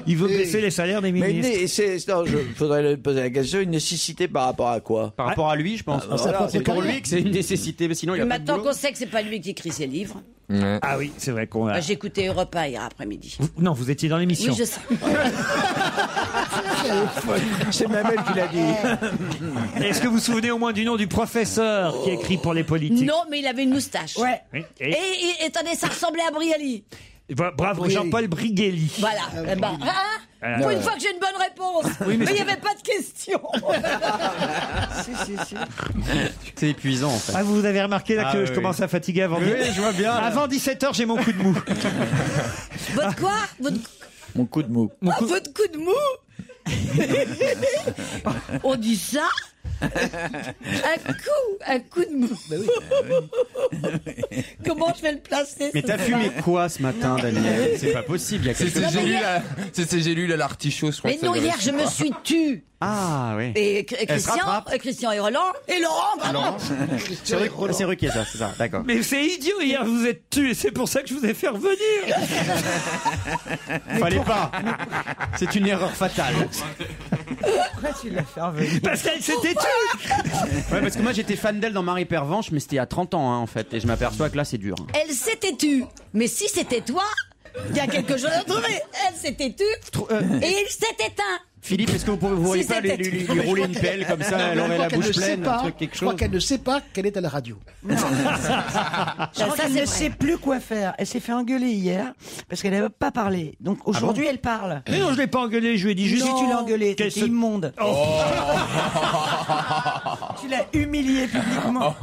[SPEAKER 3] il veut
[SPEAKER 11] Et-
[SPEAKER 3] baisser les salaires des
[SPEAKER 11] Mais
[SPEAKER 3] ministres.
[SPEAKER 11] né- c'est, non, je faudrait lui poser la question. Une nécessité par rapport à quoi
[SPEAKER 6] Par rapport à lui, je
[SPEAKER 3] bah
[SPEAKER 6] pense.
[SPEAKER 11] Ah, voilà,
[SPEAKER 6] c'est
[SPEAKER 11] c'est
[SPEAKER 6] pour
[SPEAKER 11] carré.
[SPEAKER 6] lui que c'est une nécessité, mais sinon Ah, il a pas de
[SPEAKER 8] Maintenant
[SPEAKER 6] boulot.
[SPEAKER 8] qu'on sait que c'est pas lui qui écrit ses livres,
[SPEAKER 7] Ouais.
[SPEAKER 3] Ah oui, c'est vrai qu'on
[SPEAKER 8] bah,
[SPEAKER 3] a.
[SPEAKER 8] j'ai écouté Europe 1 hier après-midi.
[SPEAKER 3] Vous- Non, vous étiez dans l'émission.
[SPEAKER 8] Oui, je sais.
[SPEAKER 11] C'est même elle qui l'a dit.
[SPEAKER 3] Est-ce que vous vous souvenez au moins du nom du professeur qui écrit pour les politiques
[SPEAKER 8] Non, mais il avait une moustache. Ouais.
[SPEAKER 3] Oui,
[SPEAKER 8] Et,
[SPEAKER 3] et-
[SPEAKER 8] et- attendez, ça ressemblait à Brialy.
[SPEAKER 3] Bah, bravo,
[SPEAKER 4] Oui.
[SPEAKER 3] Jean-Paul Briguelli.
[SPEAKER 8] Voilà. Eh ben, hein
[SPEAKER 3] Ah,
[SPEAKER 8] Pour
[SPEAKER 3] ouais.
[SPEAKER 8] une fois que j'ai une bonne réponse.
[SPEAKER 3] Oui, mais
[SPEAKER 8] mais il n'y
[SPEAKER 3] c'est-
[SPEAKER 8] avait pas de question.
[SPEAKER 5] Si, si, si.
[SPEAKER 6] C'est épuisant en fait.
[SPEAKER 3] Ah, vous avez remarqué là
[SPEAKER 6] Ah,
[SPEAKER 3] que
[SPEAKER 6] oui,
[SPEAKER 3] je
[SPEAKER 6] oui.
[SPEAKER 3] commence à fatiguer avant.
[SPEAKER 6] Oui, je vois bien, là.
[SPEAKER 3] Avant 17h, j'ai mon coup de mou.
[SPEAKER 8] Votre quoi Votre,
[SPEAKER 11] Mon coup de mou.
[SPEAKER 8] Ah, votre coup de mou On dit ça Un coup, un coup de mou. Comment je vais le placer
[SPEAKER 6] Mais
[SPEAKER 8] ce
[SPEAKER 6] t'as
[SPEAKER 8] soir
[SPEAKER 6] fumé quoi ce matin, Daniel C'est pas possible, il y a
[SPEAKER 7] C'est
[SPEAKER 6] quelque
[SPEAKER 7] ces
[SPEAKER 6] chose.
[SPEAKER 8] mais
[SPEAKER 7] gélules
[SPEAKER 8] hier-
[SPEAKER 7] à- c'est ces gélules à l'artichaut je crois
[SPEAKER 8] Mais
[SPEAKER 7] que ça
[SPEAKER 8] non,
[SPEAKER 7] devait
[SPEAKER 8] hier,
[SPEAKER 7] être- Eh.
[SPEAKER 8] je me suis tue.
[SPEAKER 6] Ah oui.
[SPEAKER 8] Et, et Christian,
[SPEAKER 6] rattrape.
[SPEAKER 8] et Christian et Roland. Et Laurent, pardon.
[SPEAKER 6] C'est Ruquier, c'est Ruquier, ça, c'est ça. D'accord.
[SPEAKER 3] Mais c'est idiot, hier vous êtes tué, c'est pour ça que je vous ai fait revenir.
[SPEAKER 6] Fallait pas. C'est une erreur fatale.
[SPEAKER 5] Pourquoi tu l'as fait revenir
[SPEAKER 3] Parce qu'elle s'était tue.
[SPEAKER 6] Ouais, parce que moi j'étais fan d'elle dans Marie Pervenche, mais c'était à 30 ans hein, en fait, et je m'aperçois que là c'est dur.
[SPEAKER 8] Elle s'était tue. Mais si c'était toi, il y a quelque chose à trouver. Elle s'était tue.
[SPEAKER 6] Trou- euh,
[SPEAKER 8] Et il s'est éteint.
[SPEAKER 6] Philippe, est-ce que vous pourriez vous pourriez
[SPEAKER 8] Si,
[SPEAKER 6] pas lui,
[SPEAKER 8] c'était-
[SPEAKER 6] lui- lui rouler une pelle comme ça,
[SPEAKER 4] Je
[SPEAKER 6] elle aurait
[SPEAKER 4] crois
[SPEAKER 6] la
[SPEAKER 4] qu'elle ne
[SPEAKER 6] bouche
[SPEAKER 4] sait
[SPEAKER 6] pleine,
[SPEAKER 4] pas-
[SPEAKER 6] un truc, quelque
[SPEAKER 4] Je crois
[SPEAKER 6] chose
[SPEAKER 4] qu'elle ne sait pas qu'elle est à la radio.
[SPEAKER 5] Je crois
[SPEAKER 8] ça,
[SPEAKER 5] qu'elle
[SPEAKER 8] c'est
[SPEAKER 5] ne
[SPEAKER 8] vrai.
[SPEAKER 5] sait plus quoi faire. Elle s'est fait engueuler hier parce qu'elle n'avait pas parlé.
[SPEAKER 3] Ah
[SPEAKER 5] Donc aujourd'hui, elle parle.
[SPEAKER 3] Mais non, je l'ai pas engueulé, je lui ai dit juste.
[SPEAKER 5] Si tu l'as engueulé,
[SPEAKER 3] Qu'elle
[SPEAKER 5] t'es
[SPEAKER 3] se- Oh.
[SPEAKER 5] immonde. tu l'as humilié
[SPEAKER 3] Oh,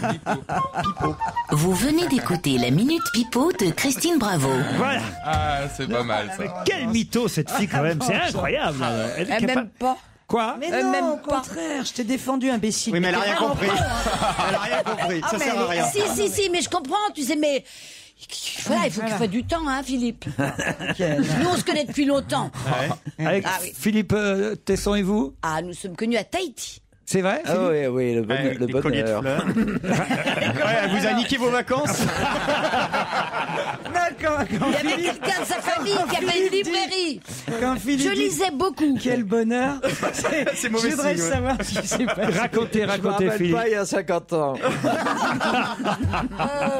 [SPEAKER 5] publiquement.
[SPEAKER 1] Vous venez d'écouter la Minute Pipeau de Christine Bravo.
[SPEAKER 3] Voilà.
[SPEAKER 7] Ah c'est pas mal ça
[SPEAKER 5] ah,
[SPEAKER 3] Quel mytho cette fille quand même, c'est incroyable. hein. Elle est
[SPEAKER 8] Elle
[SPEAKER 3] capable-
[SPEAKER 8] m'aime Euh, pas.
[SPEAKER 3] Quoi
[SPEAKER 5] Mais
[SPEAKER 3] Euh,
[SPEAKER 5] non,
[SPEAKER 3] même
[SPEAKER 5] au
[SPEAKER 3] pas.
[SPEAKER 5] contraire, je t'ai défendu, imbécile.
[SPEAKER 3] Oui, mais elle a
[SPEAKER 5] T'es
[SPEAKER 3] rien
[SPEAKER 5] vraiment
[SPEAKER 3] compris.
[SPEAKER 5] con, hein.
[SPEAKER 3] Elle a rien compris.
[SPEAKER 8] Ah,
[SPEAKER 3] Ça
[SPEAKER 8] mais-
[SPEAKER 3] sert à rien.
[SPEAKER 8] Si, si, si, mais je comprends, tu sais, mais. Voilà, il faut qu'il
[SPEAKER 5] Voilà.
[SPEAKER 8] faut du temps, hein, Philippe. Nous, on se connaît depuis longtemps.
[SPEAKER 3] Avec
[SPEAKER 8] Ah oui.
[SPEAKER 3] Philippe euh, Tesson et vous
[SPEAKER 8] Ah, nous sommes connus à Tahiti.
[SPEAKER 3] C'est vrai
[SPEAKER 11] Ah oui, oui, le, bonheur- le bonheur.
[SPEAKER 6] Ah,
[SPEAKER 16] vous a niqué vos vacances
[SPEAKER 8] Il y avait quelqu'un de sa famille qui avait une librairie.
[SPEAKER 5] Quand Philippe
[SPEAKER 8] Je
[SPEAKER 5] dit-
[SPEAKER 8] lisais beaucoup.
[SPEAKER 5] Quel bonheur.
[SPEAKER 11] C'est mauvais
[SPEAKER 5] Je voudrais
[SPEAKER 11] signe, ouais.
[SPEAKER 5] savoir ce qui s'est passé.
[SPEAKER 11] Je me rappelle pas il y a 50 ans.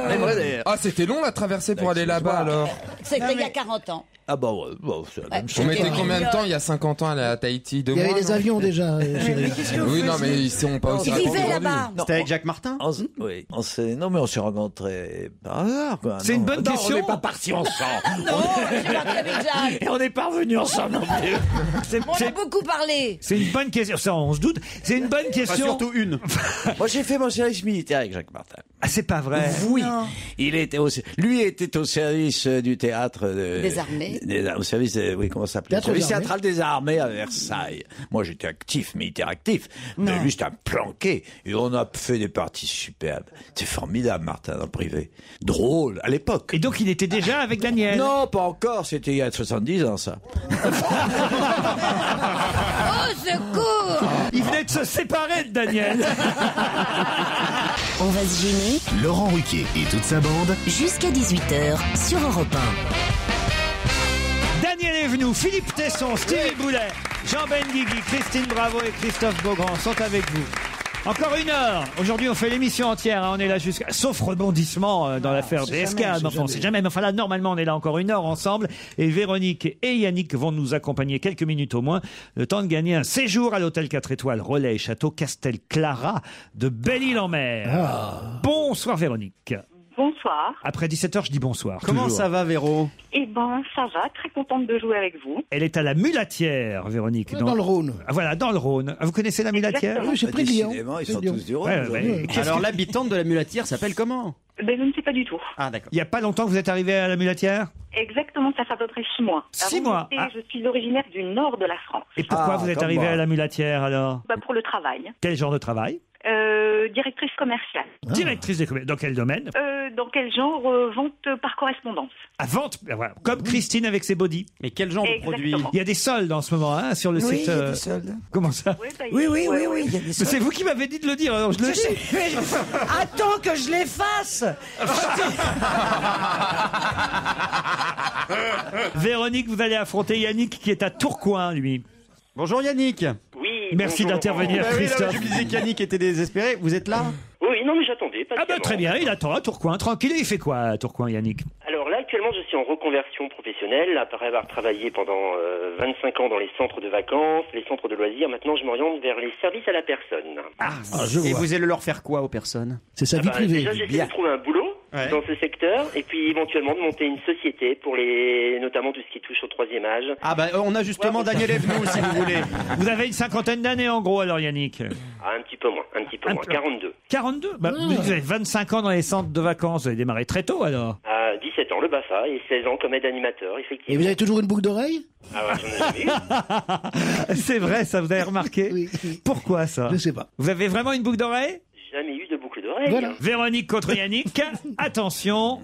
[SPEAKER 11] Mais moi, d'ailleurs.
[SPEAKER 7] Ah, c'était long la traversée pour aller là-bas alors
[SPEAKER 8] C'était il y a 40 ans.
[SPEAKER 11] Ah bah ouais, bon, c'est la même
[SPEAKER 7] On
[SPEAKER 11] chose.
[SPEAKER 7] mettait combien de temps il y a 50 ans à la Tahiti Deux
[SPEAKER 9] Il y avait
[SPEAKER 7] mois,
[SPEAKER 9] des
[SPEAKER 7] non
[SPEAKER 9] avions déjà. euh, chérie.
[SPEAKER 7] Oui, non, mais ils sont pas aussi rapides aujourd'hui.
[SPEAKER 11] C'était avec Jacques Martin Oui. On s'est- non, mais on s'est rencontrés par hasard. quoi.
[SPEAKER 3] C'est
[SPEAKER 11] Non.
[SPEAKER 3] une bonne
[SPEAKER 11] Non,
[SPEAKER 3] question.
[SPEAKER 11] On n'est pas partis ensemble.
[SPEAKER 8] Non, j'ai parti avec Jacques.
[SPEAKER 11] Et on n'est pas revenus ensemble non plus.
[SPEAKER 3] C'est
[SPEAKER 8] On a
[SPEAKER 3] c'est-
[SPEAKER 8] beaucoup parlé.
[SPEAKER 3] c'est une bonne question. Ça, on se doute. C'est une bonne question.
[SPEAKER 11] surtout
[SPEAKER 3] une.
[SPEAKER 11] Moi, j'ai fait mon service militaire avec Jacques Martin.
[SPEAKER 3] Ah, c'est pas vrai.
[SPEAKER 11] Oui. Il était au- lui était au service euh, du théâtre de-
[SPEAKER 8] Des armées.
[SPEAKER 11] des- au service, de- oui, comment ça s'appelait Le
[SPEAKER 9] Théâtre des
[SPEAKER 11] service
[SPEAKER 9] armées.
[SPEAKER 11] théâtral des armées à Versailles. Moi, j'étais actif, militaire actif.
[SPEAKER 9] Non.
[SPEAKER 11] Mais lui, c'était un planqué. Et on a fait des parties superbes. C'est formidable, Martin, en privé. Drôle, à l'époque.
[SPEAKER 3] Et donc, il était déjà avec Daniel
[SPEAKER 11] Non, pas encore. C'était il y a 70 ans, ça.
[SPEAKER 8] Oh, Au secours
[SPEAKER 3] Il venait de se séparer de Daniel.
[SPEAKER 1] On va se gêner
[SPEAKER 2] Laurent Ruquier et toute sa bande.
[SPEAKER 1] jusqu'à 18h sur Europe
[SPEAKER 3] Daniel Evenou, Philippe Tesson, Stevie Boulet, Jean Benguigui, Christine Bravo et Christophe Beaugrand sont avec vous. Encore une heure. Aujourd'hui, on fait l'émission entière. hein. On est là jusqu'à, sauf rebondissement euh, dans l'affaire des escales. Enfin, on sait jamais. Mais enfin, là, normalement, on est là encore une heure ensemble. Et Véronique et Yannick vont nous accompagner quelques minutes au moins. Le temps de gagner un séjour à l'hôtel 4 étoiles Relais et Château Castel Clara de Belle-Île-en-Mer.
[SPEAKER 16] Ah.
[SPEAKER 3] Bonsoir, Véronique.
[SPEAKER 14] Bonsoir.
[SPEAKER 3] Après 17h, je dis bonsoir.
[SPEAKER 16] Comment
[SPEAKER 3] toujours.
[SPEAKER 16] ça va, Véro
[SPEAKER 14] Eh ben, ça va, très contente de jouer avec vous.
[SPEAKER 3] Elle est à la Mulatière, Véronique.
[SPEAKER 14] Dans le
[SPEAKER 3] Rhône. Voilà, dans le Rhône. Ah, Vous connaissez la Mulatière
[SPEAKER 14] Exactement. Oui, j'ai pris
[SPEAKER 11] Décidément, Lyon. ils sont Lyon. tous du Rhône, aujourd'hui.
[SPEAKER 16] Alors,
[SPEAKER 3] Alors là,
[SPEAKER 16] l'habitante de la mulatière s'appelle comment
[SPEAKER 14] Ben, je ne sais pas du tout.
[SPEAKER 16] Ah, d'accord.
[SPEAKER 3] il n'y a pas longtemps que vous êtes arrivé à la Mulatière
[SPEAKER 14] Exactement, ça fait à peu près six mois.
[SPEAKER 3] Six
[SPEAKER 14] Avant,
[SPEAKER 3] mois,
[SPEAKER 14] j'étais-
[SPEAKER 3] ah.
[SPEAKER 14] Je suis originaire du nord de la France.
[SPEAKER 3] Et pourquoi
[SPEAKER 11] Ah,
[SPEAKER 3] vous êtes arrivé à la Mulatière alors
[SPEAKER 14] Bah, Pour le travail.
[SPEAKER 3] Quel genre de travail
[SPEAKER 14] Euh, directrice commerciale.
[SPEAKER 5] Ah.
[SPEAKER 3] Directrice des commerces. Dans quel domaine
[SPEAKER 14] Euh, dans quel genre euh, Vente par correspondance.
[SPEAKER 3] À vente, ben voilà, comme Christine avec ses body.
[SPEAKER 16] Mais quel genre
[SPEAKER 14] de produit Exactement.
[SPEAKER 3] Il y a des soldes en ce moment hein, sur le
[SPEAKER 5] Oui,
[SPEAKER 3] site.
[SPEAKER 5] il y a des
[SPEAKER 3] euh,
[SPEAKER 5] soldes.
[SPEAKER 3] Comment ça
[SPEAKER 5] Oui, oui, oui, oui, il y a des
[SPEAKER 3] Mais C'est vous qui m'avez dit de le dire, alors je le dis.
[SPEAKER 5] Attends que je l'efface
[SPEAKER 3] Véronique, vous allez affronter Yannick qui est à Tourcoing, lui.
[SPEAKER 16] Bonjour Yannick.
[SPEAKER 12] Oui.
[SPEAKER 3] Merci
[SPEAKER 12] bonjour,
[SPEAKER 3] d'intervenir,
[SPEAKER 12] Laurent.
[SPEAKER 16] Bah oui, là,
[SPEAKER 3] Christophe.
[SPEAKER 16] je me disais qu'Yannick était désespéré. Vous êtes là
[SPEAKER 12] Oui, non, mais j'attendais.
[SPEAKER 3] Ah bah
[SPEAKER 12] patiemment.
[SPEAKER 3] très bien, il attend à Tourcoing, tranquille. Et il fait quoi à Tourcoing, Yannick
[SPEAKER 12] Alors là, actuellement, je suis en reconversion professionnelle. Après avoir travaillé pendant euh, 25 ans dans les centres de vacances, les centres de loisirs, maintenant, je m'oriente vers les services à la personne.
[SPEAKER 16] Ah,
[SPEAKER 9] je
[SPEAKER 16] Et
[SPEAKER 9] vois.
[SPEAKER 16] vous allez leur faire quoi aux personnes
[SPEAKER 9] C'est sa
[SPEAKER 12] Ah
[SPEAKER 9] vie
[SPEAKER 12] bah,
[SPEAKER 9] privée.
[SPEAKER 12] Déjà, j'essaie de trouver un boulot
[SPEAKER 16] Ouais.
[SPEAKER 12] dans ce secteur et puis éventuellement de monter une société pour les, notamment tout ce qui touche au troisième âge.
[SPEAKER 16] Ah bah euh, on a justement Daniel Evenou si vous voulez.
[SPEAKER 3] Vous avez une cinquantaine d'années en gros alors, Yannick
[SPEAKER 12] Ah, un petit peu moins, un petit peu moins, 42.
[SPEAKER 3] 42 Bah,
[SPEAKER 9] Mmh.
[SPEAKER 3] Vous avez 25 ans dans les centres de vacances, vous avez démarré très tôt alors.
[SPEAKER 12] À 17 ans, le BAFA, et 16 ans comme aide animateur,
[SPEAKER 9] Et
[SPEAKER 12] effectivement.
[SPEAKER 9] vous avez toujours une boucle d'oreille
[SPEAKER 12] Ah ouais, j'en ai jamais eu.
[SPEAKER 3] C'est vrai, ça vous avez remarqué Pourquoi ça
[SPEAKER 9] Je sais pas.
[SPEAKER 3] Vous avez vraiment une boucle d'oreille
[SPEAKER 12] Jamais eu de boucle d'oreille. Euh,
[SPEAKER 3] Véronique contre Yannick, attention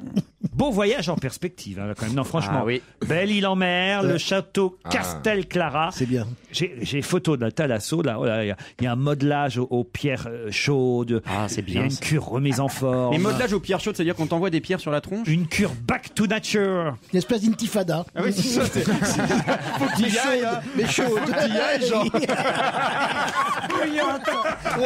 [SPEAKER 3] Beau voyage en perspective, hein, là, quand même. Non, franchement.
[SPEAKER 16] Ah oui. Ah.
[SPEAKER 3] Belle île en mer, le château Castel Clara.
[SPEAKER 9] Euh. C'est bien.
[SPEAKER 3] J'ai j'ai photo d'un Talasso, là. Oh là, Il y a- il y, a un modelage aux, aux pierres euh, chaudes.
[SPEAKER 16] Ah, c'est
[SPEAKER 3] Il y a
[SPEAKER 16] bien,
[SPEAKER 3] une
[SPEAKER 16] ça.
[SPEAKER 3] cure remise en forme.
[SPEAKER 16] Mais modelage aux pierres chaudes, c'est-à-dire qu'on t'envoie des pierres sur la tronche
[SPEAKER 3] Une cure back to nature.
[SPEAKER 9] Une espèce d'intifada.
[SPEAKER 16] Ah oui, c'est ça. c'est- Faut qu'il y aille, hein.
[SPEAKER 9] Mais chaude.
[SPEAKER 16] Faut qu'il y aille, genre.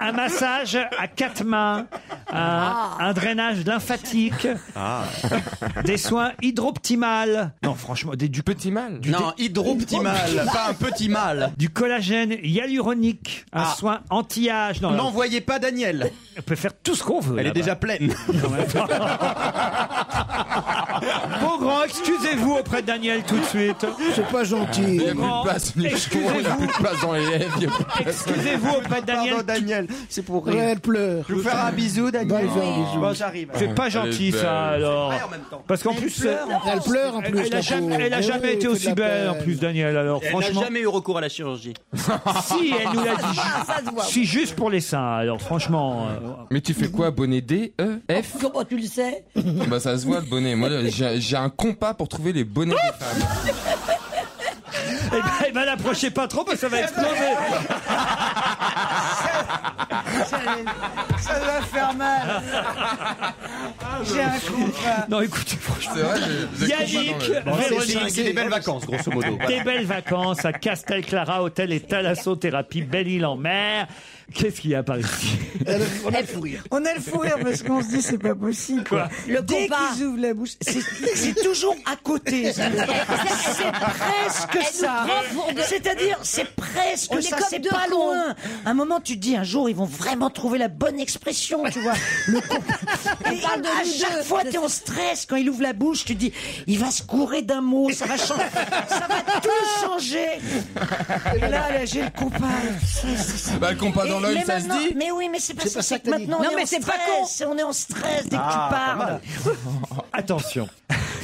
[SPEAKER 3] un massage à quatre mains,
[SPEAKER 16] Ah.
[SPEAKER 3] un, un drainage lymphatique, Ah. des soins hydroptimales. Non, franchement, des, du
[SPEAKER 7] petit mal.
[SPEAKER 16] Non, hydroptimal, pas un petit mal.
[SPEAKER 3] Du collagène hyaluronique, un
[SPEAKER 16] Ah.
[SPEAKER 3] soin anti-âge. Non, alors,
[SPEAKER 16] N'envoyez pas Daniel.
[SPEAKER 3] on peut faire tout ce qu'on veut.
[SPEAKER 16] Elle est
[SPEAKER 3] là-bas.
[SPEAKER 16] déjà pleine.
[SPEAKER 3] Beaugrand, excusez-vous auprès de Daniel tout de suite.
[SPEAKER 9] C'est pas gentil.
[SPEAKER 7] Il n'y a plus
[SPEAKER 3] Beaugrand,
[SPEAKER 7] de place, ni chaud, il n'y a
[SPEAKER 3] excusez-vous.
[SPEAKER 7] plus de place dans les lèvres. il y a plus de place.
[SPEAKER 3] Excusez-vous auprès de Daniel.
[SPEAKER 17] Daniel, c'est pour
[SPEAKER 9] Ouais, elle pleure.
[SPEAKER 17] Je vais vous faire un bisou, Daniel.
[SPEAKER 9] Vas-y, un bisou.
[SPEAKER 17] Bon, j'arrive.
[SPEAKER 3] C'est pas
[SPEAKER 17] Elle
[SPEAKER 3] gentil
[SPEAKER 17] est belle.
[SPEAKER 3] ça alors.
[SPEAKER 17] Ouais, en même temps.
[SPEAKER 3] Parce qu'en
[SPEAKER 17] Elle
[SPEAKER 3] plus,
[SPEAKER 17] pleure, en
[SPEAKER 9] Elle pleure en plus.
[SPEAKER 3] elle a
[SPEAKER 9] la
[SPEAKER 3] jamais,
[SPEAKER 9] pauvre.
[SPEAKER 3] elle a
[SPEAKER 9] Oui,
[SPEAKER 3] jamais
[SPEAKER 9] oui,
[SPEAKER 3] été
[SPEAKER 9] fait de
[SPEAKER 3] aussi
[SPEAKER 9] la
[SPEAKER 3] belle en
[SPEAKER 9] peine.
[SPEAKER 3] plus Daniel alors
[SPEAKER 18] Elle n'a
[SPEAKER 3] franchement.
[SPEAKER 18] jamais eu recours à la chirurgie.
[SPEAKER 3] Si elle nous l'a dit.
[SPEAKER 7] Ah,
[SPEAKER 5] Ah,
[SPEAKER 3] Si juste pour les seins alors franchement. euh,
[SPEAKER 7] Mais tu fais quoi, bonnet D, E, F
[SPEAKER 8] Comment tu le sais
[SPEAKER 7] Bah ça se voit le bonnet. Moi là, j'ai j'ai un compas pour trouver les bonnets des femmes.
[SPEAKER 3] Eh ben, eh ben, l'approchez pas trop parce que ça va exploser.
[SPEAKER 5] Ça va faire mal.
[SPEAKER 8] Ah,
[SPEAKER 5] J'ai un compas.
[SPEAKER 3] Non écoutez franchement.
[SPEAKER 7] C'est vrai, j'ai- j'ai le
[SPEAKER 3] Yannick,
[SPEAKER 7] compas dans le- Bon, c'est-
[SPEAKER 3] Véronique.
[SPEAKER 7] c'est des belles vacances, grosso modo.
[SPEAKER 3] Des belles vacances à Castel Clara, hôtel et thalassothérapie, Belle-Île-en-Mer. Qu'est-ce qu'il y a par ici
[SPEAKER 9] On a le fou rire.
[SPEAKER 5] On a le fou rire parce qu'on se dit c'est pas possible. Quoi.
[SPEAKER 8] Le
[SPEAKER 5] Dès
[SPEAKER 8] compas.
[SPEAKER 5] qu'ils ouvrent la bouche, c'est c'est toujours à côté. ça. C'est presque
[SPEAKER 8] Elle nous
[SPEAKER 5] ça.
[SPEAKER 8] prend pour de-
[SPEAKER 5] C'est-à-dire, c'est presque
[SPEAKER 8] On est
[SPEAKER 5] ça.
[SPEAKER 8] comme
[SPEAKER 5] C'est
[SPEAKER 8] deux
[SPEAKER 5] pas
[SPEAKER 8] cons.
[SPEAKER 5] loin. À un moment, tu te dis un jour, ils vont vraiment trouver la bonne expression, tu vois. Le compas.
[SPEAKER 8] On
[SPEAKER 5] Et
[SPEAKER 8] parle de
[SPEAKER 5] à
[SPEAKER 8] nous
[SPEAKER 5] chaque
[SPEAKER 8] deux.
[SPEAKER 5] fois, t'es en stress quand il ouvre la bouche. Tu te dis, il va se courir d'un mot, ça va changer, ça va tout changer. Et là, là, j'ai le compas. C'est- c'est- c'est-
[SPEAKER 7] Bah le compas dans
[SPEAKER 5] et-
[SPEAKER 7] l'œil,
[SPEAKER 5] mais
[SPEAKER 7] ça se
[SPEAKER 5] maintenant-
[SPEAKER 7] dit.
[SPEAKER 5] Mais oui, mais c'est pas
[SPEAKER 9] C'est
[SPEAKER 5] ça.
[SPEAKER 9] pas ça
[SPEAKER 5] c'est
[SPEAKER 9] que
[SPEAKER 5] que
[SPEAKER 9] t'as dit.
[SPEAKER 5] maintenant,
[SPEAKER 8] Non,
[SPEAKER 5] on est
[SPEAKER 8] mais
[SPEAKER 5] en
[SPEAKER 8] c'est pas
[SPEAKER 5] stress, On est en stress dès que
[SPEAKER 17] Ah,
[SPEAKER 5] tu
[SPEAKER 17] pas
[SPEAKER 5] parles.
[SPEAKER 17] mal.
[SPEAKER 3] Attention.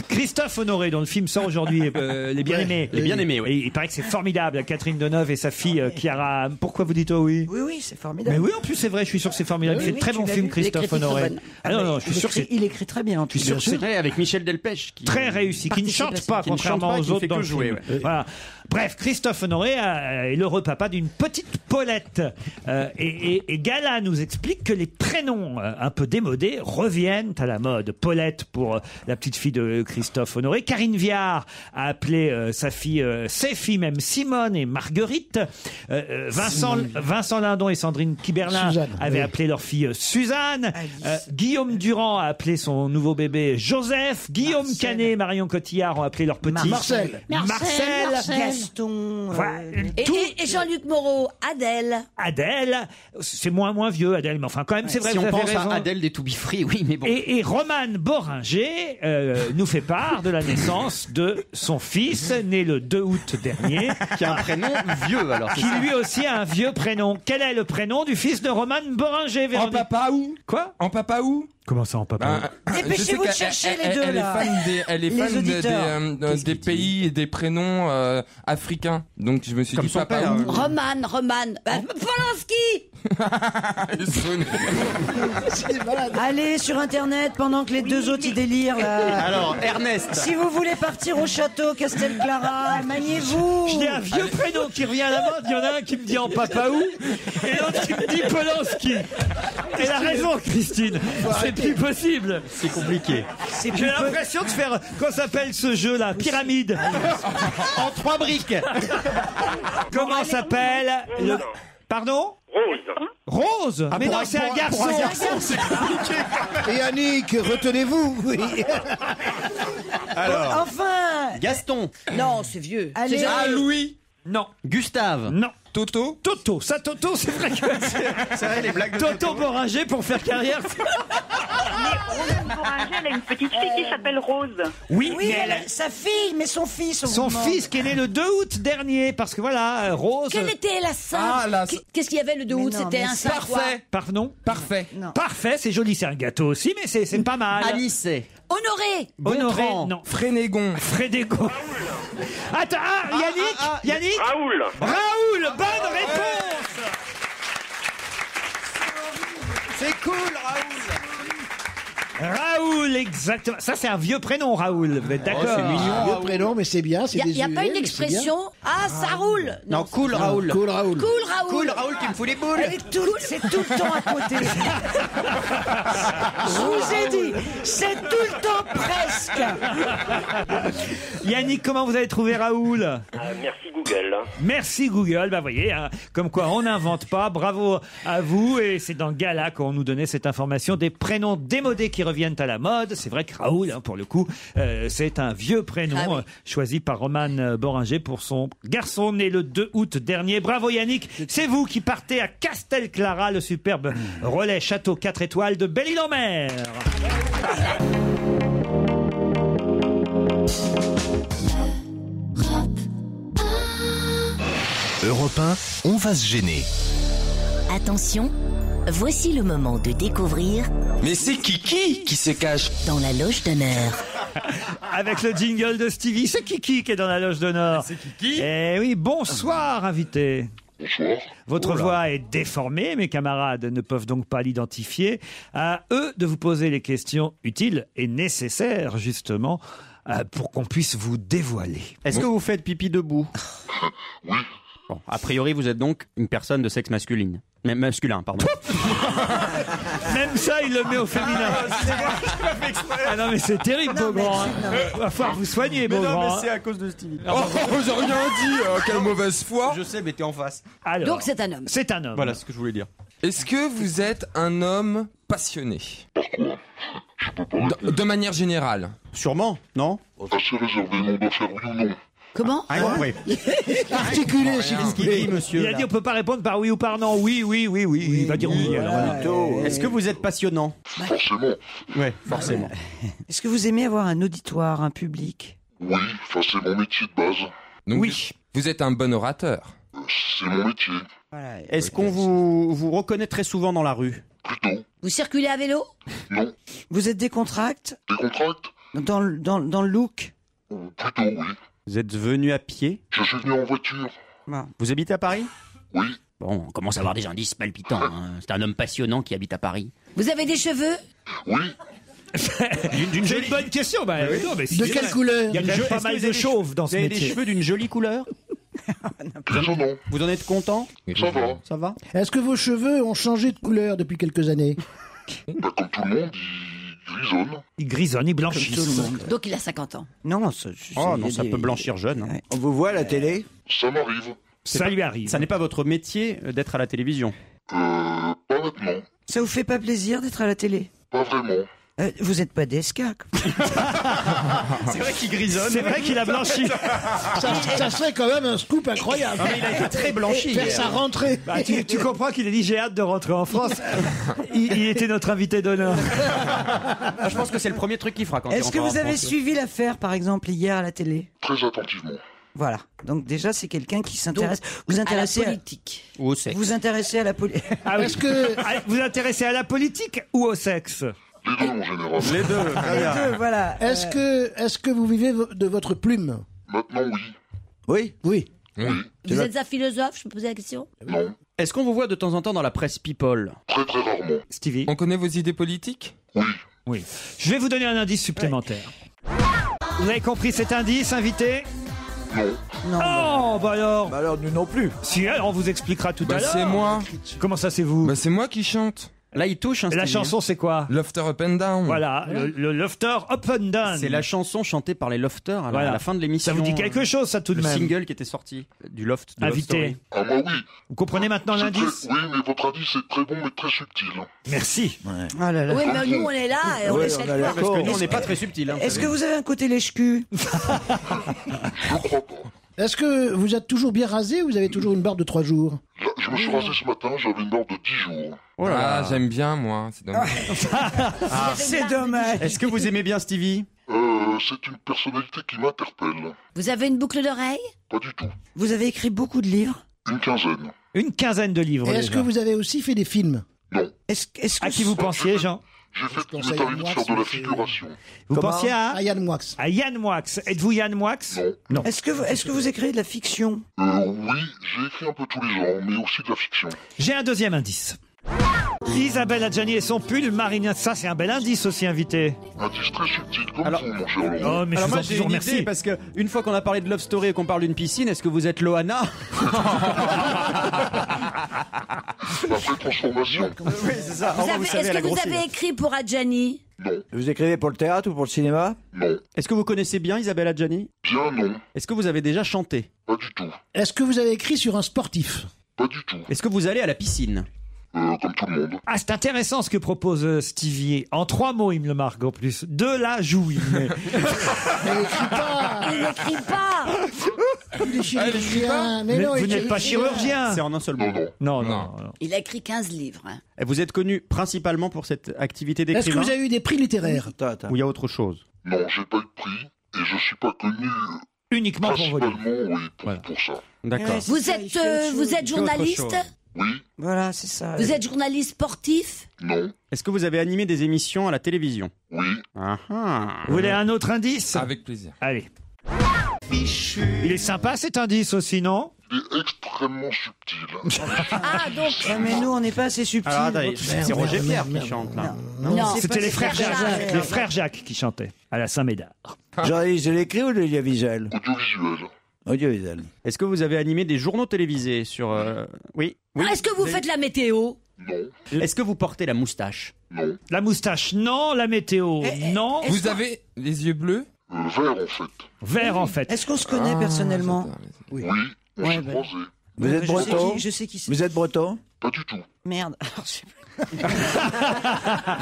[SPEAKER 3] Christophe Honoré, dont le film sort aujourd'hui, euh, Les Bien-Aimés.
[SPEAKER 6] Les Bien-Aimés, oui.
[SPEAKER 3] Et il paraît que c'est formidable. Catherine Deneuve et sa fille euh, Chiara. Pourquoi vous dites oh oui
[SPEAKER 5] Oui, oui, c'est formidable.
[SPEAKER 3] Mais oui, en plus, c'est vrai, je suis sûr que c'est formidable.
[SPEAKER 5] Oui,
[SPEAKER 3] c'est
[SPEAKER 5] oui,
[SPEAKER 3] très
[SPEAKER 5] tu
[SPEAKER 3] bon
[SPEAKER 5] l'as
[SPEAKER 3] film,
[SPEAKER 5] vu.
[SPEAKER 3] Christophe
[SPEAKER 8] Les critiques
[SPEAKER 3] Honoré.
[SPEAKER 8] sont bonnes.
[SPEAKER 3] Ah non, non, je suis
[SPEAKER 5] il,
[SPEAKER 3] sûr que
[SPEAKER 5] écrit,
[SPEAKER 3] c'est
[SPEAKER 5] il écrit très bien. en
[SPEAKER 3] Je suis
[SPEAKER 5] tout
[SPEAKER 3] sûr
[SPEAKER 5] cas.
[SPEAKER 3] que c'est
[SPEAKER 6] Ouais, avec Michel Delpech. Qui...
[SPEAKER 3] très réussi, qui ne chante pas,
[SPEAKER 6] Qui ne chante
[SPEAKER 3] contrairement
[SPEAKER 6] pas, qui
[SPEAKER 3] aux
[SPEAKER 6] ne
[SPEAKER 3] autres
[SPEAKER 6] fait
[SPEAKER 3] dans
[SPEAKER 6] que
[SPEAKER 3] le
[SPEAKER 6] jouer,
[SPEAKER 3] film. Voilà. Bref, Christophe Honoré euh, est l'heureux papa d'une petite Paulette. Euh, et, et- et Gala nous explique que les prénoms euh, un peu démodés reviennent à la mode. Paulette pour euh, la petite fille de Christophe Honoré. Karine Viard a appelé euh, sa fille, euh, ses filles même, Simone et Marguerite. Euh, euh, Vincent, Vincent Lindon et Sandrine Kiberlin
[SPEAKER 9] Suzanne,
[SPEAKER 3] avaient
[SPEAKER 9] oui.
[SPEAKER 3] appelé leur fille euh, Suzanne. Euh, Guillaume Durand a appelé son nouveau bébé Joseph. Guillaume Canet et Marion Cotillard ont appelé leur petit
[SPEAKER 9] Marcel.
[SPEAKER 3] Marcel.
[SPEAKER 5] Gaston.
[SPEAKER 3] Voilà.
[SPEAKER 5] euh,
[SPEAKER 8] Et,
[SPEAKER 3] Tout-
[SPEAKER 8] et- et Jean-Luc Moreau, Adèle.
[SPEAKER 3] Adèle, c'est moins moins vieux Adèle, mais enfin quand même c'est vrai.
[SPEAKER 6] Si
[SPEAKER 3] vous
[SPEAKER 6] on
[SPEAKER 3] avez
[SPEAKER 6] pense
[SPEAKER 3] raison.
[SPEAKER 6] à Adèle des To Be Free, oui, mais bon.
[SPEAKER 3] Et, et Romane Boringer euh, nous fait part de la naissance de son fils, né le 2 août dernier,
[SPEAKER 6] Qui a un prénom vieux, alors. c'est
[SPEAKER 3] qui
[SPEAKER 6] ça
[SPEAKER 3] lui aussi a un vieux prénom. Quel est le prénom du fils de Romane Boringer
[SPEAKER 7] En
[SPEAKER 3] Véronique
[SPEAKER 7] papa où
[SPEAKER 3] Quoi
[SPEAKER 7] En papa où
[SPEAKER 3] Comment ça en papa
[SPEAKER 7] Ben,
[SPEAKER 5] Dépêchez-vous
[SPEAKER 7] je sais
[SPEAKER 5] de
[SPEAKER 7] qu'elle-
[SPEAKER 5] chercher
[SPEAKER 7] elle-
[SPEAKER 5] les
[SPEAKER 7] elle-
[SPEAKER 5] deux,
[SPEAKER 7] elle est
[SPEAKER 5] là.
[SPEAKER 7] fan des- Elle est
[SPEAKER 5] Les
[SPEAKER 7] fan des- des,
[SPEAKER 5] auditeurs.
[SPEAKER 7] euh, des pays et des prénoms euh, africains. Donc je me suis
[SPEAKER 6] Comme
[SPEAKER 7] dit
[SPEAKER 6] son
[SPEAKER 7] papa hein.
[SPEAKER 6] père.
[SPEAKER 7] où
[SPEAKER 8] Roman, Roman. Bah, Polanski
[SPEAKER 7] Elle sonne.
[SPEAKER 5] Allez sur internet pendant que les deux autres ils délirent là.
[SPEAKER 6] Alors, Ernest.
[SPEAKER 5] Si vous voulez partir au château Castel Clara, maniez-vous.
[SPEAKER 3] J'ai un vieux prénom qui revient à la mode. Il y en a un qui me dit en papa où et l'autre qui me dit Polanski. Elle a raison, Christine. C'est plus possible.
[SPEAKER 6] C'est compliqué.
[SPEAKER 5] C'est
[SPEAKER 3] J'ai
[SPEAKER 5] plus peu-
[SPEAKER 3] l'impression de faire. Qu'on s'appelle ce jeu-là Pyramide.
[SPEAKER 6] En trois briques.
[SPEAKER 3] Comment s'appelle le. Pardon
[SPEAKER 12] Rose.
[SPEAKER 3] Rose Mais non, c'est un garçon.
[SPEAKER 9] Et Yannick, retenez-vous. Oui.
[SPEAKER 7] Ah.
[SPEAKER 6] Alors,
[SPEAKER 5] Enfin.
[SPEAKER 6] Gaston.
[SPEAKER 8] Non, c'est vieux.
[SPEAKER 5] Allez.
[SPEAKER 6] Ah, Louis.
[SPEAKER 3] Non,
[SPEAKER 6] Gustave.
[SPEAKER 3] non.
[SPEAKER 7] Toto
[SPEAKER 3] Toto, ça Toto, c'est vrai que c'est-
[SPEAKER 6] C'est vrai, les blagues de
[SPEAKER 3] Toto Boringer pour faire carrière.
[SPEAKER 14] Romaine Bourringer, elle a une petite fille qui s'appelle Rose.
[SPEAKER 3] Oui,
[SPEAKER 5] Oui,
[SPEAKER 3] mais elle
[SPEAKER 5] elle a- sa fille, mais son fils. on
[SPEAKER 3] son
[SPEAKER 5] vous demande.
[SPEAKER 3] fils qui est né le 2 août dernier, parce que voilà, euh,
[SPEAKER 16] Oh,
[SPEAKER 3] Rose.
[SPEAKER 8] Quelle était la sainte
[SPEAKER 7] Ah, la-
[SPEAKER 8] Qu'est-ce qu'il y avait le 2
[SPEAKER 5] Mais
[SPEAKER 8] août
[SPEAKER 5] non,
[SPEAKER 8] C'était
[SPEAKER 5] mais
[SPEAKER 8] un
[SPEAKER 5] c'est
[SPEAKER 8] saint quoi
[SPEAKER 7] parfait.
[SPEAKER 3] Pardon
[SPEAKER 7] Parfait.
[SPEAKER 5] Non.
[SPEAKER 3] Parfait, c'est joli, c'est un gâteau aussi, mais c'est c'est pas mal.
[SPEAKER 6] Anicet.
[SPEAKER 8] Honoré
[SPEAKER 3] Honoré,
[SPEAKER 6] Gontran.
[SPEAKER 3] non.
[SPEAKER 7] Frénégon.
[SPEAKER 3] Frédégo. Attends, ah, Yannick, Yannick,
[SPEAKER 12] Raoul.
[SPEAKER 3] Raoul, bonne réponse.
[SPEAKER 17] C'est cool, Raoul.
[SPEAKER 3] Raoul, exactement. Ça, c'est un vieux prénom, Raoul.
[SPEAKER 9] Oh,
[SPEAKER 3] Vous êtes d'accord Ah,
[SPEAKER 6] c'est mignon.
[SPEAKER 9] Le prénom, hein, mais c'est bien.
[SPEAKER 8] Il
[SPEAKER 9] c'est
[SPEAKER 8] n'y a,
[SPEAKER 9] désuet,
[SPEAKER 8] pas une
[SPEAKER 9] mais c'est bien.
[SPEAKER 8] expression Ah, ça roule
[SPEAKER 6] Non, cool, Raoul.
[SPEAKER 9] Cool Raoul.
[SPEAKER 8] Cool, Raoul
[SPEAKER 6] Cool, Raoul qui me fout les boules.
[SPEAKER 5] Elle est tout- c'est tout le temps à côté. Je vous ai dit, c'est tout le temps presque.
[SPEAKER 3] Yannick, comment vous avez trouvé Raoul
[SPEAKER 12] Euh, merci Google.
[SPEAKER 3] Merci Google. Bah, voyez, hein, comme quoi on n'invente pas. Bravo à vous. Et c'est dans Gala qu'on nous donnait cette information des prénoms démodés qui reviennent à la mode. C'est vrai que Raoul, hein, pour le coup, euh, c'est un vieux prénom
[SPEAKER 8] Ah oui.
[SPEAKER 3] euh, choisi par Roman euh, Boringer pour son garçon né le 2 août dernier. Bravo Yannick. C'est vous qui partez à Castel Clara, le superbe
[SPEAKER 8] Hmm.
[SPEAKER 3] relais château 4 étoiles de Belle-Île-en-Mer.
[SPEAKER 2] Europe 1, on va se gêner.
[SPEAKER 1] Attention, voici le moment de découvrir
[SPEAKER 16] Mais c'est Kiki qui se cache
[SPEAKER 1] dans la loge d'honneur.
[SPEAKER 3] Avec le jingle de Stevie, c'est Kiki qui est dans la loge d'honneur. C'est Kiki Eh oui, bonsoir, invité. Bonsoir. Votre voix est déformée, mes camarades ne peuvent donc pas l'identifier. À eux de vous poser les questions utiles et nécessaires, justement, euh, pour qu'on puisse vous dévoiler.
[SPEAKER 6] Est-ce que vous faites pipi debout Bon, a priori, vous êtes donc une personne de sexe masculine. Mais masculin, pardon.
[SPEAKER 3] Même ça, il le met au féminin. Ah non, mais c'est terrible, Beaugrand. hein. Va falloir vous soigner,
[SPEAKER 16] Mais non,
[SPEAKER 3] Beaugrand.
[SPEAKER 16] mais c'est
[SPEAKER 6] hein.
[SPEAKER 16] à cause de Stevie.
[SPEAKER 3] Oh, j'ai rien dit, euh, quelle
[SPEAKER 7] mauvaise foi
[SPEAKER 16] Je sais, mais t'es en face.
[SPEAKER 3] Alors,
[SPEAKER 16] Donc,
[SPEAKER 8] c'est un homme.
[SPEAKER 3] C'est un homme.
[SPEAKER 7] Voilà ce que je voulais dire. Est-ce que vous êtes un homme passionné de, de manière générale Sûrement, non
[SPEAKER 19] Assez réservé, mais on doit faire oui ou non.
[SPEAKER 8] Comment
[SPEAKER 3] Ah,
[SPEAKER 5] Hein
[SPEAKER 3] Articulé,
[SPEAKER 19] s'il vous plaît.
[SPEAKER 3] Il a dit on peut pas répondre par oui ou par non. Oui, oui, oui, oui. il va dire oui. alors.
[SPEAKER 6] Est-ce que vous êtes passionnant
[SPEAKER 19] Forcément.
[SPEAKER 6] Ouais, forcément.
[SPEAKER 5] Est-ce que vous aimez avoir un auditoire, un public
[SPEAKER 19] Oui, enfin, c'est mon métier de base. Euh,
[SPEAKER 7] oui. Vous êtes un bon orateur.
[SPEAKER 19] C'est mon métier.
[SPEAKER 6] Est-ce qu'on vous, vous reconnaît très souvent dans la rue
[SPEAKER 8] Vous circulez à vélo
[SPEAKER 5] Vous êtes décontracte
[SPEAKER 19] Décontracte
[SPEAKER 5] Dans, le- dans, dans le look
[SPEAKER 19] Plutôt, oui.
[SPEAKER 6] Vous êtes venu à pied
[SPEAKER 19] Je suis venu en voiture.
[SPEAKER 6] Vous habitez à Paris
[SPEAKER 19] Oui.
[SPEAKER 13] Bon, on commence à avoir des indices palpitants. hein. C'est un homme passionnant qui habite à Paris.
[SPEAKER 8] Vous avez des cheveux
[SPEAKER 19] Oui.
[SPEAKER 3] D'une jolie bonne question. bah,
[SPEAKER 13] Oui.
[SPEAKER 3] non, mais si-
[SPEAKER 13] De quelle couleur
[SPEAKER 3] Il y a quand même
[SPEAKER 13] Est-ce
[SPEAKER 3] pas
[SPEAKER 13] que
[SPEAKER 3] mal
[SPEAKER 13] vous avez
[SPEAKER 3] de
[SPEAKER 13] des che-
[SPEAKER 3] chauves dans
[SPEAKER 6] Vous
[SPEAKER 3] ce
[SPEAKER 6] avez des
[SPEAKER 3] métier.
[SPEAKER 6] cheveux d'une jolie couleur
[SPEAKER 19] vous, en,
[SPEAKER 6] vous en êtes content
[SPEAKER 19] Ça va.
[SPEAKER 6] Ça va
[SPEAKER 9] Est-ce que vos cheveux ont changé de couleur depuis quelques années
[SPEAKER 19] Bah, Comme tout le monde, il grisonne.
[SPEAKER 3] Il grisonne, il blanchit.
[SPEAKER 5] Comme tout le monde.
[SPEAKER 8] Donc il a 50 ans.
[SPEAKER 5] Non, ça,
[SPEAKER 6] Oh non, ça peut blanchir jeune.
[SPEAKER 11] On vous voit à
[SPEAKER 19] Euh,
[SPEAKER 11] la télé
[SPEAKER 19] Ça m'arrive.
[SPEAKER 3] Ça lui arrive.
[SPEAKER 6] Ça n'est pas votre métier euh, d'être à la télévision.
[SPEAKER 19] Euh, Pas maintenant.
[SPEAKER 5] Ça vous fait pas plaisir d'être à la télé
[SPEAKER 19] Pas vraiment.
[SPEAKER 5] Euh, Vous n'êtes pas d'esca
[SPEAKER 16] C'est vrai qu'il grisonne.
[SPEAKER 3] C'est vrai qu'il a blanchi.
[SPEAKER 9] ça, ça serait quand même un scoop incroyable.
[SPEAKER 16] Non, mais il a été très blanchi
[SPEAKER 9] Faire
[SPEAKER 16] hier.
[SPEAKER 9] sa rentrée.
[SPEAKER 3] Bah, tu, tu comprends qu'il a dit j'ai hâte de rentrer en France. Il, il était notre invité d'honneur.
[SPEAKER 6] Ah, je pense que c'est le premier truc qu'il fera quand il
[SPEAKER 5] Est-ce que
[SPEAKER 6] rentrera
[SPEAKER 5] vous
[SPEAKER 6] en
[SPEAKER 5] avez
[SPEAKER 6] France.
[SPEAKER 5] suivi l'affaire, par exemple, hier à la télé
[SPEAKER 19] Très attentivement.
[SPEAKER 5] Voilà. Donc déjà, c'est quelqu'un qui s'intéresse.
[SPEAKER 3] Donc,
[SPEAKER 5] Vous
[SPEAKER 3] à
[SPEAKER 5] intéressez
[SPEAKER 3] la
[SPEAKER 5] politique.
[SPEAKER 6] Ou au sexe.
[SPEAKER 5] Vous intéressez à la politique.
[SPEAKER 3] Ah oui. Ah, Vous vous intéressez à la politique ou au sexe
[SPEAKER 19] Les deux en général.
[SPEAKER 3] Les deux, très Les bien. deux,
[SPEAKER 5] voilà.
[SPEAKER 9] Ah, Est-ce que, est-ce que vous vivez vo- de votre plume
[SPEAKER 19] Maintenant, oui.
[SPEAKER 11] Oui
[SPEAKER 9] Oui.
[SPEAKER 8] Vous êtes un philosophe, je peux poser la question
[SPEAKER 6] Est-ce qu'on vous voit de temps en temps dans la presse People
[SPEAKER 19] Très très rarement.
[SPEAKER 3] Stevie.
[SPEAKER 7] On connaît vos idées politiques
[SPEAKER 3] Oui. Je vais vous donner un indice supplémentaire. Vous avez compris cet indice, invité Non. Oh, bah alors
[SPEAKER 11] Bah alors, nous non plus.
[SPEAKER 3] Si, alors, on vous expliquera tout à
[SPEAKER 7] Bah,
[SPEAKER 3] l'heure.
[SPEAKER 7] c'est moi.
[SPEAKER 3] Comment ça, c'est vous
[SPEAKER 7] Bah, c'est moi qui chante.
[SPEAKER 6] Là, il touche. hein,
[SPEAKER 3] La chanson, c'est quoi
[SPEAKER 7] Lofter Up and Down.
[SPEAKER 3] Voilà, le, le Lofter Up and Down.
[SPEAKER 6] C'est la chanson chantée par les Lofters à la,
[SPEAKER 3] Voilà.
[SPEAKER 6] à la fin de l'émission.
[SPEAKER 3] Ça vous dit quelque chose, ça, tout de
[SPEAKER 6] le
[SPEAKER 3] même
[SPEAKER 6] single qui était sorti du Loft. De Love
[SPEAKER 3] Invité.
[SPEAKER 6] Story.
[SPEAKER 19] Ah, moi, oui.
[SPEAKER 3] Vous comprenez maintenant
[SPEAKER 19] C'est
[SPEAKER 3] l'indice
[SPEAKER 19] très- Oui, mais votre indice est très bon, mais très subtil.
[SPEAKER 3] Merci.
[SPEAKER 8] Oui, mais nous, on est là et on
[SPEAKER 11] Ouais,
[SPEAKER 8] échelle
[SPEAKER 11] on a l'air
[SPEAKER 8] pas.
[SPEAKER 11] con.
[SPEAKER 6] Parce que nous, on n'est pas très subtil. hein,
[SPEAKER 5] Est-ce
[SPEAKER 6] vous
[SPEAKER 5] que
[SPEAKER 6] savez.
[SPEAKER 5] vous avez un côté lèche-cul
[SPEAKER 9] Est-ce que vous êtes toujours bien rasé ou vous avez toujours une barbe de 3 jours
[SPEAKER 19] Là, je me suis rasé ce matin, j'avais une barbe de 10 jours.
[SPEAKER 7] Oh là, là, j'aime bien moi. C'est dommage.
[SPEAKER 9] Ah.
[SPEAKER 5] C'est dommage.
[SPEAKER 6] Est-ce que vous aimez bien Stevie
[SPEAKER 19] Euh, c'est une personnalité qui m'interpelle.
[SPEAKER 8] Vous avez une boucle d'oreille
[SPEAKER 19] Pas du tout.
[SPEAKER 5] Vous avez écrit beaucoup de livres.
[SPEAKER 19] Une quinzaine.
[SPEAKER 3] Une quinzaine de livres.
[SPEAKER 9] Et Est-ce que
[SPEAKER 3] déjà.
[SPEAKER 9] vous avez aussi fait des films
[SPEAKER 5] Est-ce est-ce que
[SPEAKER 3] À qui vous pensiez, Jean
[SPEAKER 19] J'ai fait, il
[SPEAKER 9] conseille
[SPEAKER 19] m'est
[SPEAKER 9] à
[SPEAKER 19] arrivé de
[SPEAKER 9] moi
[SPEAKER 19] faire
[SPEAKER 9] si
[SPEAKER 19] de la
[SPEAKER 9] c'est-
[SPEAKER 19] figuration.
[SPEAKER 3] Vous
[SPEAKER 9] Comment
[SPEAKER 3] pensiez à,
[SPEAKER 9] Ah, Yann Moix.
[SPEAKER 3] à Yann Moix. Êtes-vous Yann Moix Non.
[SPEAKER 5] Est-ce que vous est-ce que vous écrivez de la fiction
[SPEAKER 19] Euh, oui, j'ai écrit un peu tous les genres, mais aussi de la fiction.
[SPEAKER 3] J'ai un deuxième indice. Isabelle Adjani et son pull Marina, ça c'est un bel indice aussi invité.
[SPEAKER 19] Indice très subtil, comme
[SPEAKER 6] Alors-
[SPEAKER 19] vous, mon cher Laurent.
[SPEAKER 3] Oh mais
[SPEAKER 6] Alors
[SPEAKER 3] je vous en
[SPEAKER 6] moi
[SPEAKER 3] prie,
[SPEAKER 6] j'ai
[SPEAKER 3] je vous
[SPEAKER 6] une
[SPEAKER 3] remercie.
[SPEAKER 6] idée parce que une fois qu'on a parlé de Love Story et qu'on parle d'une piscine, est-ce que vous êtes Loana
[SPEAKER 19] Après transformation,
[SPEAKER 6] Oui c'est ça.
[SPEAKER 9] Ah,
[SPEAKER 8] Vous avez- Est-ce que vous avez écrit pour Adjani
[SPEAKER 11] Vous écrivez pour le théâtre ou pour le cinéma
[SPEAKER 19] non.
[SPEAKER 6] Hein? Est-ce que vous connaissez bien Isabelle Adjani
[SPEAKER 19] Bien, non.
[SPEAKER 6] Est-ce que vous avez déjà chanté
[SPEAKER 19] Pas du tout.
[SPEAKER 9] Est-ce que vous avez écrit sur un sportif
[SPEAKER 19] Pas du tout.
[SPEAKER 6] Est-ce que vous allez à la piscine
[SPEAKER 19] Euh, comme tout le monde.
[SPEAKER 3] Ah c'est intéressant ce que propose euh, Stevie. En trois mots il me le marque en plus. De la jouine.
[SPEAKER 9] Ah.
[SPEAKER 8] Il n'écrit pas
[SPEAKER 9] Il est
[SPEAKER 16] Ah,
[SPEAKER 9] chirurgien. Mais
[SPEAKER 3] Mais
[SPEAKER 9] non, il
[SPEAKER 3] vous
[SPEAKER 9] est
[SPEAKER 3] n'êtes pas chirurgien.
[SPEAKER 6] C'est en un seul mot.
[SPEAKER 3] Non, non,
[SPEAKER 7] Non.
[SPEAKER 3] non.
[SPEAKER 8] Il a écrit 15 livres. hein.
[SPEAKER 6] Et Vous êtes connu principalement pour cette activité
[SPEAKER 9] Est-ce que
[SPEAKER 6] d'écrivain
[SPEAKER 9] vous avez eu des prix littéraires
[SPEAKER 11] Attends, attends.
[SPEAKER 6] ou il y a autre chose
[SPEAKER 19] Non, j'ai pas eu de prix, et je suis pas connu
[SPEAKER 3] Uniquement pour voler.
[SPEAKER 19] oui, pour, pour ça.
[SPEAKER 3] D'accord.
[SPEAKER 8] Vous êtes, euh, vous êtes journaliste
[SPEAKER 19] Oui.
[SPEAKER 5] Voilà, c'est ça.
[SPEAKER 8] Vous êtes journaliste sportif
[SPEAKER 19] Non.
[SPEAKER 6] Est-ce que vous avez animé des émissions à la télévision Ah,
[SPEAKER 19] Oui.
[SPEAKER 3] Vous voulez un autre indice Avec
[SPEAKER 7] plaisir.
[SPEAKER 3] Allez. Il est sympa cet indice aussi, non
[SPEAKER 19] Ah. Il est extrêmement subtil.
[SPEAKER 5] Ah, donc. mais nous, on n'est pas assez subtils.
[SPEAKER 6] Ah,
[SPEAKER 3] Alors, attendez,
[SPEAKER 5] Votre-
[SPEAKER 3] c'est
[SPEAKER 5] Merde,
[SPEAKER 3] Roger
[SPEAKER 5] merde,
[SPEAKER 3] Pierre
[SPEAKER 5] merde,
[SPEAKER 3] qui
[SPEAKER 5] merde.
[SPEAKER 3] chante, là.
[SPEAKER 5] Non, non, c'est
[SPEAKER 3] C'était
[SPEAKER 5] pas-
[SPEAKER 3] les
[SPEAKER 5] c'est
[SPEAKER 3] frères
[SPEAKER 5] Frères
[SPEAKER 3] Jacques.
[SPEAKER 5] Jacques.
[SPEAKER 3] Les frères Jacques qui chantaient à la Saint-Médard.
[SPEAKER 11] Jean-Yves, je l'écris ou l'audiovisuel
[SPEAKER 19] Audiovisuel.
[SPEAKER 11] Audiovisuel.
[SPEAKER 6] Est-ce que vous avez animé des journaux télévisés sur... euh, Oui. oui.
[SPEAKER 8] Ah, Est-ce que vous faites la météo
[SPEAKER 6] Est-ce que vous portez la moustache
[SPEAKER 19] Non.
[SPEAKER 3] La moustache, non. La météo,
[SPEAKER 5] Eh,
[SPEAKER 3] non.
[SPEAKER 7] Vous avez les yeux bleus Ah,
[SPEAKER 19] Vert, en fait.
[SPEAKER 3] Vert, en fait.
[SPEAKER 5] Est-ce qu'on se connaît personnellement
[SPEAKER 19] Oui. on s'est croisés.
[SPEAKER 11] Vous
[SPEAKER 5] Ouais, bah.
[SPEAKER 11] êtes
[SPEAKER 5] je sais
[SPEAKER 11] breton
[SPEAKER 5] qui- je sais qui c'est.
[SPEAKER 11] Vous êtes breton
[SPEAKER 19] Pas du tout.
[SPEAKER 5] Merde. Alors, je sais pas.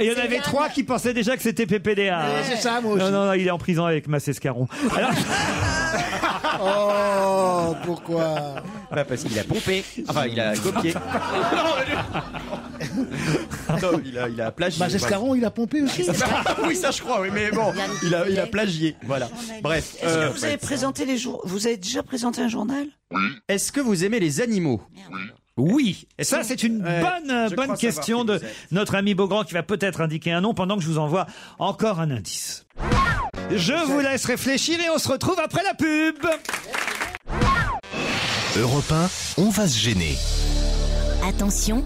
[SPEAKER 3] Et Il y en avait trois qui pensaient déjà que c'était PPDA.
[SPEAKER 9] Ouais,
[SPEAKER 3] hein.
[SPEAKER 9] c'est ça, moi aussi.
[SPEAKER 3] Non, non, non, il est en prison avec Massescaron. Alors,
[SPEAKER 9] Oh, pourquoi Bah,
[SPEAKER 6] Bah, parce qu'il a pompé. Enfin, il a copié. non, Ah, il a, il a plagié.
[SPEAKER 9] Bah, Gescaron, il a pompé aussi.
[SPEAKER 6] Ah, oui, ça je crois, oui, mais bon, il a, il a plagié. Voilà. Bref.
[SPEAKER 5] Est-ce
[SPEAKER 3] Ah,
[SPEAKER 6] euh,
[SPEAKER 5] que vous avez présenté les jour... Vous avez déjà présenté un journal
[SPEAKER 6] Est-ce que vous aimez les animaux
[SPEAKER 3] Oui, et ça c'est une bonne euh, bonne question de notre ami Beaugrand qui va peut-être indiquer un nom pendant que je vous envoie encore un indice. Je vous laisse réfléchir et on se retrouve après la pub.
[SPEAKER 2] Europe 1, on va se gêner.
[SPEAKER 1] Attention,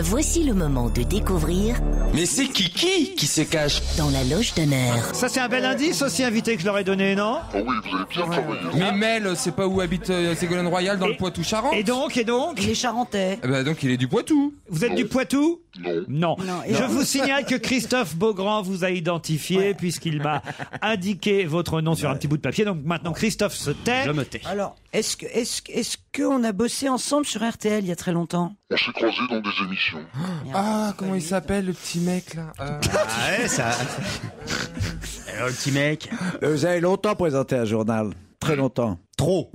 [SPEAKER 1] voici le moment de découvrir
[SPEAKER 2] Mais c'est Kiki qui se cache
[SPEAKER 1] dans la loge d'honneur.
[SPEAKER 3] Ça c'est un bel indice aussi invité que je leur ai donné, non
[SPEAKER 19] Ah oui, vous avez bien travaillé.
[SPEAKER 7] Mais Mel, c'est pas où habite euh, Ségolène Royal dans le Poitou-Charentes
[SPEAKER 3] Et donc et donc
[SPEAKER 5] Les Charentais.
[SPEAKER 7] Eh ben, donc il est du Poitou.
[SPEAKER 3] Vous êtes du Poitou Non.
[SPEAKER 5] Non, et
[SPEAKER 3] Je
[SPEAKER 5] non.
[SPEAKER 3] vous signale que Christophe Beaugrand vous a identifié puisqu'il m'a indiqué votre nom sur un petit bout de papier. Donc maintenant Christophe se tait.
[SPEAKER 5] Alors, est-ce que est-ce que- est-ce qu'on a bossé ensemble sur RTL il y a très longtemps
[SPEAKER 19] On s'est croisés dans des émissions.
[SPEAKER 7] Ah, comment il s'appelle le petit mec là Euh,
[SPEAKER 6] Ah ouais, ça. Alors, le petit mec.
[SPEAKER 11] Euh, Vous avez longtemps présenté un journal. Très longtemps.
[SPEAKER 6] Trop.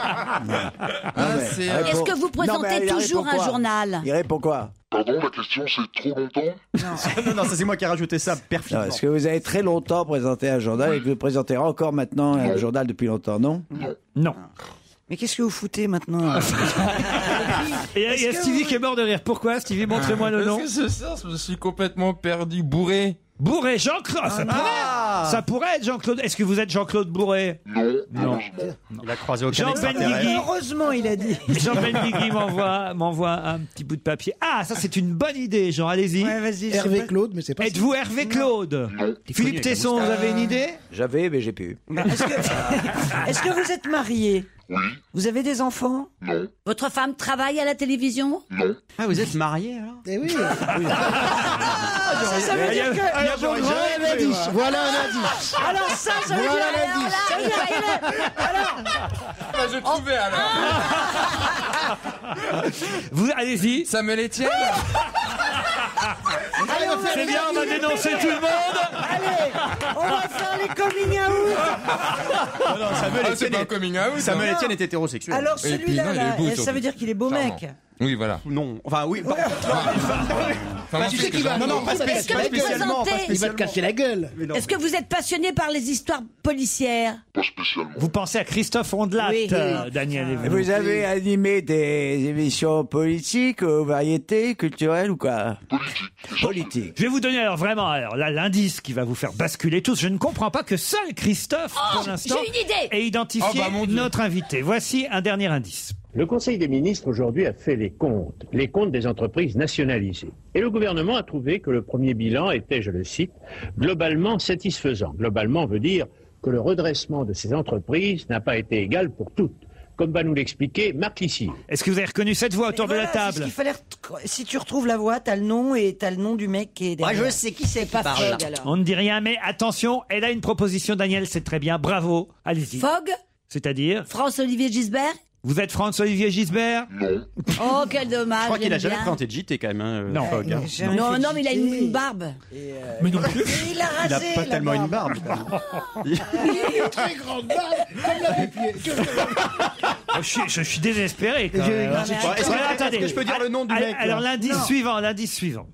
[SPEAKER 11] Ah, mais-
[SPEAKER 7] c'est,
[SPEAKER 11] ah,
[SPEAKER 8] euh, Est-ce
[SPEAKER 11] pour-
[SPEAKER 8] que vous
[SPEAKER 11] Non, mais
[SPEAKER 8] présentez
[SPEAKER 11] il répond
[SPEAKER 8] toujours un
[SPEAKER 11] quoi
[SPEAKER 8] journal
[SPEAKER 11] Il répond quoi
[SPEAKER 19] Pardon, la question c'est trop longtemps
[SPEAKER 6] Ah. non, non, ça c'est moi qui ai rajouté ça
[SPEAKER 11] Non,
[SPEAKER 6] perfidement.
[SPEAKER 11] Est-ce que vous avez très longtemps présenté un journal et que vous présentez encore maintenant un journal depuis longtemps, non
[SPEAKER 3] Non.
[SPEAKER 5] Ah.
[SPEAKER 3] Ah.
[SPEAKER 5] Mais qu'est-ce que vous foutez maintenant
[SPEAKER 3] Et il y a Stevie qui est mort de rire. Pourquoi Stevie Montrez-moi le
[SPEAKER 7] Parce
[SPEAKER 3] nom.
[SPEAKER 7] que ce sens, je suis complètement perdu, bourré.
[SPEAKER 3] Bourré Jean-Claude ça, pourrait, ça pourrait être Jean-Claude. Est-ce que vous êtes Jean-Claude Bourré
[SPEAKER 19] Non,
[SPEAKER 3] Non.
[SPEAKER 5] Ah,
[SPEAKER 6] Il a croisé aucun
[SPEAKER 3] Jean
[SPEAKER 6] extraterrestre.
[SPEAKER 3] Benguigui.
[SPEAKER 5] bah. Heureusement, il a dit.
[SPEAKER 3] Jean Benguigui m'envoie m'envoie un petit bout de papier. Ah, ça c'est une bonne idée, Jean. Allez-y.
[SPEAKER 5] Ouais, vas-y. je sais
[SPEAKER 9] Hervé
[SPEAKER 5] pas.
[SPEAKER 9] Claude, mais c'est pas
[SPEAKER 3] Êtes-vous Hervé Claude Philippe Tesson, vous avez une idée
[SPEAKER 11] J'avais, mais j'ai pu.
[SPEAKER 5] Bah, Est-ce que, est-ce que vous êtes marié
[SPEAKER 19] Oui,
[SPEAKER 5] Vous avez des enfants
[SPEAKER 19] non,
[SPEAKER 8] Votre femme travaille à la télévision
[SPEAKER 19] non.
[SPEAKER 6] Ah, vous êtes marié alors
[SPEAKER 9] Eh oui.
[SPEAKER 5] Ah,
[SPEAKER 6] Ah,
[SPEAKER 5] Ça, ça veut dire que.
[SPEAKER 3] Ah, j'aurais jamais
[SPEAKER 9] Voilà un indice. Voilà un indice.
[SPEAKER 5] Alors ça, ça veut
[SPEAKER 9] Voilà
[SPEAKER 5] dire.
[SPEAKER 9] l'indice.
[SPEAKER 8] Ah, il a- il a-
[SPEAKER 7] Ah, je trouvais alors.
[SPEAKER 20] Ah.
[SPEAKER 3] Vous allez-y.
[SPEAKER 7] Ça me les tient
[SPEAKER 9] Allez, on fait
[SPEAKER 3] Ah, C'est bien, on va dénoncer tout le monde.
[SPEAKER 5] Allez, on va faire les coming out.
[SPEAKER 6] Non, Samuel
[SPEAKER 7] Ah, c'est pas un coming out.
[SPEAKER 6] Samuel
[SPEAKER 7] hein.
[SPEAKER 6] Etienne est hétérosexuel.
[SPEAKER 5] Alors
[SPEAKER 7] Et puis, non,
[SPEAKER 5] celui-là,
[SPEAKER 7] il est
[SPEAKER 5] là,
[SPEAKER 7] beau,
[SPEAKER 5] ça
[SPEAKER 7] surtout. Ah
[SPEAKER 5] veut dire qu'il est beau mec.
[SPEAKER 7] Clairement. Oui, voilà.
[SPEAKER 6] Non. Enfin, oui.
[SPEAKER 7] bah,
[SPEAKER 6] par-
[SPEAKER 7] Enfin,
[SPEAKER 6] Bah,
[SPEAKER 7] moi,
[SPEAKER 9] Tu
[SPEAKER 7] c'est
[SPEAKER 9] sais
[SPEAKER 7] ce que
[SPEAKER 9] qu'il va.
[SPEAKER 7] j'en-
[SPEAKER 9] Non, non, pas
[SPEAKER 8] Est-ce que vous présentez
[SPEAKER 9] Il va te casser la gueule.
[SPEAKER 6] Mais non.
[SPEAKER 8] Est-ce que vous êtes passionné par les histoires policières
[SPEAKER 19] Pas spécialement.
[SPEAKER 3] Vous pensez à Christophe Ondelat,
[SPEAKER 8] Oui.
[SPEAKER 3] euh, Daniel. et vous.
[SPEAKER 11] Vous avez animé des émissions politiques, euh, variétés, culturelles ou quoi
[SPEAKER 19] Politique. et ça,
[SPEAKER 11] Politiques.
[SPEAKER 3] Je vais vous donner alors vraiment alors là l'indice qui va vous faire basculer tous. Je ne comprends pas que seul Christophe
[SPEAKER 5] Oh,
[SPEAKER 3] pour l'instant
[SPEAKER 8] j'ai une idée
[SPEAKER 3] ait identifié
[SPEAKER 7] Oh, bah, mon Dieu.
[SPEAKER 3] notre invité. Voici un dernier indice.
[SPEAKER 21] Le Conseil des ministres aujourd'hui a fait les comptes, les comptes des entreprises nationalisées. Et le gouvernement a trouvé que le premier bilan était, je le cite, globalement satisfaisant. Globalement veut dire que le redressement de ces entreprises n'a pas été égal pour toutes, comme va nous l'expliquer Marc Lissier.
[SPEAKER 3] Est-ce que vous avez reconnu cette voix autour
[SPEAKER 5] Voilà,
[SPEAKER 3] de la
[SPEAKER 5] c'est ce
[SPEAKER 3] table
[SPEAKER 5] qu'il fallait ret- Si tu retrouves la voix, t'as le nom et t'as le nom du mec qui est
[SPEAKER 13] Moi,
[SPEAKER 5] derrière.
[SPEAKER 13] je sais qui c'est qui
[SPEAKER 8] Pas
[SPEAKER 13] parle.
[SPEAKER 8] Fogg alors.
[SPEAKER 3] On ne dit rien, mais attention, elle a une proposition, Daniel, c'est très bien, bravo, allez-y.
[SPEAKER 8] Fogg
[SPEAKER 3] C'est-à-dire,
[SPEAKER 8] France-Olivier Gisbert
[SPEAKER 3] vous êtes François-Olivier Gisbert
[SPEAKER 19] Non,
[SPEAKER 8] Oh, quel dommage
[SPEAKER 6] Je crois qu'il a
[SPEAKER 8] j'aime
[SPEAKER 6] jamais
[SPEAKER 8] bien.
[SPEAKER 6] présenté de JT quand même. hein, euh,
[SPEAKER 3] Non.
[SPEAKER 6] Fogg, hein.
[SPEAKER 5] J'ai
[SPEAKER 8] Non,
[SPEAKER 5] réfléchi.
[SPEAKER 8] non, mais il a une, une barbe.
[SPEAKER 3] Mais non plus.
[SPEAKER 5] euh, Et il a
[SPEAKER 6] Il a
[SPEAKER 5] rasé.
[SPEAKER 6] pas
[SPEAKER 5] la
[SPEAKER 6] tellement
[SPEAKER 5] barbe.
[SPEAKER 6] une barbe.
[SPEAKER 9] Une très grande balle. Oh, bah, Comme la pied.
[SPEAKER 3] Oh, je, suis, je suis désespéré. quand
[SPEAKER 9] Je-
[SPEAKER 3] même. hein.
[SPEAKER 9] non, mais
[SPEAKER 3] Voilà,
[SPEAKER 6] attends,
[SPEAKER 3] attendez.
[SPEAKER 6] est-ce que je peux dire le nom du
[SPEAKER 3] Ah,
[SPEAKER 6] mec, là
[SPEAKER 3] Alors l'indice suivant, l'indice suivant.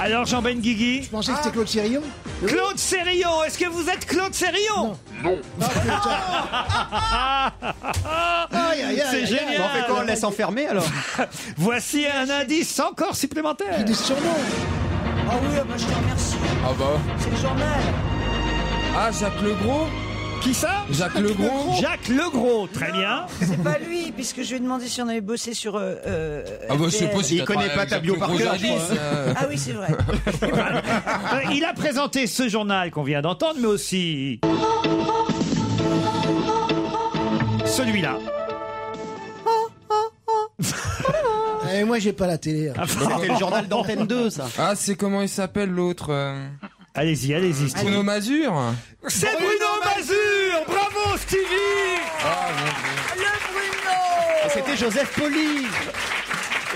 [SPEAKER 3] Alors Jean Benguigui Je
[SPEAKER 9] pensais que c'était Claude Sérillon.
[SPEAKER 3] Claude Sérillon, est-ce que vous êtes Claude Sérillon
[SPEAKER 19] Non.
[SPEAKER 3] aïe, aïe, C'est
[SPEAKER 16] aïe,
[SPEAKER 3] génial.
[SPEAKER 16] aïe. Bon, on fait quoi, on le laisse
[SPEAKER 3] enfermer alors Voici un indice encore supplémentaire. Indice surnom.
[SPEAKER 22] Ah oui, ah bah, je te remercie.
[SPEAKER 7] Ah bah.
[SPEAKER 22] C'est le journal.
[SPEAKER 7] Ah, Jacques Legros
[SPEAKER 3] Qui ça
[SPEAKER 7] Jacques Legros
[SPEAKER 3] Jacques Legros, très bien.
[SPEAKER 5] C'est pas lui, puisque je lui ai demandé si on avait bossé sur. euh, euh,
[SPEAKER 7] Ah bah, je sais
[SPEAKER 5] RTL.
[SPEAKER 7] pas si Il t'as connaît travaillé pas ta avec bio le par gros cœur, je indice, crois. euh.
[SPEAKER 5] Ah oui, c'est vrai.
[SPEAKER 3] Euh, Il a présenté ce journal qu'on vient d'entendre, mais aussi celui-là.
[SPEAKER 9] Et Eh, moi, j'ai pas la télé.
[SPEAKER 6] Ah,
[SPEAKER 9] hein.
[SPEAKER 6] bah,
[SPEAKER 7] C'était le journal
[SPEAKER 6] d'Antenne 2, ça.
[SPEAKER 7] Ah, c'est comment il s'appelle l'autre euh
[SPEAKER 3] Allez-y, allez-y.
[SPEAKER 7] Bruno Mazur
[SPEAKER 3] C'est Bruno Mazur Bravo Stevie
[SPEAKER 8] Le Bruno
[SPEAKER 16] C'était Joseph Poli.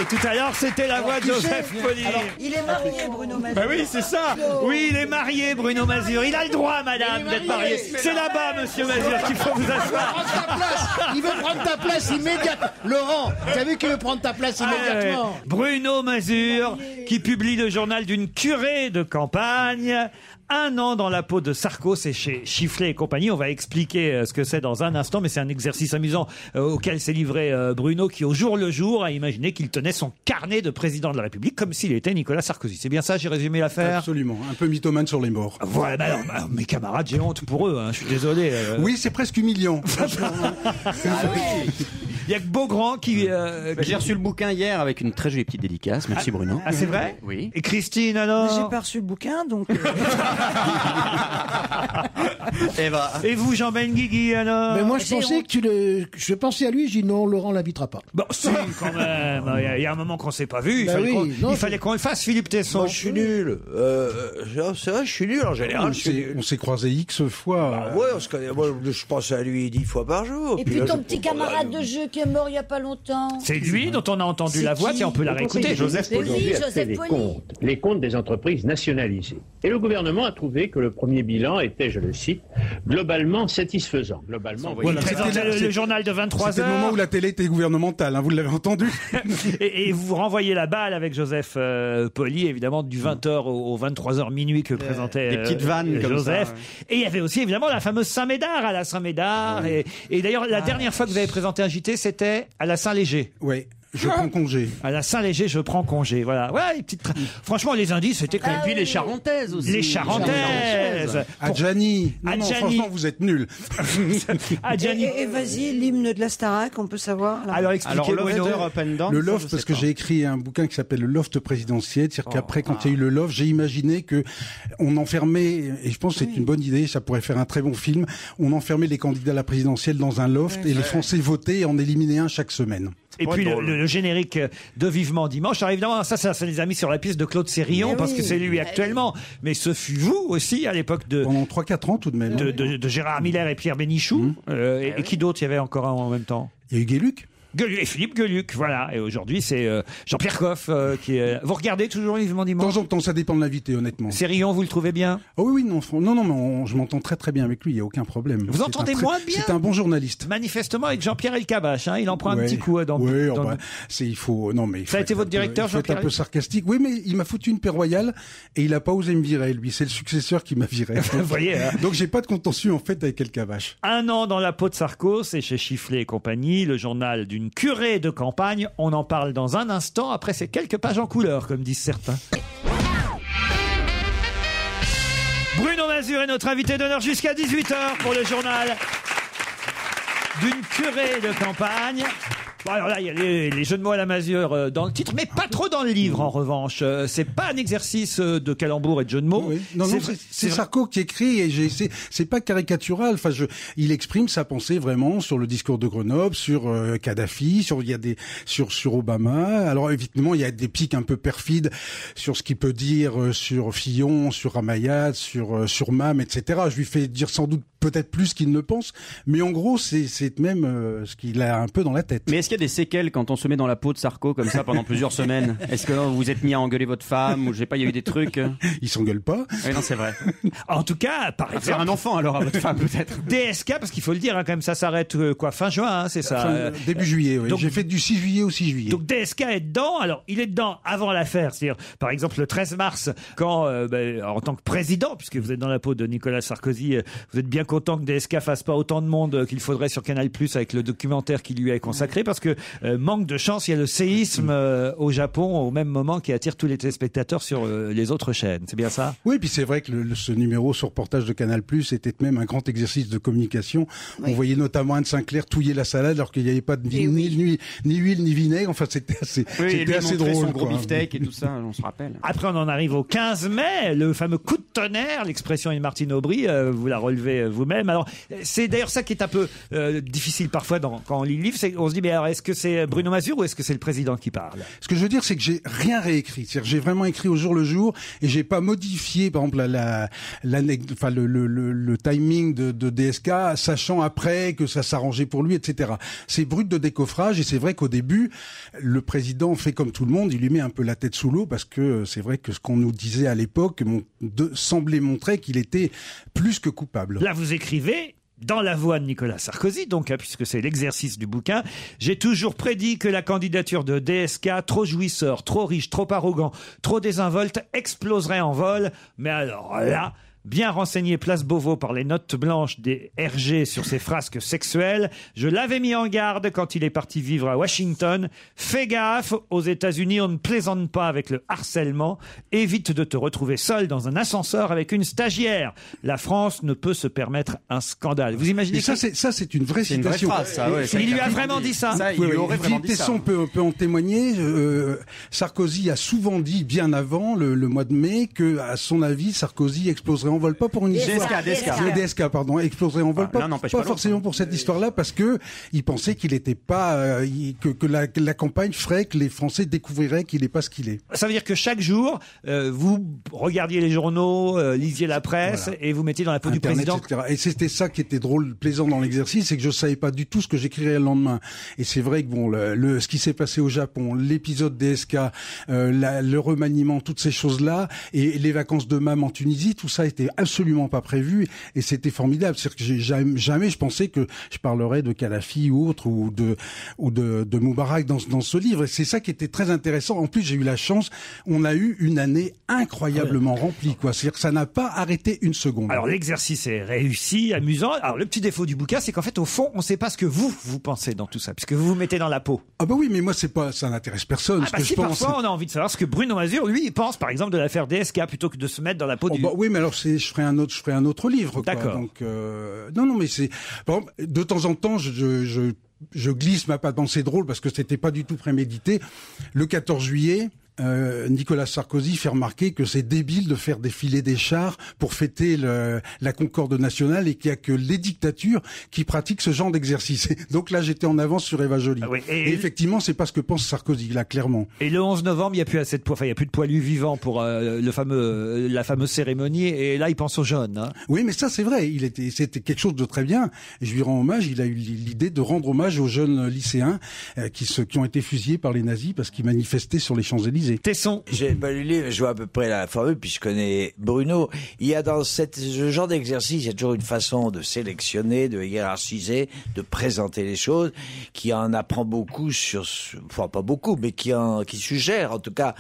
[SPEAKER 3] Et tout à l'heure, c'était la voix de Joseph Poli.
[SPEAKER 5] Il est marié, Bruno Mazur.
[SPEAKER 3] Bah oui, c'est ça. Oui, il est marié, Bruno Mazur. Il a le droit, madame, d'être marié. C'est là-bas, monsieur Mazur, qu'il faut vous asseoir.
[SPEAKER 9] Prends ta place. Il veut prendre ta place immédiatement. Laurent, tu as vu qu'il veut prendre ta place
[SPEAKER 3] Ah
[SPEAKER 9] immédiatement.
[SPEAKER 3] ouais. Bruno Mazur, qui publie le journal d'une curée de campagne. Un an dans la peau de Sarko, c'est chez Chifflet et compagnie. On va expliquer euh, ce que c'est dans un instant, mais c'est un exercice amusant euh, auquel s'est livré euh, Bruno, qui au jour le jour a imaginé qu'il tenait son carnet de président de la République comme s'il était Nicolas Sarkozy. C'est bien ça, j'ai résumé l'affaire
[SPEAKER 20] Absolument, un peu mythomane sur les morts.
[SPEAKER 3] Voilà, bah alors, bah, mes camarades, j'ai honte pour eux, hein, je suis désolé. euh.
[SPEAKER 20] Oui, c'est presque humiliant.
[SPEAKER 3] Il y a que Beaugrand qui. euh,
[SPEAKER 21] Bah,
[SPEAKER 3] qui-
[SPEAKER 6] J'ai reçu le bouquin hier avec une très jolie petite dédicace. Merci Bruno.
[SPEAKER 3] Ah, c'est vrai
[SPEAKER 6] Oui.
[SPEAKER 3] Et Christine, alors
[SPEAKER 5] J'ai pas reçu le bouquin, donc. euh,
[SPEAKER 3] Eh
[SPEAKER 6] Eva.
[SPEAKER 3] Et vous, Jean Benguigui, alors
[SPEAKER 9] Mais moi, je pensais que tu le. Je pensais à lui, j'ai dit non, Laurent l'habitera pas.
[SPEAKER 3] Bon, Bah, si, quand même. Il y a- il y, a un moment qu'on s'est pas vu. Il
[SPEAKER 9] Bah
[SPEAKER 3] fallait
[SPEAKER 9] oui,
[SPEAKER 3] qu'on-
[SPEAKER 9] non,
[SPEAKER 3] il fallait qu'on le fasse, Philippe Tesson.
[SPEAKER 11] Moi, je suis nul. Euh, euh, c'est vrai, je suis nul en général.
[SPEAKER 20] Ah, on
[SPEAKER 11] Je suis
[SPEAKER 20] s'est- on s'est croisé X fois.
[SPEAKER 11] Ouais, on se connaît. Moi, je pense à lui dix fois par jour.
[SPEAKER 8] Et puis
[SPEAKER 11] là,
[SPEAKER 8] ton
[SPEAKER 11] je
[SPEAKER 8] petit
[SPEAKER 11] prends-
[SPEAKER 8] camarade de jeu qui est mort il y a pas longtemps.
[SPEAKER 3] C'est lui dont on a entendu la voix, tiens, on peut la réécouter.
[SPEAKER 8] Joseph Poli.
[SPEAKER 21] Aujourd'hui, a
[SPEAKER 8] Joseph
[SPEAKER 21] fait les
[SPEAKER 8] Poli.
[SPEAKER 21] comptes, les comptes des entreprises nationalisées. Et le gouvernement a trouvé que le premier bilan était, je le cite, globalement satisfaisant. Globalement,
[SPEAKER 3] Il présentait le, le journal de 23
[SPEAKER 20] C'était le moment
[SPEAKER 3] heures
[SPEAKER 20] où la télé était gouvernementale, hein, vous l'avez entendu
[SPEAKER 3] et, et vous renvoyez la balle avec Joseph euh, Poli, évidemment, du 20h au, 23h minuit que présentait
[SPEAKER 6] Mm. Euh,
[SPEAKER 3] euh,
[SPEAKER 6] des petites vannes comme
[SPEAKER 3] Joseph.
[SPEAKER 6] ça, ouais. Ah
[SPEAKER 3] Et il y avait aussi, évidemment, la fameuse Saint-Médard à la Saint-Médard. Et, et d'ailleurs, la dernière fois que vous avez présenté un JT, c'était à la Saint-Léger. Ah.
[SPEAKER 20] Oui, je prends congé.
[SPEAKER 3] À la Saint-Léger, je prends congé. Voilà. Ouais, les petites tra-
[SPEAKER 6] Mm.
[SPEAKER 3] Franchement, les indices, c'était quand
[SPEAKER 6] Et
[SPEAKER 3] même
[SPEAKER 6] puis les Charentaises aussi.
[SPEAKER 3] les Ah, Charentaises.
[SPEAKER 20] Adjani. Non, non,
[SPEAKER 3] Adjani.
[SPEAKER 20] franchement, vous êtes nuls.
[SPEAKER 3] Ah, Gianni.
[SPEAKER 5] Et, et vas-y, l'hymne de la Starac, on peut savoir. là.
[SPEAKER 3] Alors expliquez
[SPEAKER 6] Alors, Love
[SPEAKER 3] Bruno.
[SPEAKER 6] Up and Down,
[SPEAKER 20] Le
[SPEAKER 6] ça,
[SPEAKER 20] loft,
[SPEAKER 6] je
[SPEAKER 20] parce que
[SPEAKER 6] sais pas. Oh. Ah.
[SPEAKER 20] j'ai écrit un bouquin qui s'appelle Le loft présidentiel, c'est-à-dire qu'après, quand il y a eu le loft, j'ai imaginé que on enfermait, et je pense que c'est une bonne idée, ça pourrait faire un très bon film, on enfermait les candidats à la présidentielle dans un loft et les Français votaient et en éliminaient un chaque semaine.
[SPEAKER 3] Et puis le, le- le générique de Vivement Dimanche. Alors évidemment, ça, ça, ça les a mis sur la piste de Claude Sérillon, parce que c'est
[SPEAKER 21] Bah
[SPEAKER 3] lui actuellement. Mais ce fut vous aussi à l'époque de,
[SPEAKER 20] Pendant 3-4 ans tout de même. Mmh.
[SPEAKER 3] de, de- de Gérard Miller et Pierre Bénichou. Euh,
[SPEAKER 21] Bah
[SPEAKER 3] et, et qui d'autre il y avait encore un en même temps
[SPEAKER 20] Il y a eu Guéluc
[SPEAKER 3] Gueuluc- et Philippe Gueuluc, voilà. Et aujourd'hui, c'est euh, Jean-Pierre Coff euh, qui est... Vous regardez toujours Vivement
[SPEAKER 20] De
[SPEAKER 3] Dimanche
[SPEAKER 20] temps en temps, ça dépend de l'invité, honnêtement.
[SPEAKER 3] Sérillon, vous le trouvez bien
[SPEAKER 20] Oh oui, oui, non, fran- non, non, mais on- je m'entends très très bien avec lui, il n'y a aucun problème.
[SPEAKER 3] Vous
[SPEAKER 20] C'est un
[SPEAKER 3] entendez
[SPEAKER 20] très-
[SPEAKER 3] moins bien
[SPEAKER 20] C'est un bon journaliste.
[SPEAKER 3] Manifestement avec Jean-Pierre Elkabach, hein, il en prend un
[SPEAKER 20] Ouais.
[SPEAKER 3] petit coup euh, dans,
[SPEAKER 20] Ouais,
[SPEAKER 3] dans-
[SPEAKER 20] oh bah, c'est il faut non mais il
[SPEAKER 3] Ça a
[SPEAKER 20] faut
[SPEAKER 3] été
[SPEAKER 20] être
[SPEAKER 3] votre
[SPEAKER 20] un peu-
[SPEAKER 3] directeur,
[SPEAKER 20] il faut être
[SPEAKER 3] Jean-Pierre
[SPEAKER 20] un peu sarcastique. Oui, mais il m'a foutu une paix royale et il a pas osé me virer. Lui, c'est le successeur qui m'a viré.
[SPEAKER 3] Vous voyez, hein.
[SPEAKER 20] Donc j'ai pas de contentieux en fait avec El Cavache.
[SPEAKER 3] Un an dans la peau de Sarko, c'est chez Chifflet et compagnie, le journal d'une curée de campagne. On en parle dans un instant, après ces quelques pages en couleur, comme disent certains. Bruno Mazur est notre invité d'honneur jusqu'à 18h pour le journal d'une curée de campagne. Bon, alors là, il y a les, les jeux de mots à la masure euh, dans le titre, mais pas trop dans le livre en revanche. Euh, c'est pas un exercice euh, de calembour et de jeu de mots.
[SPEAKER 20] Oui. Non, non,
[SPEAKER 3] vrai-
[SPEAKER 20] c'est- c'est
[SPEAKER 3] vrai-
[SPEAKER 20] Sarko qui écrit et j'ai c'est c'est pas caricatural. Enfin, je, il exprime sa pensée vraiment sur le discours de Grenoble, sur euh, Kadhafi, sur il y a des sur sur Obama. Alors évidemment, il y a des pics un peu perfides sur ce qu'il peut dire euh, sur Fillon, sur Ramayad, sur euh, sur Mam, etc. Je lui fais dire sans doute peut-être plus qu'il ne pense, mais en gros, c'est c'est même euh, ce qu'il a un peu dans la tête.
[SPEAKER 6] Mais est-ce qu'il y a des séquelles quand on se met dans la peau de Sarko comme ça pendant plusieurs semaines Est-ce que vous vous êtes mis à engueuler votre femme ou je sais pas, il y a eu des trucs
[SPEAKER 20] Ils s'engueulent pas.
[SPEAKER 6] non, c'est vrai.
[SPEAKER 3] En tout cas, par exemple.
[SPEAKER 6] Faire un enfant alors à votre femme peut-être.
[SPEAKER 3] DSK, parce qu'il faut le dire, hein, quand même, ça s'arrête euh, quoi fin juin, hein, c'est ça.
[SPEAKER 20] Fin-
[SPEAKER 3] euh,
[SPEAKER 20] début juillet, oui.
[SPEAKER 3] donc-
[SPEAKER 20] J'ai fait du 6 juillet au 6 juillet.
[SPEAKER 3] Donc DSK est dedans. Alors il est dedans avant l'affaire, c'est-à-dire par exemple le 13 mars, quand euh, ben, en tant que président, puisque vous êtes dans la peau de Nicolas Sarkozy, euh, vous êtes bien content que DSK fasse pas autant de monde euh, qu'il faudrait sur Canal+ avec le documentaire qui lui est consacré, parce que euh, manque de chance, il y a le séisme euh, au Japon au même moment qui attire tous les téléspectateurs sur euh, les autres chaînes. C'est bien ça
[SPEAKER 20] Oui, puis c'est vrai que le- le- ce numéro sur reportage de Canal Plus était même un grand exercice de communication. On voyait notamment Anne Sinclair touiller la salade alors qu'il n'y avait pas de ni, ni- ni- ni huile ni vinaigre. Enfin, c'était assez,
[SPEAKER 6] Oui, et
[SPEAKER 20] c'était
[SPEAKER 6] lui
[SPEAKER 20] assez
[SPEAKER 6] montrer
[SPEAKER 20] drôle.
[SPEAKER 6] son gros
[SPEAKER 20] quoi.
[SPEAKER 6] beefsteak et tout ça, on se rappelle.
[SPEAKER 3] Après, on en arrive au 15 mai, le fameux coup de tonnerre, l'expression est de Martine Aubry, euh, vous la relevez euh, vous-même. Alors, euh, c'est d'ailleurs ça qui est un peu euh, difficile parfois dans- quand on lit le livre, c'est qu'on se dit, mais alors est-ce que c'est Bruno Mazur ou est-ce que c'est le président qui parle
[SPEAKER 20] Ce que je veux dire, c'est que j'ai rien réécrit. C'est-à-dire, j'ai vraiment écrit au jour le jour et j'ai pas modifié, par exemple, la, la, l'anec- enfin, le, le, le, le timing de, de DSK, sachant après que ça s'arrangeait pour lui, etc. C'est brut de décoffrage et c'est vrai qu'au début, le président fait comme tout le monde, il lui met un peu la tête sous l'eau parce que euh, c'est vrai que ce qu'on nous disait à l'époque mon- de- semblait montrer qu'il était plus que coupable.
[SPEAKER 3] Là, vous écrivez. Dans la voix de Nicolas Sarkozy, donc, hein, puisque c'est l'exercice du bouquin, j'ai toujours prédit que la candidature de DSK, trop jouisseur, trop riche, trop arrogant, trop désinvolte, exploserait en vol. Mais alors là, bien renseigné Place Beauvau par les notes blanches des RG sur ses frasques sexuelles, je l'avais mis en garde quand il est parti vivre à Washington. Fais gaffe, aux États-Unis, on ne plaisante pas avec le harcèlement. Évite de te retrouver seul dans un ascenseur avec une stagiaire. La France ne peut se permettre un scandale. Vous imaginez
[SPEAKER 20] Et ça,
[SPEAKER 3] que-
[SPEAKER 20] c'est ça, c'est une vraie
[SPEAKER 3] C'est une vraie
[SPEAKER 20] citation.
[SPEAKER 3] phrase, ça, ouais, ça, Il il lui a a vraiment dit dit ça. ça, il
[SPEAKER 20] Oui,
[SPEAKER 3] lui
[SPEAKER 20] oui,
[SPEAKER 3] aurait vraiment
[SPEAKER 20] Philippe
[SPEAKER 3] dit ça.
[SPEAKER 20] Tesson peut, peut en témoigner. euh, Sarkozy a souvent dit, bien avant le, le mois de mai, que, à son avis, Sarkozy exploserait en vol pas pour une
[SPEAKER 6] DSK,
[SPEAKER 20] histoire.
[SPEAKER 6] DSK.
[SPEAKER 20] Le DSK, pardon, exploserait en vol
[SPEAKER 3] Ah,
[SPEAKER 6] l'un
[SPEAKER 20] pas,
[SPEAKER 6] n'empêche
[SPEAKER 20] pas
[SPEAKER 6] pas l'autre.
[SPEAKER 20] forcément pour cette histoire-là, parce que il pensait qu'il n'était pas, euh, il- que, que la, que la campagne ferait que les Français découvriraient qu'il n'est pas ce qu'il est.
[SPEAKER 3] Ça veut dire que chaque jour, euh, vous regardiez les journaux, euh, lisiez la presse et vous mettiez dans la peau
[SPEAKER 20] Internet,
[SPEAKER 3] du président.
[SPEAKER 20] etc. Et c'était ça qui était drôle, plaisant dans l'exercice, c'est que je savais pas du tout ce que j'écrirais le lendemain. Et c'est vrai que bon, le, le- ce qui s'est passé au Japon, l'épisode DSK, euh, la- le remaniement, toutes ces choses-là, et les vacances de Mam en Tunisie, tout ça était absolument pas prévu et c'était formidable. C'est-à-dire que j'ai jamais, jamais je pensais que je parlerais de Kadhafi ou autre ou de ou de, de Moubarak dans, ce- dans ce livre. Et c'est ça qui était très intéressant. En plus, j'ai eu la chance, on a eu une année incroyablement remplie, quoi. C'est-à-dire que ça n'a pas arrêté une seconde.
[SPEAKER 3] Ah Alors l'exercice est réussi, amusant. Alors le petit défaut du bouquin, c'est qu'en fait au fond, on ne sait pas ce que vous vous pensez dans tout ça, puisque vous vous mettez dans la peau.
[SPEAKER 20] Ah bah oui, mais moi c'est pas ça n'intéresse personne
[SPEAKER 3] Ah
[SPEAKER 20] ce
[SPEAKER 3] bah
[SPEAKER 20] que
[SPEAKER 3] si
[SPEAKER 20] je pense.
[SPEAKER 3] parfois on a envie de savoir ce que Bruno Mazur lui il pense par exemple de l'affaire DSK plutôt que de se mettre dans la peau
[SPEAKER 20] Oh
[SPEAKER 3] du.
[SPEAKER 20] bah oui, mais alors c'est je ferai un autre je ferai un autre livre quoi.
[SPEAKER 3] D'accord.
[SPEAKER 20] Donc euh, non non mais c'est par exemple, de temps en temps je je, je, je glisse ma patte dans c'est drôle parce que c'était pas du tout prémédité. Le 14 juillet euh, Nicolas Sarkozy fait remarquer que c'est débile de faire défiler des chars pour fêter le- la concorde nationale et qu'il y a que les dictatures qui pratiquent ce genre d'exercice. Donc là, j'étais en avance sur Eva Jolie.
[SPEAKER 3] et-
[SPEAKER 20] Ah et effectivement, c'est pas ce que pense Sarkozy, là, clairement.
[SPEAKER 3] Et le 11 novembre, il n'y a plus assez de poids, enfin, il y a plus de poilus vivants pour euh, le fameux, euh, la fameuse cérémonie. Et là, il pense aux jeunes. hein.
[SPEAKER 20] Oui, mais ça c'est vrai. Il était, c'était quelque chose de très bien. Et je lui rends hommage. Il a eu l'idée de rendre hommage aux jeunes lycéens euh, qui se, qui ont été fusillés par les nazis parce qu'ils manifestaient sur les Champs Élysées.
[SPEAKER 3] Tesson.
[SPEAKER 11] J'ai pas lu le livre, je vois à peu près la formule, puis je connais Bruno. Il y a dans cette, ce genre d'exercice, il y a toujours une façon de sélectionner, de hiérarchiser, de présenter les choses, qui en apprend beaucoup sur, ce- enfin pas beaucoup, mais qui, en, qui suggère en tout cas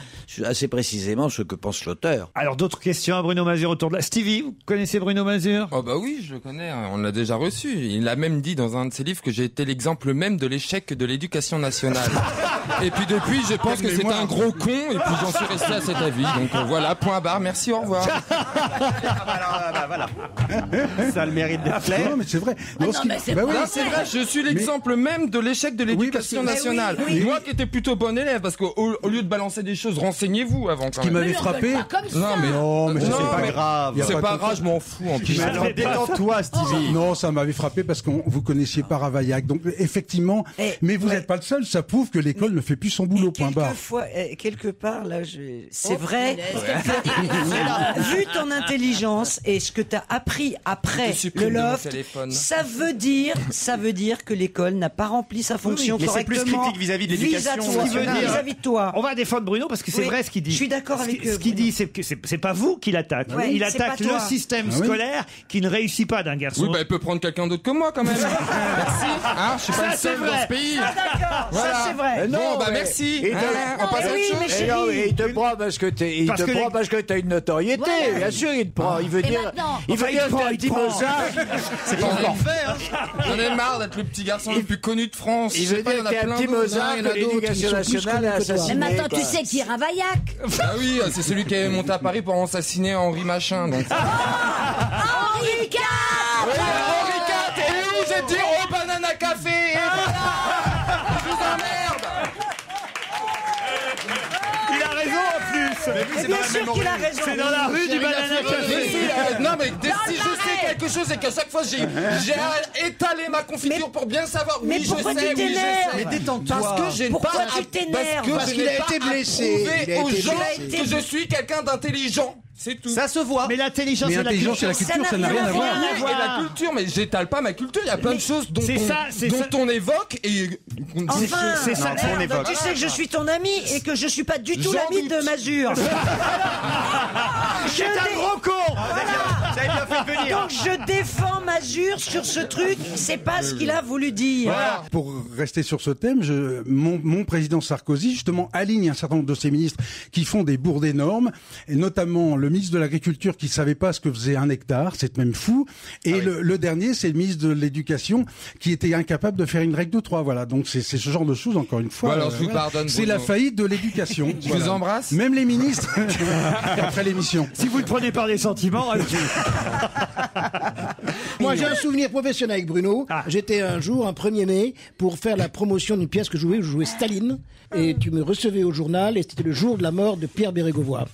[SPEAKER 11] assez précisément ce que pense l'auteur.
[SPEAKER 3] Alors d'autres questions à Bruno Mazur autour de la. Stevie, vous connaissez Bruno Mazur
[SPEAKER 7] Oh bah oui, je le connais, on l'a déjà reçu. Il a même dit dans un de ses livres que j'ai été l'exemple même de l'échec de l'éducation nationale. et puis depuis, je pense que
[SPEAKER 20] Quelle
[SPEAKER 7] c'était
[SPEAKER 20] mémoire.
[SPEAKER 7] un gros con, et puis j'en suis resté à cet avis. Donc euh, voilà, point barre, merci, au revoir.
[SPEAKER 6] Ça a le mérite
[SPEAKER 7] d'être clair.
[SPEAKER 20] Non, mais c'est vrai. Non, ce qui- bah oui.
[SPEAKER 7] Non, c'est vrai, je suis l'exemple même de l'échec de l'éducation
[SPEAKER 20] Oui, parce que-
[SPEAKER 7] nationale.
[SPEAKER 20] Mais oui, oui.
[SPEAKER 7] Moi qui étais plutôt bon élève, parce qu'au au lieu de balancer des choses, renseignez-vous avant. Quand
[SPEAKER 20] qui
[SPEAKER 7] même.
[SPEAKER 20] m'avait Mais on frappé- gueule pas Ah, comme
[SPEAKER 7] Non,
[SPEAKER 20] ça.
[SPEAKER 7] mais,
[SPEAKER 20] Non, mais ça, c'est pas grave. Y a
[SPEAKER 7] C'est
[SPEAKER 20] pas
[SPEAKER 7] pas
[SPEAKER 20] de
[SPEAKER 7] grave, je m'en fous en plus. Oh.
[SPEAKER 20] Non, ça m'avait frappé parce que vous connaissiez pas Ravaillac. Donc effectivement, Eh, mais vous n'êtes pas le seul. Ça prouve que l'école ne fait plus son boulot. Point barre.
[SPEAKER 5] Quelquefois, euh, quelquefois quelque part, là, je... c'est vrai.
[SPEAKER 22] punaise, quelle fatigue.
[SPEAKER 5] Vu ton intelligence et ce que tu as appris après
[SPEAKER 22] Tu supprimes
[SPEAKER 5] le
[SPEAKER 22] de mon
[SPEAKER 5] loft,
[SPEAKER 22] téléphone.
[SPEAKER 5] ça veut dire, ça veut dire que l'école n'a pas rempli sa fonction
[SPEAKER 3] mais c'est plus
[SPEAKER 5] correctement.
[SPEAKER 3] critique vis-à-vis de l'éducation
[SPEAKER 5] vis-à-toi,
[SPEAKER 3] nationale.
[SPEAKER 5] vis-à-vis de toi.
[SPEAKER 3] On va défendre Bruno parce que c'est
[SPEAKER 5] Oui,
[SPEAKER 3] vrai ce qu'il dit.
[SPEAKER 5] je suis d'accord
[SPEAKER 3] Ce qui-
[SPEAKER 5] avec eux,
[SPEAKER 3] Ce qu'il
[SPEAKER 5] Bruno.
[SPEAKER 3] dit, c'est que c'est c'est pas vous qui l'attaque.
[SPEAKER 7] Ouais,
[SPEAKER 3] il
[SPEAKER 7] c'est
[SPEAKER 3] attaque
[SPEAKER 7] pas
[SPEAKER 3] le
[SPEAKER 7] toi.
[SPEAKER 3] système
[SPEAKER 7] Ah oui.
[SPEAKER 3] scolaire qui ne réussit pas d'un garçon.
[SPEAKER 7] Oui, bah, elle peut prendre quelqu'un d'autre que moi quand même. merci. Hein, je suis pas
[SPEAKER 3] Ça,
[SPEAKER 7] le seul
[SPEAKER 3] c'est vrai.
[SPEAKER 7] dans ce pays.
[SPEAKER 3] Ah,
[SPEAKER 5] d'accord.
[SPEAKER 7] Voilà. bon, bah merci.
[SPEAKER 11] Il te,
[SPEAKER 7] Hein, on passe à autre chose.
[SPEAKER 11] Et Eh non, mais il te prend parce que t'es, il
[SPEAKER 7] Parce
[SPEAKER 11] te
[SPEAKER 7] que
[SPEAKER 11] prend
[SPEAKER 7] les-
[SPEAKER 11] parce que t'as une notoriété.
[SPEAKER 7] Voilà.
[SPEAKER 11] Bien sûr, il te prend. Eh ben, Il veut
[SPEAKER 7] Et
[SPEAKER 11] dire,
[SPEAKER 7] maintenant
[SPEAKER 11] il veut
[SPEAKER 7] Eh ben, Enfin, il
[SPEAKER 11] dire
[SPEAKER 7] prend,
[SPEAKER 11] que t'es un
[SPEAKER 7] il
[SPEAKER 11] petit
[SPEAKER 7] prend.
[SPEAKER 11] bossard.
[SPEAKER 7] C'est pas encore fait, hein. J'en ai marre d'être le petit garçon le plus connu de France.
[SPEAKER 11] il
[SPEAKER 7] Je sais
[SPEAKER 11] veut
[SPEAKER 7] pas,
[SPEAKER 11] dire
[SPEAKER 7] y en a
[SPEAKER 11] que t'es un
[SPEAKER 7] plein
[SPEAKER 11] petit
[SPEAKER 7] d'autres.
[SPEAKER 11] Mozart
[SPEAKER 7] Non, il y en a d'autres
[SPEAKER 11] que
[SPEAKER 7] qui
[SPEAKER 11] l'éducation
[SPEAKER 7] sont plus
[SPEAKER 11] nationale
[SPEAKER 7] connus
[SPEAKER 11] a
[SPEAKER 7] que toi.
[SPEAKER 11] assassiné,
[SPEAKER 8] Mais attends, tu
[SPEAKER 11] quoi.
[SPEAKER 8] sais qui est Ravaillac
[SPEAKER 7] Bah oui, c'est celui qui est monté à Paris pour assassiner Henri Machin. Donc.
[SPEAKER 8] Henri IV
[SPEAKER 7] Oui, Henri IV, Ah, et où vous êtes oh, dire au Banana Café
[SPEAKER 9] eh,
[SPEAKER 7] Et
[SPEAKER 3] Ah,
[SPEAKER 7] voilà Je vous emmerde
[SPEAKER 3] Il a raison en plus
[SPEAKER 7] Mais oui, c'est dans la même rue.
[SPEAKER 3] C'est dans la rue du Banana
[SPEAKER 7] Oui,
[SPEAKER 3] Café
[SPEAKER 7] euh, Non mais dès-
[SPEAKER 3] Dans
[SPEAKER 7] si je sais quelque chose et qu'à chaque fois j'ai j'ai étalé ma confiture pour bien savoir
[SPEAKER 4] mais
[SPEAKER 7] oui je
[SPEAKER 4] pourquoi
[SPEAKER 7] sais
[SPEAKER 4] tu
[SPEAKER 7] oui je sais
[SPEAKER 4] t'énerves Mais détends-toi.
[SPEAKER 7] parce que j'ai
[SPEAKER 4] Pourquoi
[SPEAKER 7] pas
[SPEAKER 4] tu
[SPEAKER 7] à-
[SPEAKER 4] t'énerves
[SPEAKER 7] parce
[SPEAKER 4] Parce
[SPEAKER 7] que je
[SPEAKER 4] qu'il
[SPEAKER 7] n'ai
[SPEAKER 4] a
[SPEAKER 7] pas
[SPEAKER 4] été blessé.
[SPEAKER 7] à prouver
[SPEAKER 4] Il a
[SPEAKER 7] aux
[SPEAKER 4] été
[SPEAKER 7] gens
[SPEAKER 4] blessé.
[SPEAKER 7] que je suis quelqu'un d'intelligent c'est tout
[SPEAKER 16] Ça se voit. Mais
[SPEAKER 3] l'intelligence
[SPEAKER 16] et la
[SPEAKER 3] culture, ça n'a rien à voir.
[SPEAKER 7] Oui,
[SPEAKER 3] Rien à
[SPEAKER 7] et
[SPEAKER 3] voir.
[SPEAKER 7] la culture, mais j'étale pas ma culture. Il y a plein de choses dont,
[SPEAKER 3] c'est
[SPEAKER 7] on,
[SPEAKER 3] ça, c'est
[SPEAKER 7] dont
[SPEAKER 3] ça.
[SPEAKER 7] on évoque et qu'on dit-
[SPEAKER 5] Enfin,
[SPEAKER 7] Non,
[SPEAKER 5] merde,
[SPEAKER 7] qu'on évoque.
[SPEAKER 5] tu sais que je suis ton ami et que je suis pas du tout
[SPEAKER 7] J'en
[SPEAKER 5] l'ami de Mazur.
[SPEAKER 3] C'est un gros con
[SPEAKER 5] Donc je défends Mazur sur ce truc, c'est pas ce qu'il a voulu dire.
[SPEAKER 20] Pour rester sur ce thème, je, mon, mon président Sarkozy justement aligne un certain nombre de ses ministres qui font des bourdes énormes, et notamment le ministre de l'Agriculture qui savait pas ce que faisait un hectare, c'est même fou, et le, le dernier c'est le ministre de l'Éducation qui était incapable de faire une règle de trois. Voilà, donc c'est c'est ce genre de choses encore une fois.
[SPEAKER 7] Bon, alors, je vous
[SPEAKER 20] voilà.
[SPEAKER 7] pardonne,
[SPEAKER 20] C'est
[SPEAKER 7] Bruno.
[SPEAKER 20] la faillite de l'éducation.
[SPEAKER 7] Je vous embrasse.
[SPEAKER 20] Même les ministres après l'émission.
[SPEAKER 3] Si vous le prenez par les
[SPEAKER 6] euh,
[SPEAKER 3] sentiments,
[SPEAKER 4] Moi, j'ai un souvenir professionnel avec Bruno.
[SPEAKER 3] Ah.
[SPEAKER 4] J'étais un jour, un 1er mai, pour faire la promotion d'une pièce que je jouais, où je jouais Staline. Et tu me recevais au journal, et c'était le jour de la mort de Pierre Bérégovoy.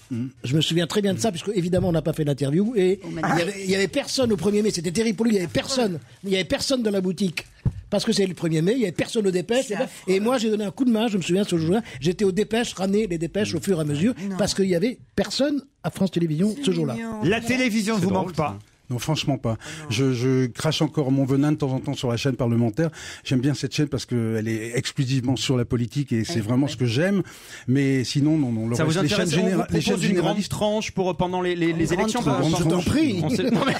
[SPEAKER 4] Je me souviens très bien de ça, puisque évidemment, on n'a pas fait d'interview. Et il y, avait, il y avait personne au 1er mai. C'était terrible pour lui. Il y avait personne. Il y avait personne dans la boutique. Parce que c'est le 1er mai, il y avait personne aux dépêches. Et, moi, j'ai donné un coup de main, je me souviens, ce jour-là. J'étais aux dépêches, ramener les dépêches au fur et à mesure, parce qu'il y avait personne à France Télévisions ce jour-là.
[SPEAKER 3] La télévision ne vous manque pas.
[SPEAKER 20] Non, franchement pas. Je, je crache encore mon venin de temps en temps sur la chaîne parlementaire. J'aime bien cette chaîne parce qu'elle est exclusivement sur la politique et c'est vraiment ce que j'aime. Mais sinon, non, non. le
[SPEAKER 6] Ça
[SPEAKER 20] reste,
[SPEAKER 6] vous
[SPEAKER 20] les
[SPEAKER 6] intéresse
[SPEAKER 20] chaînes
[SPEAKER 6] On vous
[SPEAKER 20] généra- les chaînes
[SPEAKER 6] propose une grande
[SPEAKER 20] généralistes-
[SPEAKER 6] tranche pour euh, pendant les, les- les
[SPEAKER 20] grande
[SPEAKER 6] élections
[SPEAKER 20] tranche. Je
[SPEAKER 6] pendant-
[SPEAKER 20] t'en prie.
[SPEAKER 6] On sait- Non, mais-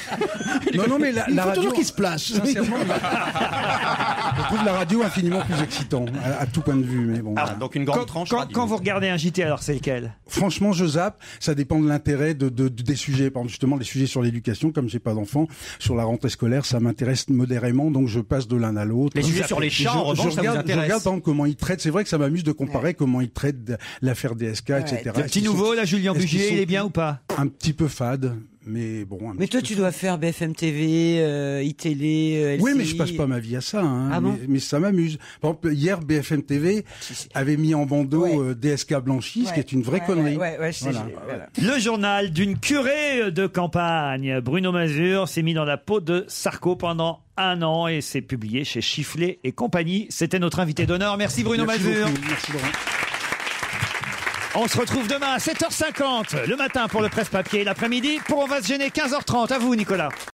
[SPEAKER 20] Non, non, mais la,
[SPEAKER 4] Il
[SPEAKER 20] la
[SPEAKER 4] faut
[SPEAKER 20] radio.
[SPEAKER 4] toujours qu'il se place.
[SPEAKER 20] Je trouve la radio infiniment plus excitant à, à tout point de vue. Mais bon.
[SPEAKER 3] Ah,
[SPEAKER 20] voilà.
[SPEAKER 6] Ah, donc une grande tranche.
[SPEAKER 3] Quand, quand vous regardez un JT, alors c'est lequel
[SPEAKER 20] Franchement, je zappe. Ça dépend de l'intérêt de, de- de- des sujets. Par exemple, justement, les sujets sur l'éducation, comme j'ai pas d'enfants, sur la rentrée scolaire, ça m'intéresse modérément, donc je passe de l'un à l'autre.
[SPEAKER 6] Les
[SPEAKER 20] Je-
[SPEAKER 6] sujets sur les chats, en
[SPEAKER 20] je-
[SPEAKER 6] revanche,
[SPEAKER 20] je
[SPEAKER 6] ça vous
[SPEAKER 20] regarde, je
[SPEAKER 6] intéresse.
[SPEAKER 20] regarde, par exemple, comment ils traitent. C'est vrai que ça m'amuse de comparer comment ils traitent de- l'affaire DSK, etc.
[SPEAKER 3] Le
[SPEAKER 20] Est-ce qu'ils
[SPEAKER 3] petit nouveau,
[SPEAKER 20] sont-
[SPEAKER 3] là, Julien
[SPEAKER 20] est-ce qu'ils
[SPEAKER 3] Bugier,
[SPEAKER 20] sont
[SPEAKER 3] il est bien ou pas
[SPEAKER 20] Un petit peu fade, mais bon. un
[SPEAKER 5] Mais
[SPEAKER 20] petit
[SPEAKER 5] toi,
[SPEAKER 20] peu
[SPEAKER 5] tu dois faire BFM TV, euh, iTélé, euh, LCI.
[SPEAKER 20] Oui, mais je passe pas ma vie à ça. hein.
[SPEAKER 5] Ah
[SPEAKER 20] mais,
[SPEAKER 5] bon
[SPEAKER 20] mais ça m'amuse. Par exemple, hier, BFM TV avait mis en bandeau euh, DSK Blanchi, ce qui
[SPEAKER 5] Ouais.
[SPEAKER 20] est une vraie
[SPEAKER 5] Ouais,
[SPEAKER 20] connerie.
[SPEAKER 5] ouais, ouais, ouais, je sais,
[SPEAKER 20] Voilà.
[SPEAKER 5] je- voilà.
[SPEAKER 3] Le journal d'une curée de campagne. Bruno Mazur s'est mis dans la peau de Sarko pendant un an et c'est publié chez Chifflet et compagnie. C'était notre invité d'honneur. Merci Bruno
[SPEAKER 20] Merci
[SPEAKER 3] Mazur.
[SPEAKER 20] beaucoup. Merci, Laurent.
[SPEAKER 3] On se retrouve demain à 7h50 le matin pour le presse-papier, l'après-midi pour On va se gêner 15h30. À vous Nicolas.